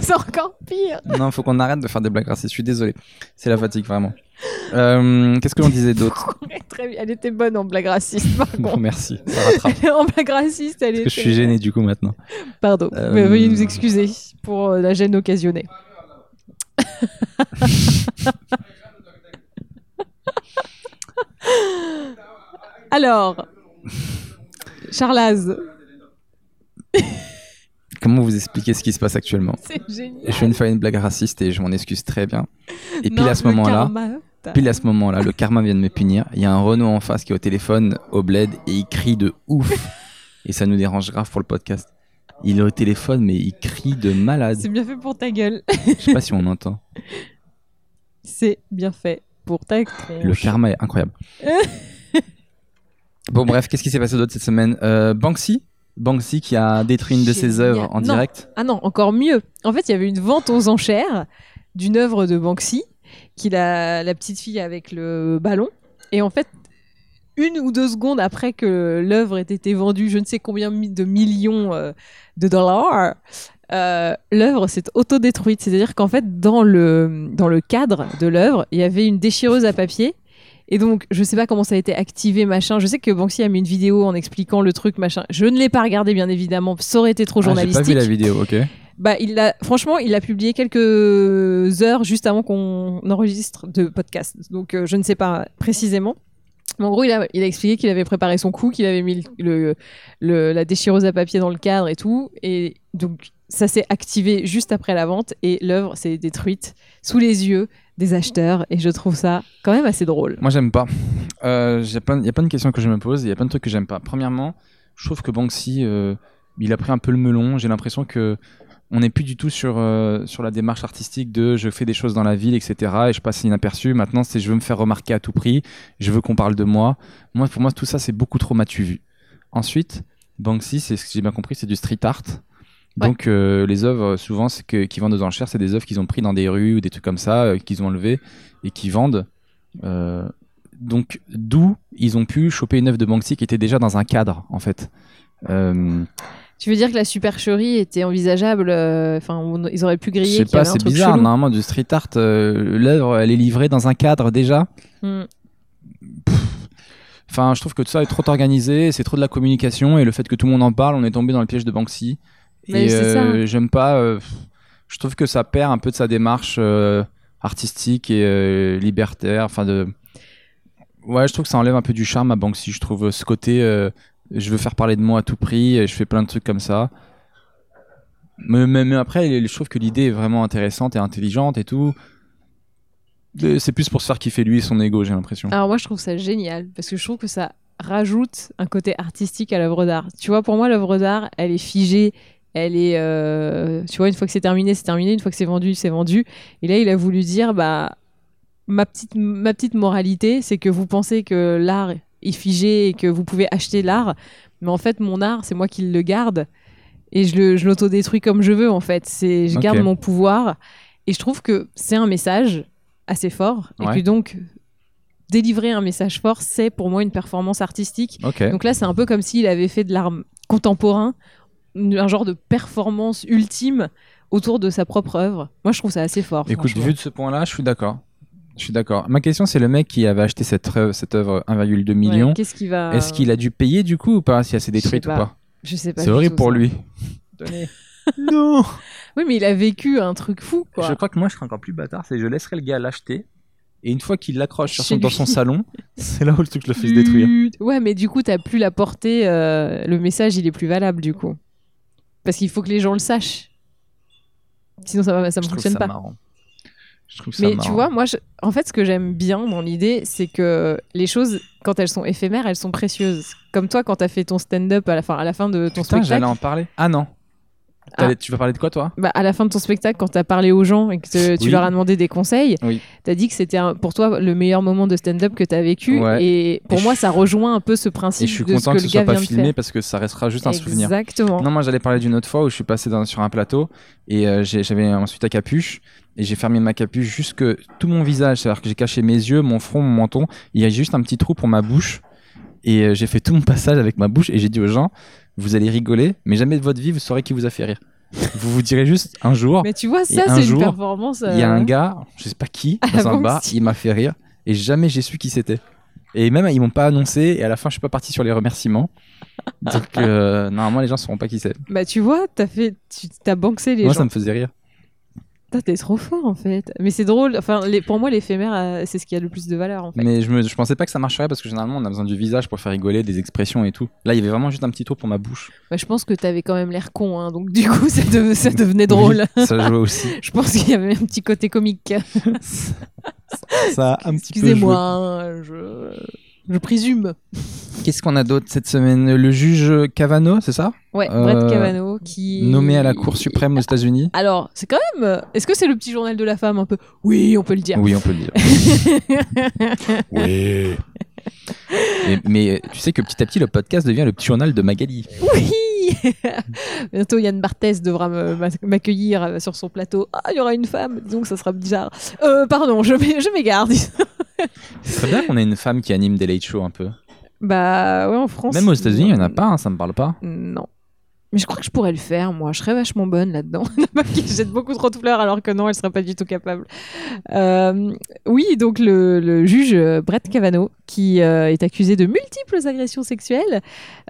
B: C'est encore pire.
A: Non, faut qu'on arrête de faire des blagues racistes. Je suis désolé. C'est la fatigue, vraiment. Euh, Qu'est-ce que l'on disait d'autre
B: Très bien. Elle était bonne en blague raciste, par
A: Bon,
B: contre.
A: merci. Ça rattrape.
B: en blague raciste,
A: Parce
B: elle est.
A: que je suis gêné du coup maintenant.
B: Pardon.
A: Euh,
B: Mais veuillez nous excuser pour euh, la gêne occasionnée. Alors, Charlaz,
A: Comment vous expliquer ce qui se passe actuellement
B: c'est génial.
A: Je viens de faire une blague raciste et je m'en excuse très bien. Et pile
B: Non,
A: à ce
B: le
A: moment-là,
B: karma, t'as-
A: pile à ce moment-là, le karma vient de me punir. Il y a un Renault en face qui est au téléphone, au bled, et il crie de ouf. et ça nous dérange grave pour le podcast. Il est au téléphone, mais il crie de malade.
B: C'est bien fait pour ta gueule.
A: Je sais pas si on entend.
B: C'est bien fait pour ta
A: Le
B: tronche.
A: karma est incroyable. bon, bref, qu'est-ce qui s'est passé d'autre cette semaine Euh, Banksy Banksy qui a détruit une de ses
B: Génial.
A: œuvres en
B: Non.
A: direct.
B: Ah non, encore mieux. En fait, il y avait une vente aux enchères d'une œuvre de Banksy, qui la, la petite fille avec le ballon. Et en fait, une ou deux secondes après que l'œuvre ait été vendue, je ne sais combien mi- de millions euh, de dollars, euh, l'œuvre s'est autodétruite. C'est-à-dire qu'en fait, dans le, dans le cadre de l'œuvre, il y avait une déchireuse à papier. Et donc, je sais pas comment ça a été activé, machin. Je sais que Banksy a mis une vidéo en expliquant le truc, machin. Je ne l'ai pas regardé, bien évidemment. Ça aurait été trop
A: Ah, J'ai pas
B: journalistique.
A: vu la vidéo, ok.
B: Bah, il l'a, franchement, il a publié quelques heures juste avant qu'on enregistre de podcast. Donc, euh, je ne sais pas précisément. Mais en gros, il a, il a expliqué qu'il avait préparé son coup, qu'il avait mis le, le- la déchireuse à papier dans le cadre et tout. Et donc, ça s'est activé juste après la vente et l'œuvre s'est détruite sous les yeux des acheteurs. Et je trouve ça quand même assez drôle.
A: Moi, j'aime pas. Euh, j'ai plein- Il y a plein de questions que je me pose, il y a plein de trucs que j'aime pas. Premièrement, je trouve que Banksy, euh, il a pris un peu le melon. J'ai l'impression que on n'est plus du tout sur, euh, sur la démarche artistique de je fais des choses dans la ville, etc. et je passe inaperçu. Maintenant, c'est je veux me faire remarquer à tout prix, je veux qu'on parle de moi. Moi, pour moi, tout ça, c'est beaucoup trop matu vu. Ensuite, Banksy, c'est ce que j'ai bien compris, c'est du street art.
B: Ouais.
A: Donc, euh, les œuvres, souvent, c'est que- qui vendent aux enchères, c'est des œuvres qu'ils ont pris dans des rues ou des trucs comme ça, euh, qu'ils ont enlevées et qui vendent. Euh, donc, d'où ils ont pu choper une œuvre de Banksy qui était déjà dans un cadre, en fait. Euh,
B: Tu veux dire que la supercherie était envisageable euh, Enfin, on- ils auraient pu
A: je
B: griller.
A: sais
B: qu'il y
A: pas,
B: avait un
A: c'est
B: truc
A: bizarre.
B: chelou.
A: Normalement, du street art, euh, l'œuvre, elle est livrée dans un cadre déjà.
B: Hmm.
A: Enfin, je trouve que tout ça est trop organisé, c'est trop de la communication et le fait que tout le monde en parle, on est tombé dans le piège de Banksy.
B: Mais
A: et
B: c'est ça.
A: euh, j'aime pas. euh, je trouve que ça perd un peu de sa démarche euh, artistique et euh, libertaire. Enfin, de. Ouais, je trouve que ça enlève un peu du charme à Banksy. Je trouve euh, ce côté, euh, je veux faire parler de moi à tout prix, et je fais plein de trucs comme ça. Mais, mais- mais après, je trouve que l'idée est vraiment intéressante et intelligente et tout. Et C'est plus pour se faire kiffer lui et son ego, j'ai l'impression.
B: Alors moi, je trouve ça génial parce que je trouve que ça rajoute un côté artistique à l'œuvre d'art. Tu vois, pour moi, l'œuvre d'art, elle est figée. Elle est, euh, tu vois, une fois que c'est terminé, c'est terminé. Une fois que c'est vendu, c'est vendu. Et là, il a voulu dire, bah, ma petite, ma petite moralité, c'est que vous pensez que l'art est figé et que vous pouvez acheter l'art, mais en fait, mon art, c'est moi qui le garde et je le- je l'autodétruis comme je veux. En fait, c'est, je
A: Ok.
B: garde mon pouvoir. Et je trouve que c'est un message assez fort
A: Ouais.
B: et que donc délivrer un message fort, c'est pour moi une performance artistique.
A: Ok.
B: Donc là, c'est un peu comme s'il avait fait de l'art contemporain, une- un genre de performance ultime autour de sa propre œuvre. Moi, je trouve ça assez fort.
A: Écoute,
B: franchement.
A: vu de ce point-là, je suis d'accord. Je suis d'accord. Ma question, c'est le mec qui avait acheté cette œuvre, cette œuvre 1,2
B: Ouais,
A: million.
B: Qu'est-ce qu'il va
A: Est-ce qu'il a dû payer du coup ou pas Si elle s'est
B: Je sais
A: détruite ou
B: pas.
A: pas
B: Je sais pas.
A: C'est
B: du
A: horrible
B: tout,
A: pour
B: ça.
A: lui. non
B: Oui, mais il a vécu un truc fou, quoi.
A: Je crois que moi, je serais encore plus bâtard. C'est je laisserai le gars l'acheter. Et une fois qu'il l'accroche sur
B: Chez
A: son- dans
B: lui.
A: son salon, c'est là où le truc le fait se
B: Hmm,
A: détruire.
B: Ouais, mais du coup, t'as plus la portée. euh, le message, il est plus valable, du coup, parce qu'il faut que les gens le sachent. Sinon, ça, va, ça ne
A: je trouve
B: fonctionne
A: ça
B: pas.
A: marrant. Je trouve ça
B: Mais tu
A: marrant.
B: vois, moi, je- en fait, ce que j'aime bien dans l'idée, c'est que les choses, quand elles sont éphémères, elles sont précieuses. Comme toi, quand t'as fait ton stand-up à la fin, à la fin de ton
A: Putain, j'allais
B: spectacle.
A: en parler. Ah non. T'allais- Tu veux parler de quoi, toi
B: Bah, à la fin de ton spectacle, quand t'as parlé aux gens et que te- tu
A: Oui.
B: leur as demandé des conseils,
A: Oui.
B: t'as dit que c'était un- pour toi le meilleur moment de stand-up que t'as vécu.
A: Ouais.
B: Et pour
A: Et
B: moi,
A: je-
B: ça rejoint un peu ce principe
A: Et je suis
B: de
A: content
B: ce que,
A: que ce
B: le
A: soit
B: gars
A: pas
B: vient de
A: filmé
B: faire.
A: parce que ça restera juste un souvenir.
B: Exactement.
A: Non, moi j'allais parler d'une autre fois où je suis passé dans- sur un plateau et euh, j'ai- j'avais ensuite à capuche et j'ai fermé ma capuche jusque tout mon visage, c'est-à-dire que j'ai caché mes yeux, mon front, mon menton. Il y a juste un petit trou pour ma bouche et euh, j'ai fait tout mon passage avec ma bouche et j'ai dit aux gens vous allez rigoler, mais jamais de votre vie vous saurez qui vous a fait rire. vous vous direz juste un jour,
B: Mais tu vois, ça,
A: un
B: c'est une
A: jour,
B: performance.
A: il y a
B: euh,
A: un gars, je sais pas qui,
B: à la
A: dans un
B: banque,
A: bar,
B: si.
A: il m'a fait rire et jamais j'ai su qui c'était. Et même ils m'ont pas annoncé et à la fin je suis pas parti sur les remerciements. Donc euh, normalement les gens sauront pas qui c'est.
B: Bah, tu vois, t'as fait, tu t'as banksé les
A: Moi
B: gens.
A: ça me faisait rire.
B: Putain, T'es trop fort en fait. Mais c'est drôle. Enfin, les- pour moi, l'éphémère, euh, c'est ce qui a le plus de valeur en fait.
A: Mais je, me, je pensais pas que ça marcherait parce que généralement on a besoin du visage pour faire rigoler, des expressions et tout. Là, il y avait vraiment juste un petit tour pour ma bouche.
B: Bah, je pense que t'avais quand même l'air con, hein, donc du coup, ça, de- ça devenait drôle.
A: Oui, ça jouait aussi.
B: Je pense qu'il y avait un petit côté comique.
A: ça a un petit peu.
B: Excusez-moi, hein, je... je présume.
A: joué. Qu'est-ce qu'on a d'autre cette semaine Le juge Cavano, c'est ça
B: Ouais,
A: Euh,
B: Brett Kavanaugh qui
A: Nommé à la Cour suprême aux États-Unis
B: Alors, c'est quand même. euh, Est-ce que c'est le petit journal de la femme un peu Oui, on peut le dire.
A: Oui, on peut le dire. oui. Mais, mais tu sais que petit à petit, le podcast devient le petit journal de Magali.
B: Oui, oui Bientôt, Yann Barthès devra me- m'a- m'accueillir sur son plateau. Ah, il y aura une femme, donc ça sera bizarre. Euh, pardon, je m'é- je m'égare. dis-
A: C'est très bien qu'on ait une femme qui anime des late shows un peu.
B: bah, ouais, en France.
A: Même aux États-Unis, il n'y en a pas, hein, ça me parle pas.
B: Non. Mais je crois que je pourrais le faire, moi. Je serais vachement bonne là-dedans. La meuf qui jette beaucoup trop de fleurs alors que non, elle serait pas du tout capable. Euh, oui, donc le, le juge euh, Brett Kavanaugh, qui euh, est accusé de multiples agressions sexuelles,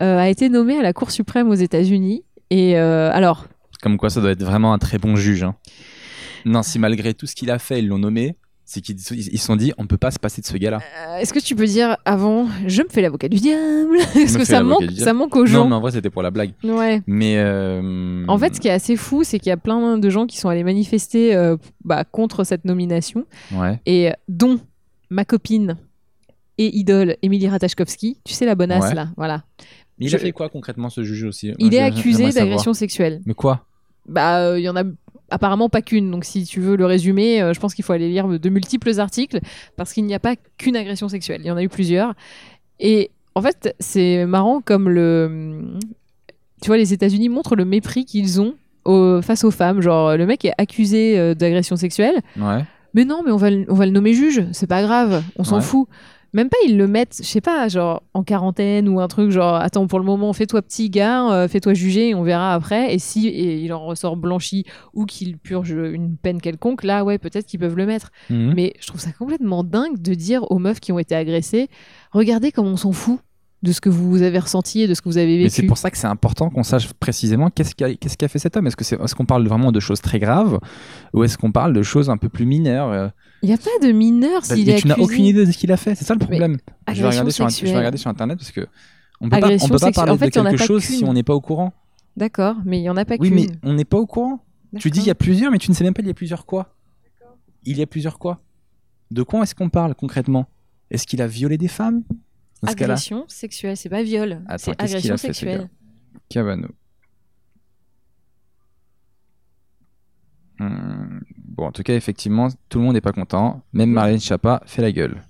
B: euh, a été nommé à la Cour suprême aux États-Unis. Et euh, alors,
A: Comme quoi, ça doit être vraiment un très bon juge. hein. Non, si malgré tout ce qu'il a fait, ils l'ont nommé, c'est qu'ils ils- ils se sont dit, on peut pas se passer de ce gars-là.
B: euh, est-ce que tu peux dire avant, je me fais l'avocat du diable Parce
A: me
B: que
A: fais
B: ça
A: l'avocat
B: manque,
A: du diable.
B: ça manque aux
A: Non,
B: gens.
A: mais en vrai, c'était pour la blague.
B: Ouais.
A: Mais. euh,
B: En fait, ce qui est assez fou, c'est qu'il y a plein de gens qui sont allés manifester euh, bah, contre cette nomination.
A: Ouais.
B: et dont ma copine et idole Émilie Ratajkowski, tu sais la bonasse
A: Ouais.
B: là, voilà.
A: Mais il
B: Je-
A: a fait quoi concrètement ce juge aussi Moi,
B: Il est
A: je-
B: accusé
A: j'aimerais savoir.
B: d'agression sexuelle.
A: Mais quoi
B: Bah euh, il y en a apparemment pas qu'une, donc si tu veux le résumer, euh, je pense qu'il faut aller lire de multiples articles parce qu'il n'y a pas qu'une agression sexuelle, il y en a eu plusieurs. Et en fait, c'est marrant comme le tu vois les États-Unis montrent le mépris qu'ils ont au- face aux femmes, genre le mec est accusé euh, d'agression sexuelle
A: Ouais.
B: mais non, mais on va, le- on va le nommer juge, c'est pas grave, on s'en
A: Ouais.
B: fout. Même pas, ils le mettent, je sais pas, genre en quarantaine ou un truc, genre attends, pour le moment, fais-toi petit gars, euh, fais-toi juger, et on verra après. Et si et il en ressort blanchi ou qu'il purge une peine quelconque, là, ouais, peut-être qu'ils peuvent le mettre.
A: Mhm.
B: Mais je trouve ça complètement dingue de dire aux meufs qui ont été agressées regardez comme on s'en fout de ce que vous avez ressenti et de ce que vous avez
A: Mais c'est
B: vécu.
A: pour ça que c'est important qu'on sache précisément qu'est-ce qu'a qu'est-ce qu'a fait cet homme. Est-ce que c'est- est-ce qu'on parle vraiment de choses très graves ou est-ce qu'on parle de choses un peu plus mineures euh,
B: Il n'y a pas de mineur
A: bah,
B: s'il est
A: Mais tu n'as
B: accusé.
A: aucune idée de ce qu'il a fait, c'est ça le problème. Je vais,
B: Agression
A: regarder sur, int- je vais
B: sexuelle.
A: regarder sur internet parce que on peut pas, on
B: Agression
A: peut pas
B: sexuelle.
A: parler
B: En fait,
A: de
B: il y en a
A: quelque
B: pas
A: chose
B: qu'une.
A: si on n'est pas au courant.
B: D'accord, mais il y en a pas
A: Oui,
B: qu'une.
A: mais on n'est pas au courant. Tu dis il y a plusieurs, mais tu ne sais même pas il y a plusieurs quoi. Il y a plusieurs quoi. De quoi est-ce qu'on parle concrètement Est-ce qu'il a violé des femmes Dans ce cas-là,
B: Agression sexuelle, c'est pas viol,
A: Attends,
B: c'est
A: qu'est-ce qu'il
B: agression
A: a fait, ce
B: sexuelle.
A: Cavano. Hmm. Bon, en tout cas, effectivement, tout le monde n'est pas content. Même Marlène Chapa fait la gueule.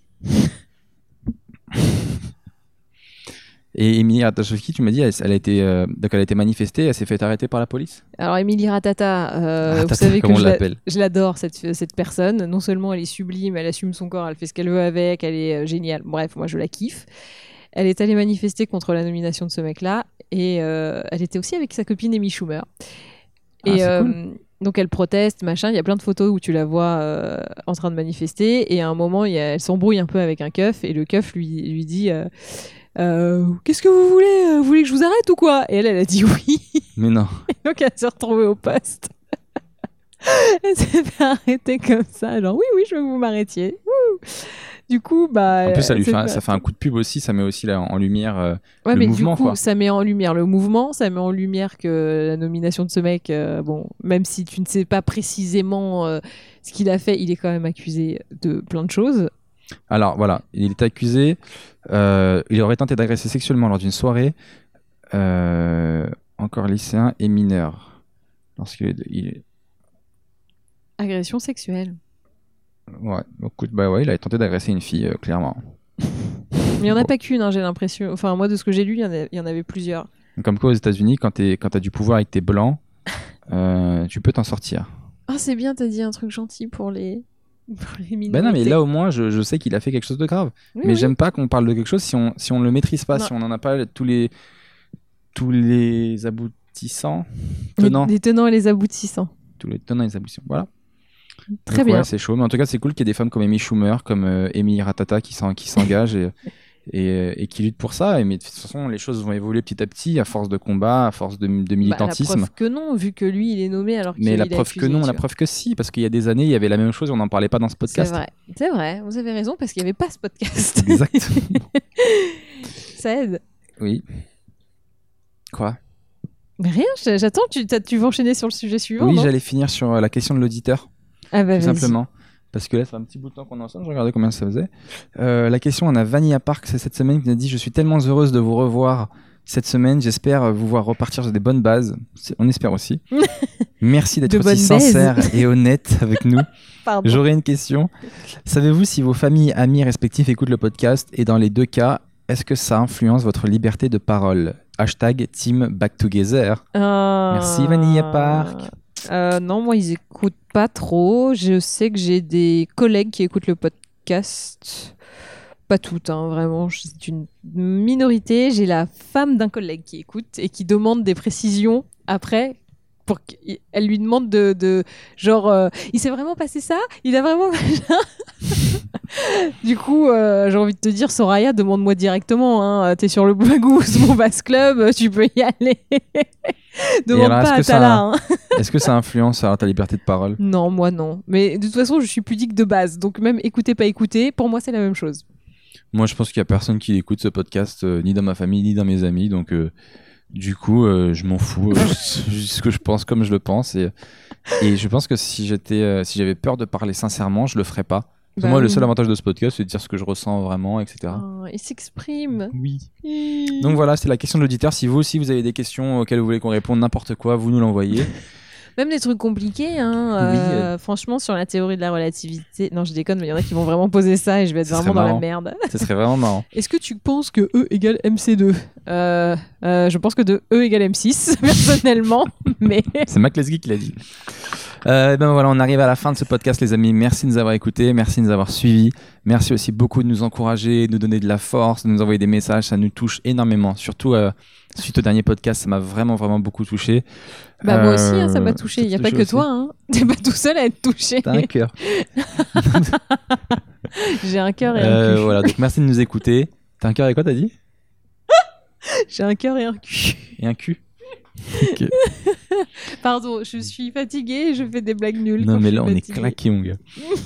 A: Et Emilie Ratajkowski, tu m'as dit, elle, elle a été, euh, donc elle a été manifestée, elle s'est fait arrêter par la police.
B: Alors Émilie Ratata, euh,
A: Ratata,
B: vous savez que
A: comme Ah, on
B: je la-
A: l'appelle.
B: je l'adore cette, cette personne. Non seulement elle est sublime, elle assume son corps, elle fait ce qu'elle veut avec, elle est euh, géniale. Bref, moi je la kiffe. Elle est allée manifester contre la nomination de ce mec-là et euh, elle était aussi avec sa copine Amy Schumer.
A: Ah,
B: Et
A: c'est
B: euh,
A: cool.
B: donc elle proteste, machin. Il y a plein de photos où tu la vois euh, en train de manifester. Et à un moment, il y a- elle s'embrouille un peu avec un keuf. Et le keuf lui, lui dit euh, Euh, Qu'est-ce que vous voulez Vous voulez que je vous arrête ou quoi Et elle, elle a dit oui.
A: Mais non.
B: Donc elle s'est retrouvée au poste. elle s'est fait arrêter comme ça. Genre oui, oui, je veux que vous m'arrêtiez. Wouh. Du coup, bah.
A: En plus, ça, lui
B: elle s'est
A: fait, un-
B: fait-
A: ça fait un coup de pub aussi, ça met aussi là, en lumière. euh,
B: Ouais,
A: le
B: mais
A: mouvement,
B: du coup,
A: quoi.
B: ça met en lumière le mouvement, ça met en lumière que la nomination de ce mec, euh, bon, même si tu ne sais pas précisément euh, ce qu'il a fait, il est quand même accusé de plein de choses.
A: Alors voilà, il est accusé. euh, il aurait tenté d'agresser sexuellement lors d'une soirée, euh, encore lycéen et mineur. Lorsqu'il est- il-
B: Agression sexuelle.
A: ouais, écoute, bah ouais, il a tenté d'agresser une fille, euh, clairement.
B: Mais il n'y en a pas qu'une, hein, j'ai l'impression. Enfin, moi, de ce que j'ai lu, il y en a- il y en avait plusieurs.
A: Comme quoi, aux États-Unis, quand t'es- quand t'as du pouvoir et que t'es blanc, euh, tu peux t'en sortir.
B: Ah, c'est bien, t'as dit un truc gentil pour les, pour les
A: Ben non, mais
B: minorités.
A: là au moins, je, je sais qu'il a fait quelque chose de grave.
B: Oui,
A: mais
B: oui.
A: j'aime pas qu'on parle de quelque chose si on si on le maîtrise pas,
B: Non.
A: si on n'en a pas tous les tous les aboutissants,
B: Les-
A: tenants,
B: Les, tenants et les aboutissants.
A: tous les tenants et les aboutissants. Voilà.
B: Très
A: Donc ouais,
B: bien.
A: c'est chaud. Mais en tout cas, c'est cool qu'il y ait des femmes comme Amy Schumer, comme euh, Amy Ratata qui s'en- qui s'engagent et, et, euh, et qui luttent pour ça. Et, mais de toute façon, les choses vont évoluer petit à petit à force de combat, à force de, de
B: Bah, la
A: militantisme.
B: preuve que non, vu que lui, il est nommé alors qu'il
A: mais la
B: il est
A: preuve que
B: accusé,
A: non,
B: tu
A: la
B: vois.
A: preuve que si, parce qu'il y a des années, il y avait la même chose et on n'en parlait pas dans ce
B: C'est
A: podcast.
B: vrai. C'est vrai, vous avez raison, parce qu'il n'y avait pas ce podcast.
A: Exact.
B: Ça aide.
A: oui. Quoi
B: Mais rien, je- j'attends, tu, t'as- tu vas enchaîner sur le sujet suivant.
A: Oui,
B: non
A: j'allais finir sur euh, la question de l'auditeur,
B: ah bah
A: tout
B: vas-y.
A: simplement. Parce que là, ça fait un petit bout de temps qu'on est ensemble, je regardais combien ça faisait. Euh, la question, on a Vanilla Park, c'est cette semaine qui nous a dit Je suis tellement heureuse de vous revoir cette semaine, j'espère euh, vous voir repartir sur des bonnes bases. C'est- On espère aussi. Merci d'être
B: De bonnes
A: aussi sincère et honnête avec nous.
B: Pardon.
A: J'aurais une question. Savez-vous si vos familles, amis respectifs écoutent le podcast Et dans les deux cas, Est-ce que ça influence votre liberté de parole Hashtag Team Back Together.
B: Euh,
A: Merci, Vanilla Park.
B: euh, non, moi, ils écoutent pas trop. Je sais que j'ai des collègues qui écoutent le podcast. Pas toutes, hein, vraiment. je- C'est une minorité. J'ai la femme d'un collègue qui écoute et qui demande des précisions après. Pour qu'il- elle lui demande de, de- genre, euh, il s'est vraiment passé ça Il a vraiment. du coup, euh, j'ai envie de te dire, Soraya, demande-moi directement. Hein, T'es sur le Bagous, mon bass club, euh, tu peux y aller. Demande
A: alors, est-ce
B: pas à
A: que ça-
B: Tala. hein.
A: Est-ce que ça influence alors, ta liberté de parole
B: Non, moi non. Mais de toute façon, je suis pudique de base. Donc même écouter, pas écouter, pour moi, c'est la même chose.
A: Moi, je pense qu'il y a personne qui écoute ce podcast, euh, ni dans ma famille, ni dans mes amis. Donc, euh, du coup, euh, je m'en fous. euh, je dis ce que je pense comme je le pense. Et, et je pense que si j'étais, euh, si j'avais peur de parler sincèrement, je le ferais pas. Parce que
B: Bah
A: moi, le
B: oui.
A: seul avantage de ce podcast, c'est de dire ce que je ressens vraiment, etc.
B: Ah, il s'exprime.
A: Oui.
B: Hi.
A: Donc voilà, c'est la question de l'auditeur. Si vous aussi vous avez des questions auxquelles vous voulez qu'on réponde, n'importe quoi, vous nous l'envoyez.
B: Même des trucs compliqués. hein,
A: Oui,
B: euh, Franchement, sur la théorie de la relativité. Non, je déconne, mais il y en a qui vont vraiment poser ça et je vais être
A: Ce
B: vraiment
A: serait
B: dans la
A: marrant.
B: merde.
A: Ce serait vraiment marrant.
B: Est-ce que tu penses que E égale MC2 Euh, euh, Je pense que de E égale M6, personnellement. mais
A: C'est Mac Lesguy qui l'a dit. Euh, et ben voilà, on arrive à la fin de ce podcast, les amis. Merci de nous avoir écoutés, merci de nous avoir suivis. Merci aussi beaucoup de nous encourager, de nous donner de la force, de nous envoyer des messages. Ça nous touche énormément. Surtout euh, suite au dernier podcast, ça m'a vraiment, vraiment beaucoup touché.
B: bah, moi aussi, hein, ça
A: Euh,
B: m'a touché. Il n'y a
A: ça
B: pas
A: te
B: que
A: touche
B: toi. hein. T'es pas tout seul à être touché.
A: T'as un cœur.
B: J'ai un cœur et un
A: Euh,
B: cul.
A: voilà, donc merci de nous écouter. T'as un cœur et quoi, t'as dit
B: J'ai un cœur et un cul.
A: Et un cul
B: Pardon, je suis fatiguée, je fais des blagues nulles.
A: Non,
B: quand
A: mais
B: je
A: là, on
B: suis
A: est
B: fatiguée.
A: claqué, mon gars.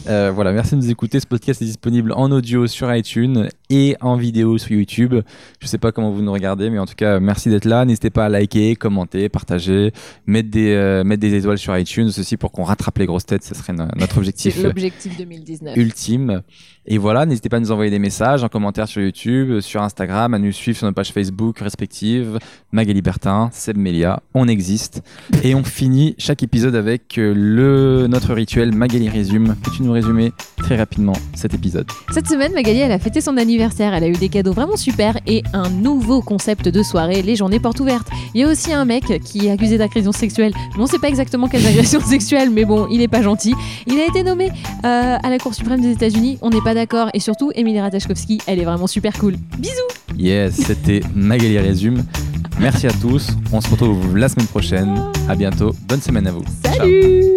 A: Euh, voilà, merci de nous écouter. Ce podcast est disponible en audio sur iTunes et en vidéo sur YouTube. Je sais pas comment vous nous regardez, mais en tout cas, merci d'être là. N'hésitez pas à liker, commenter, partager, mettre des, euh, mettre des étoiles sur iTunes, ceci pour qu'on rattrape les grosses têtes. Ce serait no- notre objectif.
B: C'est
A: euh,
B: l'objectif 2019.
A: ultime. Et voilà, n'hésitez pas à nous envoyer des messages en commentaire sur YouTube, euh, sur Instagram, à nous suivre sur nos pages Facebook respectives. Magali Bertin, Seb Melia, on existe. Et on finit chaque épisode avec euh, le, notre rituel Magali résume. Peux-tu nous résumer très rapidement cet épisode
B: Cette semaine, Magali, elle a fêté son anniversaire. Elle a eu des cadeaux vraiment super et un nouveau concept de soirée, les journées portes ouvertes. Il y a aussi un mec qui est accusé d'agression sexuelle. Mais on sait pas exactement quelle agression sexuelle, mais bon, il est pas gentil. Il a été nommé euh, à la Cour suprême des États-Unis. On n'est pas d'accord. Et surtout, Emilie Ratajkowski, elle est vraiment super cool. Bisous.
A: Yes, c'était Magali résume. Merci à tous. On se retrouve la semaine prochaine. À bientôt. Bonne semaine à vous. Ciao.
B: Salut.